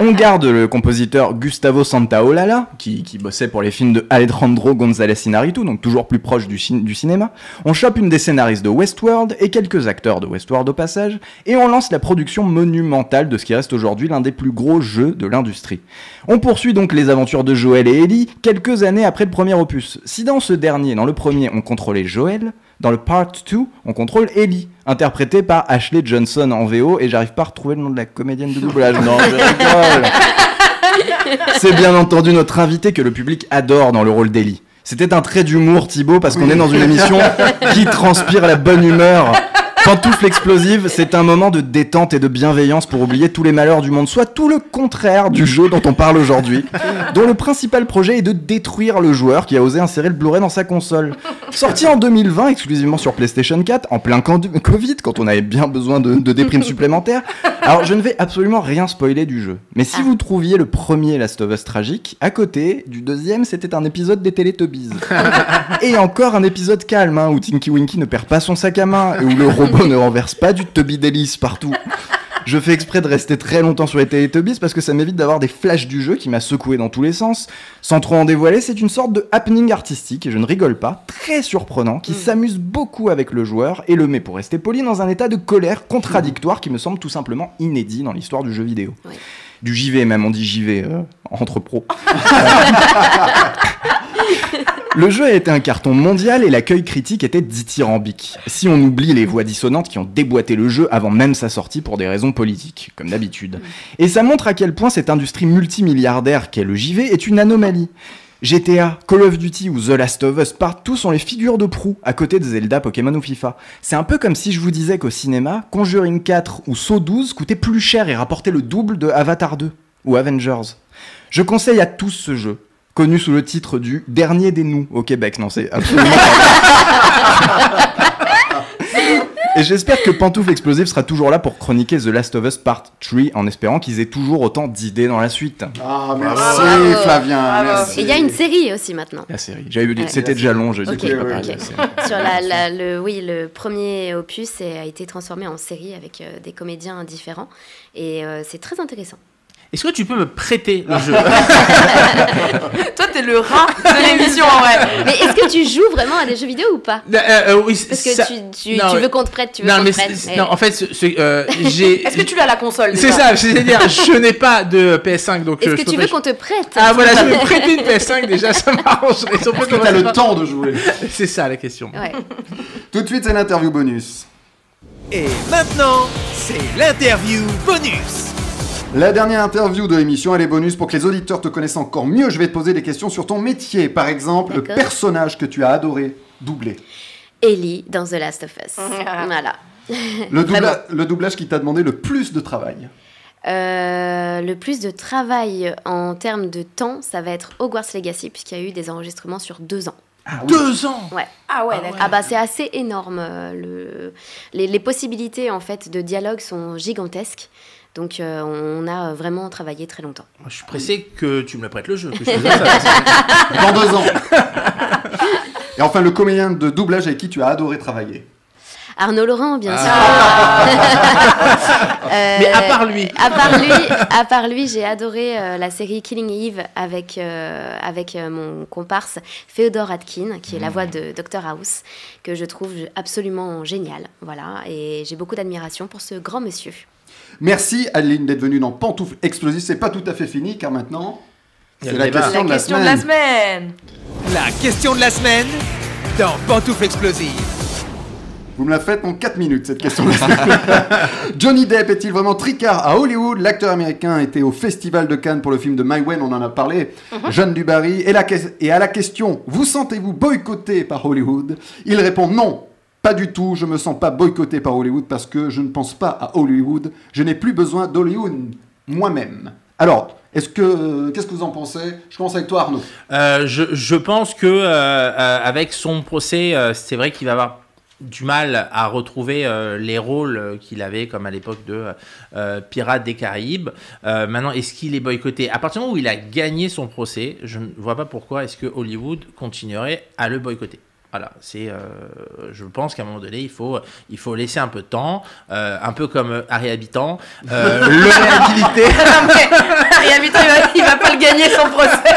[SPEAKER 4] On garde le compositeur Gustavo Santaolalla, qui, qui bossait pour les films de Alejandro González Inarritu, donc toujours plus proche du, cin- du cinéma. On chope une des scénaristes de Westworld et quelques acteurs de Westworld au passage, et on lance la production monumentale de ce qui reste aujourd'hui l'un des plus gros jeux de l'industrie. On poursuit donc les aventures de Joël et Ellie quelques années après le premier opus. Si dans ce dernier, dans le premier, on contrôlait Joël, dans le part 2, on contrôle Ellie, interprétée par Ashley Johnson en VO, et j'arrive pas à retrouver le nom de la comédienne de doublage. Non, je rigole. C'est bien entendu notre invité que le public adore dans le rôle d'Ellie. C'était un trait d'humour, Thibaut, parce qu'on est dans une émission qui transpire la bonne humeur. Pantoufle explosive, c'est un moment de détente et de bienveillance pour oublier tous les malheurs du monde, soit tout le contraire du jeu dont on parle aujourd'hui, dont le principal projet est de détruire le joueur qui a osé insérer le Blu-ray dans sa console. Sorti en 2020 exclusivement sur PlayStation 4, en plein can- Covid, quand on avait bien besoin de, de déprimes supplémentaires. Alors je ne vais absolument rien spoiler du jeu, mais si vous trouviez le premier Last of Us tragique, à côté du deuxième, c'était un épisode des Teletubbies. Et encore un épisode calme, hein, où Tinky Winky ne perd pas son sac à main et où le robot ne renverse pas du Tubby Delice partout. Je fais exprès de rester très longtemps sur les Teletubbies parce que ça m'évite d'avoir des flashs du jeu qui m'a secoué dans tous les sens. Sans trop en dévoiler, c'est une sorte de happening artistique, et je ne rigole pas, très surprenant, qui s'amuse beaucoup avec le joueur et le met, pour rester poli, dans un état de colère contradictoire qui me semble tout simplement inédit dans l'histoire du jeu vidéo.
[SPEAKER 3] Oui.
[SPEAKER 4] Du JV même, on dit JV euh, entre pros. Le jeu a été un carton mondial et l'accueil critique était dithyrambique. Si on oublie les voix dissonantes qui ont déboîté le jeu avant même sa sortie pour des raisons politiques, comme d'habitude. Et ça montre à quel point cette industrie multimilliardaire qu'est le JV est une anomalie. GTA, Call of Duty ou The Last of Us partout sont les figures de proue à côté de Zelda, Pokémon ou FIFA. C'est un peu comme si je vous disais qu'au cinéma, Conjuring 4 ou Saw 12 coûtaient plus cher et rapportaient le double de Avatar 2 ou Avengers. Je conseille à tous ce jeu, connu sous le titre du Dernier des nous au Québec. Non, c'est absolument pas vrai. Et j'espère que Pantoufle Explosive sera toujours là pour chroniquer The Last of Us Part 3 en espérant qu'ils aient toujours autant d'idées dans la suite.
[SPEAKER 2] Ah, merci
[SPEAKER 3] Bravo.
[SPEAKER 2] Flavien.
[SPEAKER 6] Bravo.
[SPEAKER 2] Merci.
[SPEAKER 3] Et il y a une série aussi maintenant.
[SPEAKER 4] La série. J'avais dit
[SPEAKER 3] Ouais.
[SPEAKER 4] que c'était déjà long, je
[SPEAKER 3] Ok,
[SPEAKER 4] du coup, je vais pas
[SPEAKER 2] ok.
[SPEAKER 4] parler de la série.
[SPEAKER 3] Sur la, la- le, oui, le premier opus a été transformé en série avec euh, des comédiens différents. Et euh, c'est très intéressant.
[SPEAKER 5] Est-ce que tu peux me prêter
[SPEAKER 3] Ah.
[SPEAKER 5] le jeu Euh,
[SPEAKER 6] Toi, t'es le rat de l'émission, en vrai.
[SPEAKER 3] Mais est-ce que tu joues vraiment à des jeux vidéo ou pas
[SPEAKER 5] Euh, euh, oui,
[SPEAKER 3] Parce que
[SPEAKER 5] ça-
[SPEAKER 3] tu, tu,
[SPEAKER 5] non,
[SPEAKER 3] tu
[SPEAKER 5] mais-
[SPEAKER 3] veux qu'on te prête, tu veux
[SPEAKER 5] non,
[SPEAKER 3] qu'on
[SPEAKER 5] mais
[SPEAKER 3] te prête.
[SPEAKER 5] c'est-
[SPEAKER 3] mais-
[SPEAKER 5] non, en fait, ce- ce- euh, j'ai.
[SPEAKER 6] Est-ce que tu l'as la console
[SPEAKER 5] C'est
[SPEAKER 6] déjà
[SPEAKER 5] ça, c'est-à-dire, je n'ai pas de PS5, donc. euh,
[SPEAKER 3] Est-ce
[SPEAKER 5] je
[SPEAKER 3] que
[SPEAKER 5] peux
[SPEAKER 3] tu
[SPEAKER 5] pas-
[SPEAKER 3] veux qu'on te prête
[SPEAKER 5] Ah voilà, je vais me prêter une PS5 déjà, ça m'arrangerait. Si on peut
[SPEAKER 2] Est-ce que t'as
[SPEAKER 5] commencer
[SPEAKER 2] le
[SPEAKER 5] par-
[SPEAKER 2] temps de jouer
[SPEAKER 5] C'est ça la question.
[SPEAKER 3] Ouais.
[SPEAKER 2] Tout de suite, c'est l'interview bonus.
[SPEAKER 1] Et maintenant, c'est l'interview bonus.
[SPEAKER 2] La dernière interview de l'émission, elle est bonus pour que les auditeurs te connaissent encore mieux. Je vais te poser des questions sur ton métier. Par exemple, le
[SPEAKER 3] D'accord.
[SPEAKER 2] personnage que tu as adoré doubler.
[SPEAKER 3] Ellie dans The Last of Us.
[SPEAKER 6] Ah.
[SPEAKER 3] voilà.
[SPEAKER 2] Le,
[SPEAKER 3] Vraiment.
[SPEAKER 2] doubla- le doublage qui t'a demandé le plus de travail.
[SPEAKER 3] Euh, le plus de travail en termes de temps, ça va être Hogwarts Legacy, puisqu'il y a eu des enregistrements sur deux ans.
[SPEAKER 5] Deux ans
[SPEAKER 6] Ah ouais,
[SPEAKER 5] Ah
[SPEAKER 6] d'accord.
[SPEAKER 5] ouais.
[SPEAKER 3] Ah bah c'est assez énorme. euh, Le... Les, les possibilités en fait de dialogue sont gigantesques. Donc euh, on a vraiment travaillé très longtemps.
[SPEAKER 5] Moi, Je suis pressé que tu me prêtes le jeu. que je fasse ça.
[SPEAKER 2] Dans deux ans. Et enfin, le comédien de doublage avec qui tu as adoré travailler.
[SPEAKER 3] Arnaud Laurent, bien sûr. Euh,
[SPEAKER 5] Ah. Mais à part lui.
[SPEAKER 3] à part lui, à part lui, j'ai adoré euh, la série Killing Eve avec euh, avec euh, mon comparse Féodor Atkin, qui est la voix de Dr House, que je trouve absolument génial. Voilà, et j'ai beaucoup d'admiration pour ce grand monsieur.
[SPEAKER 2] Merci Adeline d'être venue dans Pantoufles Explosives. C'est pas tout à fait fini car maintenant,
[SPEAKER 5] Il y
[SPEAKER 2] c'est
[SPEAKER 5] a le
[SPEAKER 2] la
[SPEAKER 5] débat.
[SPEAKER 2] question,
[SPEAKER 6] Ah, La
[SPEAKER 2] de,
[SPEAKER 6] question
[SPEAKER 2] la
[SPEAKER 6] de la
[SPEAKER 2] semaine.
[SPEAKER 6] semaine.
[SPEAKER 1] La question de la semaine dans Pantoufles Explosives.
[SPEAKER 2] Vous me la faites en 4 minutes cette question de la semaine. Johnny Depp est-il vraiment tricard à Hollywood L'acteur américain était au Festival de Cannes pour le film de My Wen, on en a parlé. Jeanne Dubarry. Et, la que- et à la question, vous sentez-vous boycotté par Hollywood Il répond non. Pas du tout, je me sens pas boycotté par Hollywood parce que je ne pense pas à Hollywood. Je n'ai plus besoin d'Hollywood moi-même. Alors, est-ce que qu'est-ce que vous en pensez Je commence avec toi, Arnaud.
[SPEAKER 5] Euh, je, je pense que euh, euh, avec son procès, euh, c'est vrai qu'il va avoir du mal à retrouver euh, les rôles euh, qu'il avait comme à l'époque de euh, euh, Pirates des Caraïbes. Euh, maintenant, est-ce qu'il est boycotté À partir du moment où il a gagné son procès, je ne vois pas pourquoi est-ce que Hollywood continuerait à le boycotter. Voilà, c'est, euh, je pense qu'à un moment donné, il faut, il faut laisser un peu de temps, euh, un peu comme euh, Harry Habitant, euh, le réhabiliter.
[SPEAKER 6] non, mais Harry Habitant, il va, il va pas le gagner son procès.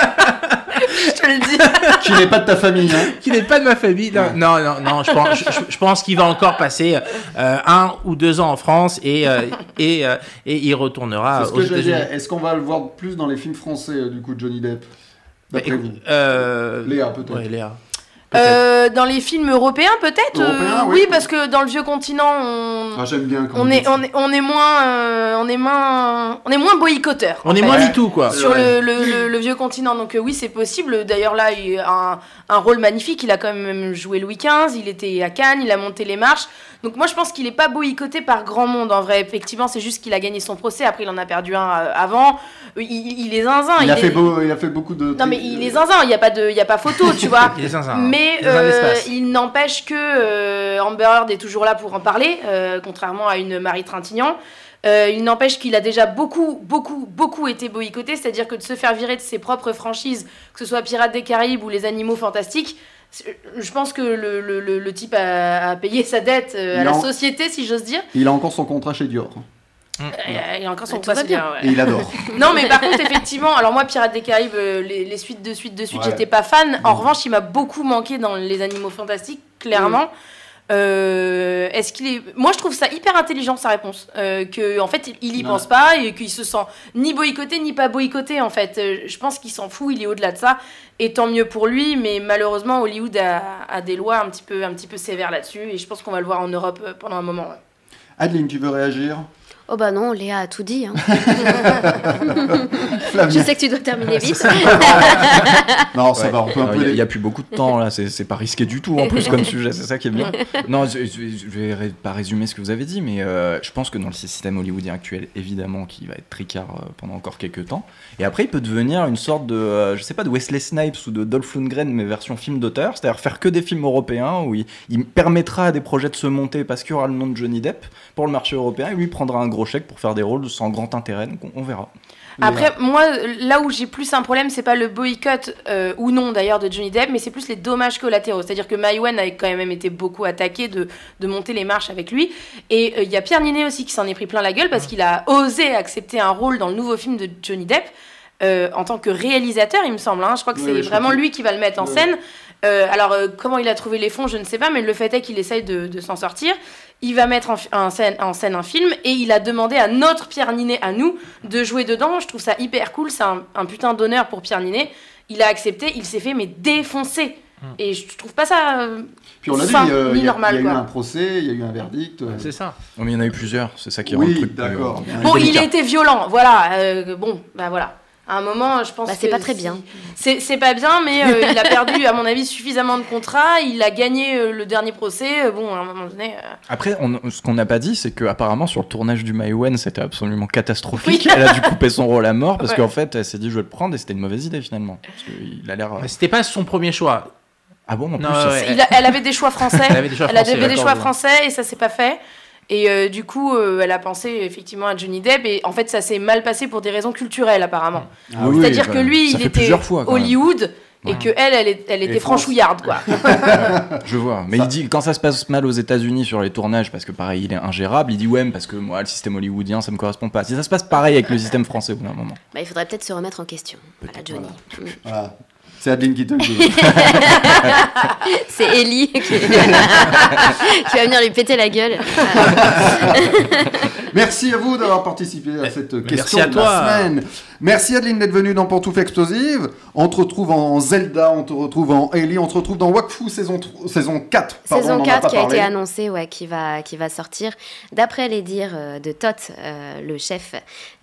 [SPEAKER 6] Je te le dis.
[SPEAKER 2] Tu n'es pas de ta famille, hein
[SPEAKER 5] qui n'est pas de ma famille. Non, non, non, non, je pense, je, je- je pense qu'il va encore passer euh, un ou deux ans en France et, euh, et, euh, et il retournera
[SPEAKER 2] C'est ce
[SPEAKER 5] Ah, aux
[SPEAKER 2] que je veux
[SPEAKER 5] États-Unis.
[SPEAKER 2] dire. Est-ce qu'on va le voir plus dans les films français, euh, du coup, de Johnny Depp
[SPEAKER 5] Bah,
[SPEAKER 2] D'après
[SPEAKER 5] écoute,
[SPEAKER 2] vous
[SPEAKER 5] euh,
[SPEAKER 2] Léa, peut-être.
[SPEAKER 6] Mm.
[SPEAKER 5] ouais, Léa. Peut-être.
[SPEAKER 6] Euh, dans les films européens, peut-être euh,
[SPEAKER 2] Européens, oui.
[SPEAKER 6] oui. parce que dans le vieux continent, on,
[SPEAKER 2] Ah, J'aime bien quand
[SPEAKER 6] on,
[SPEAKER 2] vous
[SPEAKER 6] est,
[SPEAKER 2] dites
[SPEAKER 6] on, est, on est moins, euh, on est moins, on est moins boycotteur.
[SPEAKER 5] On est moins MeToo, quoi.
[SPEAKER 2] Ouais.
[SPEAKER 6] sur le, le- le- le vieux continent. Donc euh, oui, c'est possible. D'ailleurs là, il a un, un rôle magnifique. Il a quand même joué Louis XV. Il était à Cannes. Il a monté les marches. Donc moi, je pense qu'il n'est pas boycotté par grand monde. En vrai, effectivement, c'est juste qu'il a gagné son procès. Après, il en a perdu un euh, avant. Il, il- il est zinzin.
[SPEAKER 2] Il, a
[SPEAKER 6] est-
[SPEAKER 2] fait beau, il a fait beaucoup de. euh,
[SPEAKER 6] Non mais il est zinzin. Il n'y a pas de, il y a pas photo, tu vois.
[SPEAKER 5] Il est zinzin, hein.
[SPEAKER 6] Mais
[SPEAKER 5] Il est dans
[SPEAKER 6] euh,
[SPEAKER 5] l'espace.
[SPEAKER 6] il n'empêche que euh, Amber Heard est toujours là pour en parler, euh, contrairement à une Marie Trintignant. Euh, il n'empêche qu'il a déjà beaucoup, beaucoup, beaucoup été boycotté, c'est-à-dire que de se faire virer de ses propres franchises, que ce soit Pirates des Caraïbes ou Les Animaux Fantastiques, c'est- je pense que le, le- le- le type a, a payé sa dette euh, à la
[SPEAKER 2] Non.
[SPEAKER 6] société, si j'ose dire.
[SPEAKER 2] Il a encore son contrat chez Dior.
[SPEAKER 6] Euh, il a encore son
[SPEAKER 3] Tout
[SPEAKER 6] poids,
[SPEAKER 3] va
[SPEAKER 6] c'est
[SPEAKER 3] bien.
[SPEAKER 6] bien, ouais.
[SPEAKER 2] Et il adore.
[SPEAKER 6] Non, mais par contre, effectivement, alors moi, Pirates des Caraïbes, euh, les, les suites de suite de suite,
[SPEAKER 2] Ouais.
[SPEAKER 6] j'étais pas fan. En revanche, il m'a beaucoup manqué dans Les Animaux Fantastiques, clairement. Euh, Est-ce qu'il est. Moi, je trouve ça hyper intelligent sa réponse. Euh, que en fait, il y
[SPEAKER 2] Ouais.
[SPEAKER 6] pense pas et qu'il se sent ni boycotté ni pas boycotté. En fait, Euh, je pense qu'il s'en fout. Il est au-delà de ça. Et tant mieux pour lui. Mais malheureusement, Hollywood a, a des lois un petit peu, un petit peu sévères là-dessus. Et je pense qu'on va le voir en Europe euh, pendant un moment. ouais.
[SPEAKER 2] Adeline, tu veux réagir
[SPEAKER 3] Oh bah non, Léa a tout dit. hein. Je
[SPEAKER 2] Flavien.
[SPEAKER 3] sais que tu dois terminer vite.
[SPEAKER 2] Non, ça
[SPEAKER 4] Ouais.
[SPEAKER 2] va, on peut un
[SPEAKER 4] Alors, Il
[SPEAKER 2] peu.
[SPEAKER 4] n'y
[SPEAKER 2] les-
[SPEAKER 4] a, plus beaucoup de temps là, c'est c'est pas risqué du tout en plus comme sujet, c'est ça qui est bien. Non, je, je- je vais ré- pas résumer ce que vous avez dit, mais euh, je pense que dans le système hollywoodien actuel, évidemment, qui va être tricard euh, pendant encore quelques temps. Et après, il peut devenir une sorte de, euh, je sais pas, de Wesley Snipes ou de Dolph Lundgren, mais version film d'auteur, c'est-à-dire faire que des films européens où il, il permettra à des projets de se monter parce qu'il y aura le nom de Johnny Depp pour le marché européen et lui il prendra un gros chèque pour faire des rôles sans grand intérêt, donc on, on verra.
[SPEAKER 6] Après, moi, là où j'ai plus un problème, c'est pas le boycott euh, ou non d'ailleurs de Johnny Depp, mais c'est plus les dommages collatéraux. C'est-à-dire que Maïwen a quand même été beaucoup attaqué de, de monter les marches avec lui. Et euh, il y a Pierre Ninet aussi qui s'en est pris plein la gueule parce qu'il a osé accepter un rôle dans le nouveau film de Johnny Depp. euh, en tant que réalisateur, il me semble. hein. Je crois que
[SPEAKER 2] Oui,
[SPEAKER 6] c'est
[SPEAKER 2] oui, je
[SPEAKER 6] vraiment
[SPEAKER 2] comprends.
[SPEAKER 6] lui qui va le mettre en
[SPEAKER 2] Oui.
[SPEAKER 6] scène. Euh, alors, euh, comment il a trouvé les fonds, je ne sais pas, mais le fait est qu'il essaye de, de s'en sortir. Il va mettre en, fi- en scène, en scène un film et il a demandé à notre Pierre Ninet, à nous, de jouer dedans. Je trouve ça hyper cool. C'est un, un putain d'honneur pour Pierre Ninet. Il a accepté, il s'est fait mais défoncer. Et je trouve pas ça. euh,
[SPEAKER 2] Puis on l'a dit,
[SPEAKER 6] Fin,
[SPEAKER 2] euh, il y a, il
[SPEAKER 6] mi-normal,
[SPEAKER 2] y a eu
[SPEAKER 6] quoi.
[SPEAKER 2] un procès, il y a eu un verdict. euh,
[SPEAKER 5] C'est ça.
[SPEAKER 4] Oh, mais il y en a eu plusieurs, c'est ça qui rend le
[SPEAKER 2] oui,
[SPEAKER 4] truc.
[SPEAKER 2] d'accord.
[SPEAKER 4] euh,
[SPEAKER 2] bien.
[SPEAKER 6] Bon, il
[SPEAKER 4] délicat.
[SPEAKER 6] a été violent, voilà. euh, bon, bah voilà. À un moment, je pense
[SPEAKER 3] Bah, c'est
[SPEAKER 6] que
[SPEAKER 3] pas très
[SPEAKER 6] si-
[SPEAKER 3] bien.
[SPEAKER 6] C'est c'est pas bien, mais euh, il a perdu, à mon avis, suffisamment de contrats. Il a gagné euh, le dernier procès. euh, bon, à un moment donné. euh,
[SPEAKER 4] Après, on- ce qu'on n'a pas dit, c'est que apparemment sur le tournage du Maïwen, c'était absolument catastrophique. Elle a dû couper son rôle à mort parce
[SPEAKER 6] Ouais.
[SPEAKER 4] qu'en fait, elle s'est dit je vais le prendre et c'était une mauvaise idée finalement. Parce qu'il a l'air. euh,
[SPEAKER 5] Mais C'était pas son premier choix.
[SPEAKER 4] Ah bon, en plus.
[SPEAKER 5] Non,
[SPEAKER 4] ça-
[SPEAKER 5] ouais, ouais.
[SPEAKER 6] il a- elle avait des choix français.
[SPEAKER 5] Elle avait des choix
[SPEAKER 6] elle avait
[SPEAKER 5] français,
[SPEAKER 6] des
[SPEAKER 5] d'accord,
[SPEAKER 6] choix
[SPEAKER 5] je vois.
[SPEAKER 6] français et ça s'est pas fait. Et euh, du coup, euh, elle a pensé effectivement à Johnny Depp. Et en fait, ça s'est mal passé pour des raisons culturelles, apparemment.
[SPEAKER 2] Ah
[SPEAKER 4] Oui,
[SPEAKER 2] oui.
[SPEAKER 6] C'est-à-dire
[SPEAKER 4] bah,
[SPEAKER 6] que lui,
[SPEAKER 4] ça
[SPEAKER 6] il
[SPEAKER 4] fait
[SPEAKER 6] était
[SPEAKER 4] plusieurs fois, quand même.
[SPEAKER 6] Hollywood et
[SPEAKER 4] Ouais.
[SPEAKER 6] que elle, elle, est- elle était
[SPEAKER 2] France.
[SPEAKER 6] franchouillarde, quoi.
[SPEAKER 4] Je vois. Mais
[SPEAKER 2] Ça-
[SPEAKER 4] il dit quand ça se passe mal aux États-Unis sur les tournages, parce que pareil, il est ingérable. Il dit ouais, mais parce que moi, le système hollywoodien, ça me correspond pas. Si ça se passe pareil avec le système français au bout d'un moment.
[SPEAKER 3] Bah, il faudrait peut-être se remettre en question. Voilà, Johnny.
[SPEAKER 2] Voilà. C'est Adeline qui te le dit.
[SPEAKER 3] C'est Ellie qui... qui va venir lui péter la gueule.
[SPEAKER 2] Merci à vous d'avoir participé à cette
[SPEAKER 5] merci
[SPEAKER 2] question
[SPEAKER 5] à
[SPEAKER 2] de
[SPEAKER 5] toi.
[SPEAKER 2] la semaine. Merci Adeline d'être venue dans Pantoufle Explosive. On te retrouve en Zelda, on te retrouve en Ellie, on te retrouve dans Wakfu saison, tr- saison 4. Pardon, on
[SPEAKER 3] Saison
[SPEAKER 2] en a
[SPEAKER 3] 4
[SPEAKER 2] pas
[SPEAKER 3] qui a été
[SPEAKER 2] parlé.
[SPEAKER 3] annoncée, ouais, qui, va, qui va sortir. D'après les dires euh, de Tot, euh, le chef,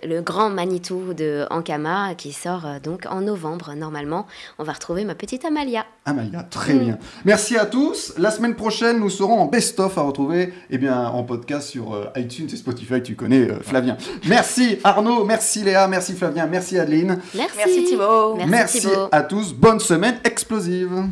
[SPEAKER 3] le grand Manitou de Ankama, qui sort euh, donc en novembre normalement. On va retrouver ma petite Amalia.
[SPEAKER 2] Amalia,
[SPEAKER 3] Mm.
[SPEAKER 2] très bien. Merci à tous. La semaine prochaine, nous serons en best-of à retrouver eh bien, en podcast sur euh, iTunes et Spotify. Tu connais euh, Flavien. Merci Arnaud, merci Léa, merci Flavien, merci Adeline.
[SPEAKER 3] Merci,
[SPEAKER 6] Merci Thibaut.
[SPEAKER 3] Merci, Thibaut.
[SPEAKER 2] à tous. Bonne semaine explosive.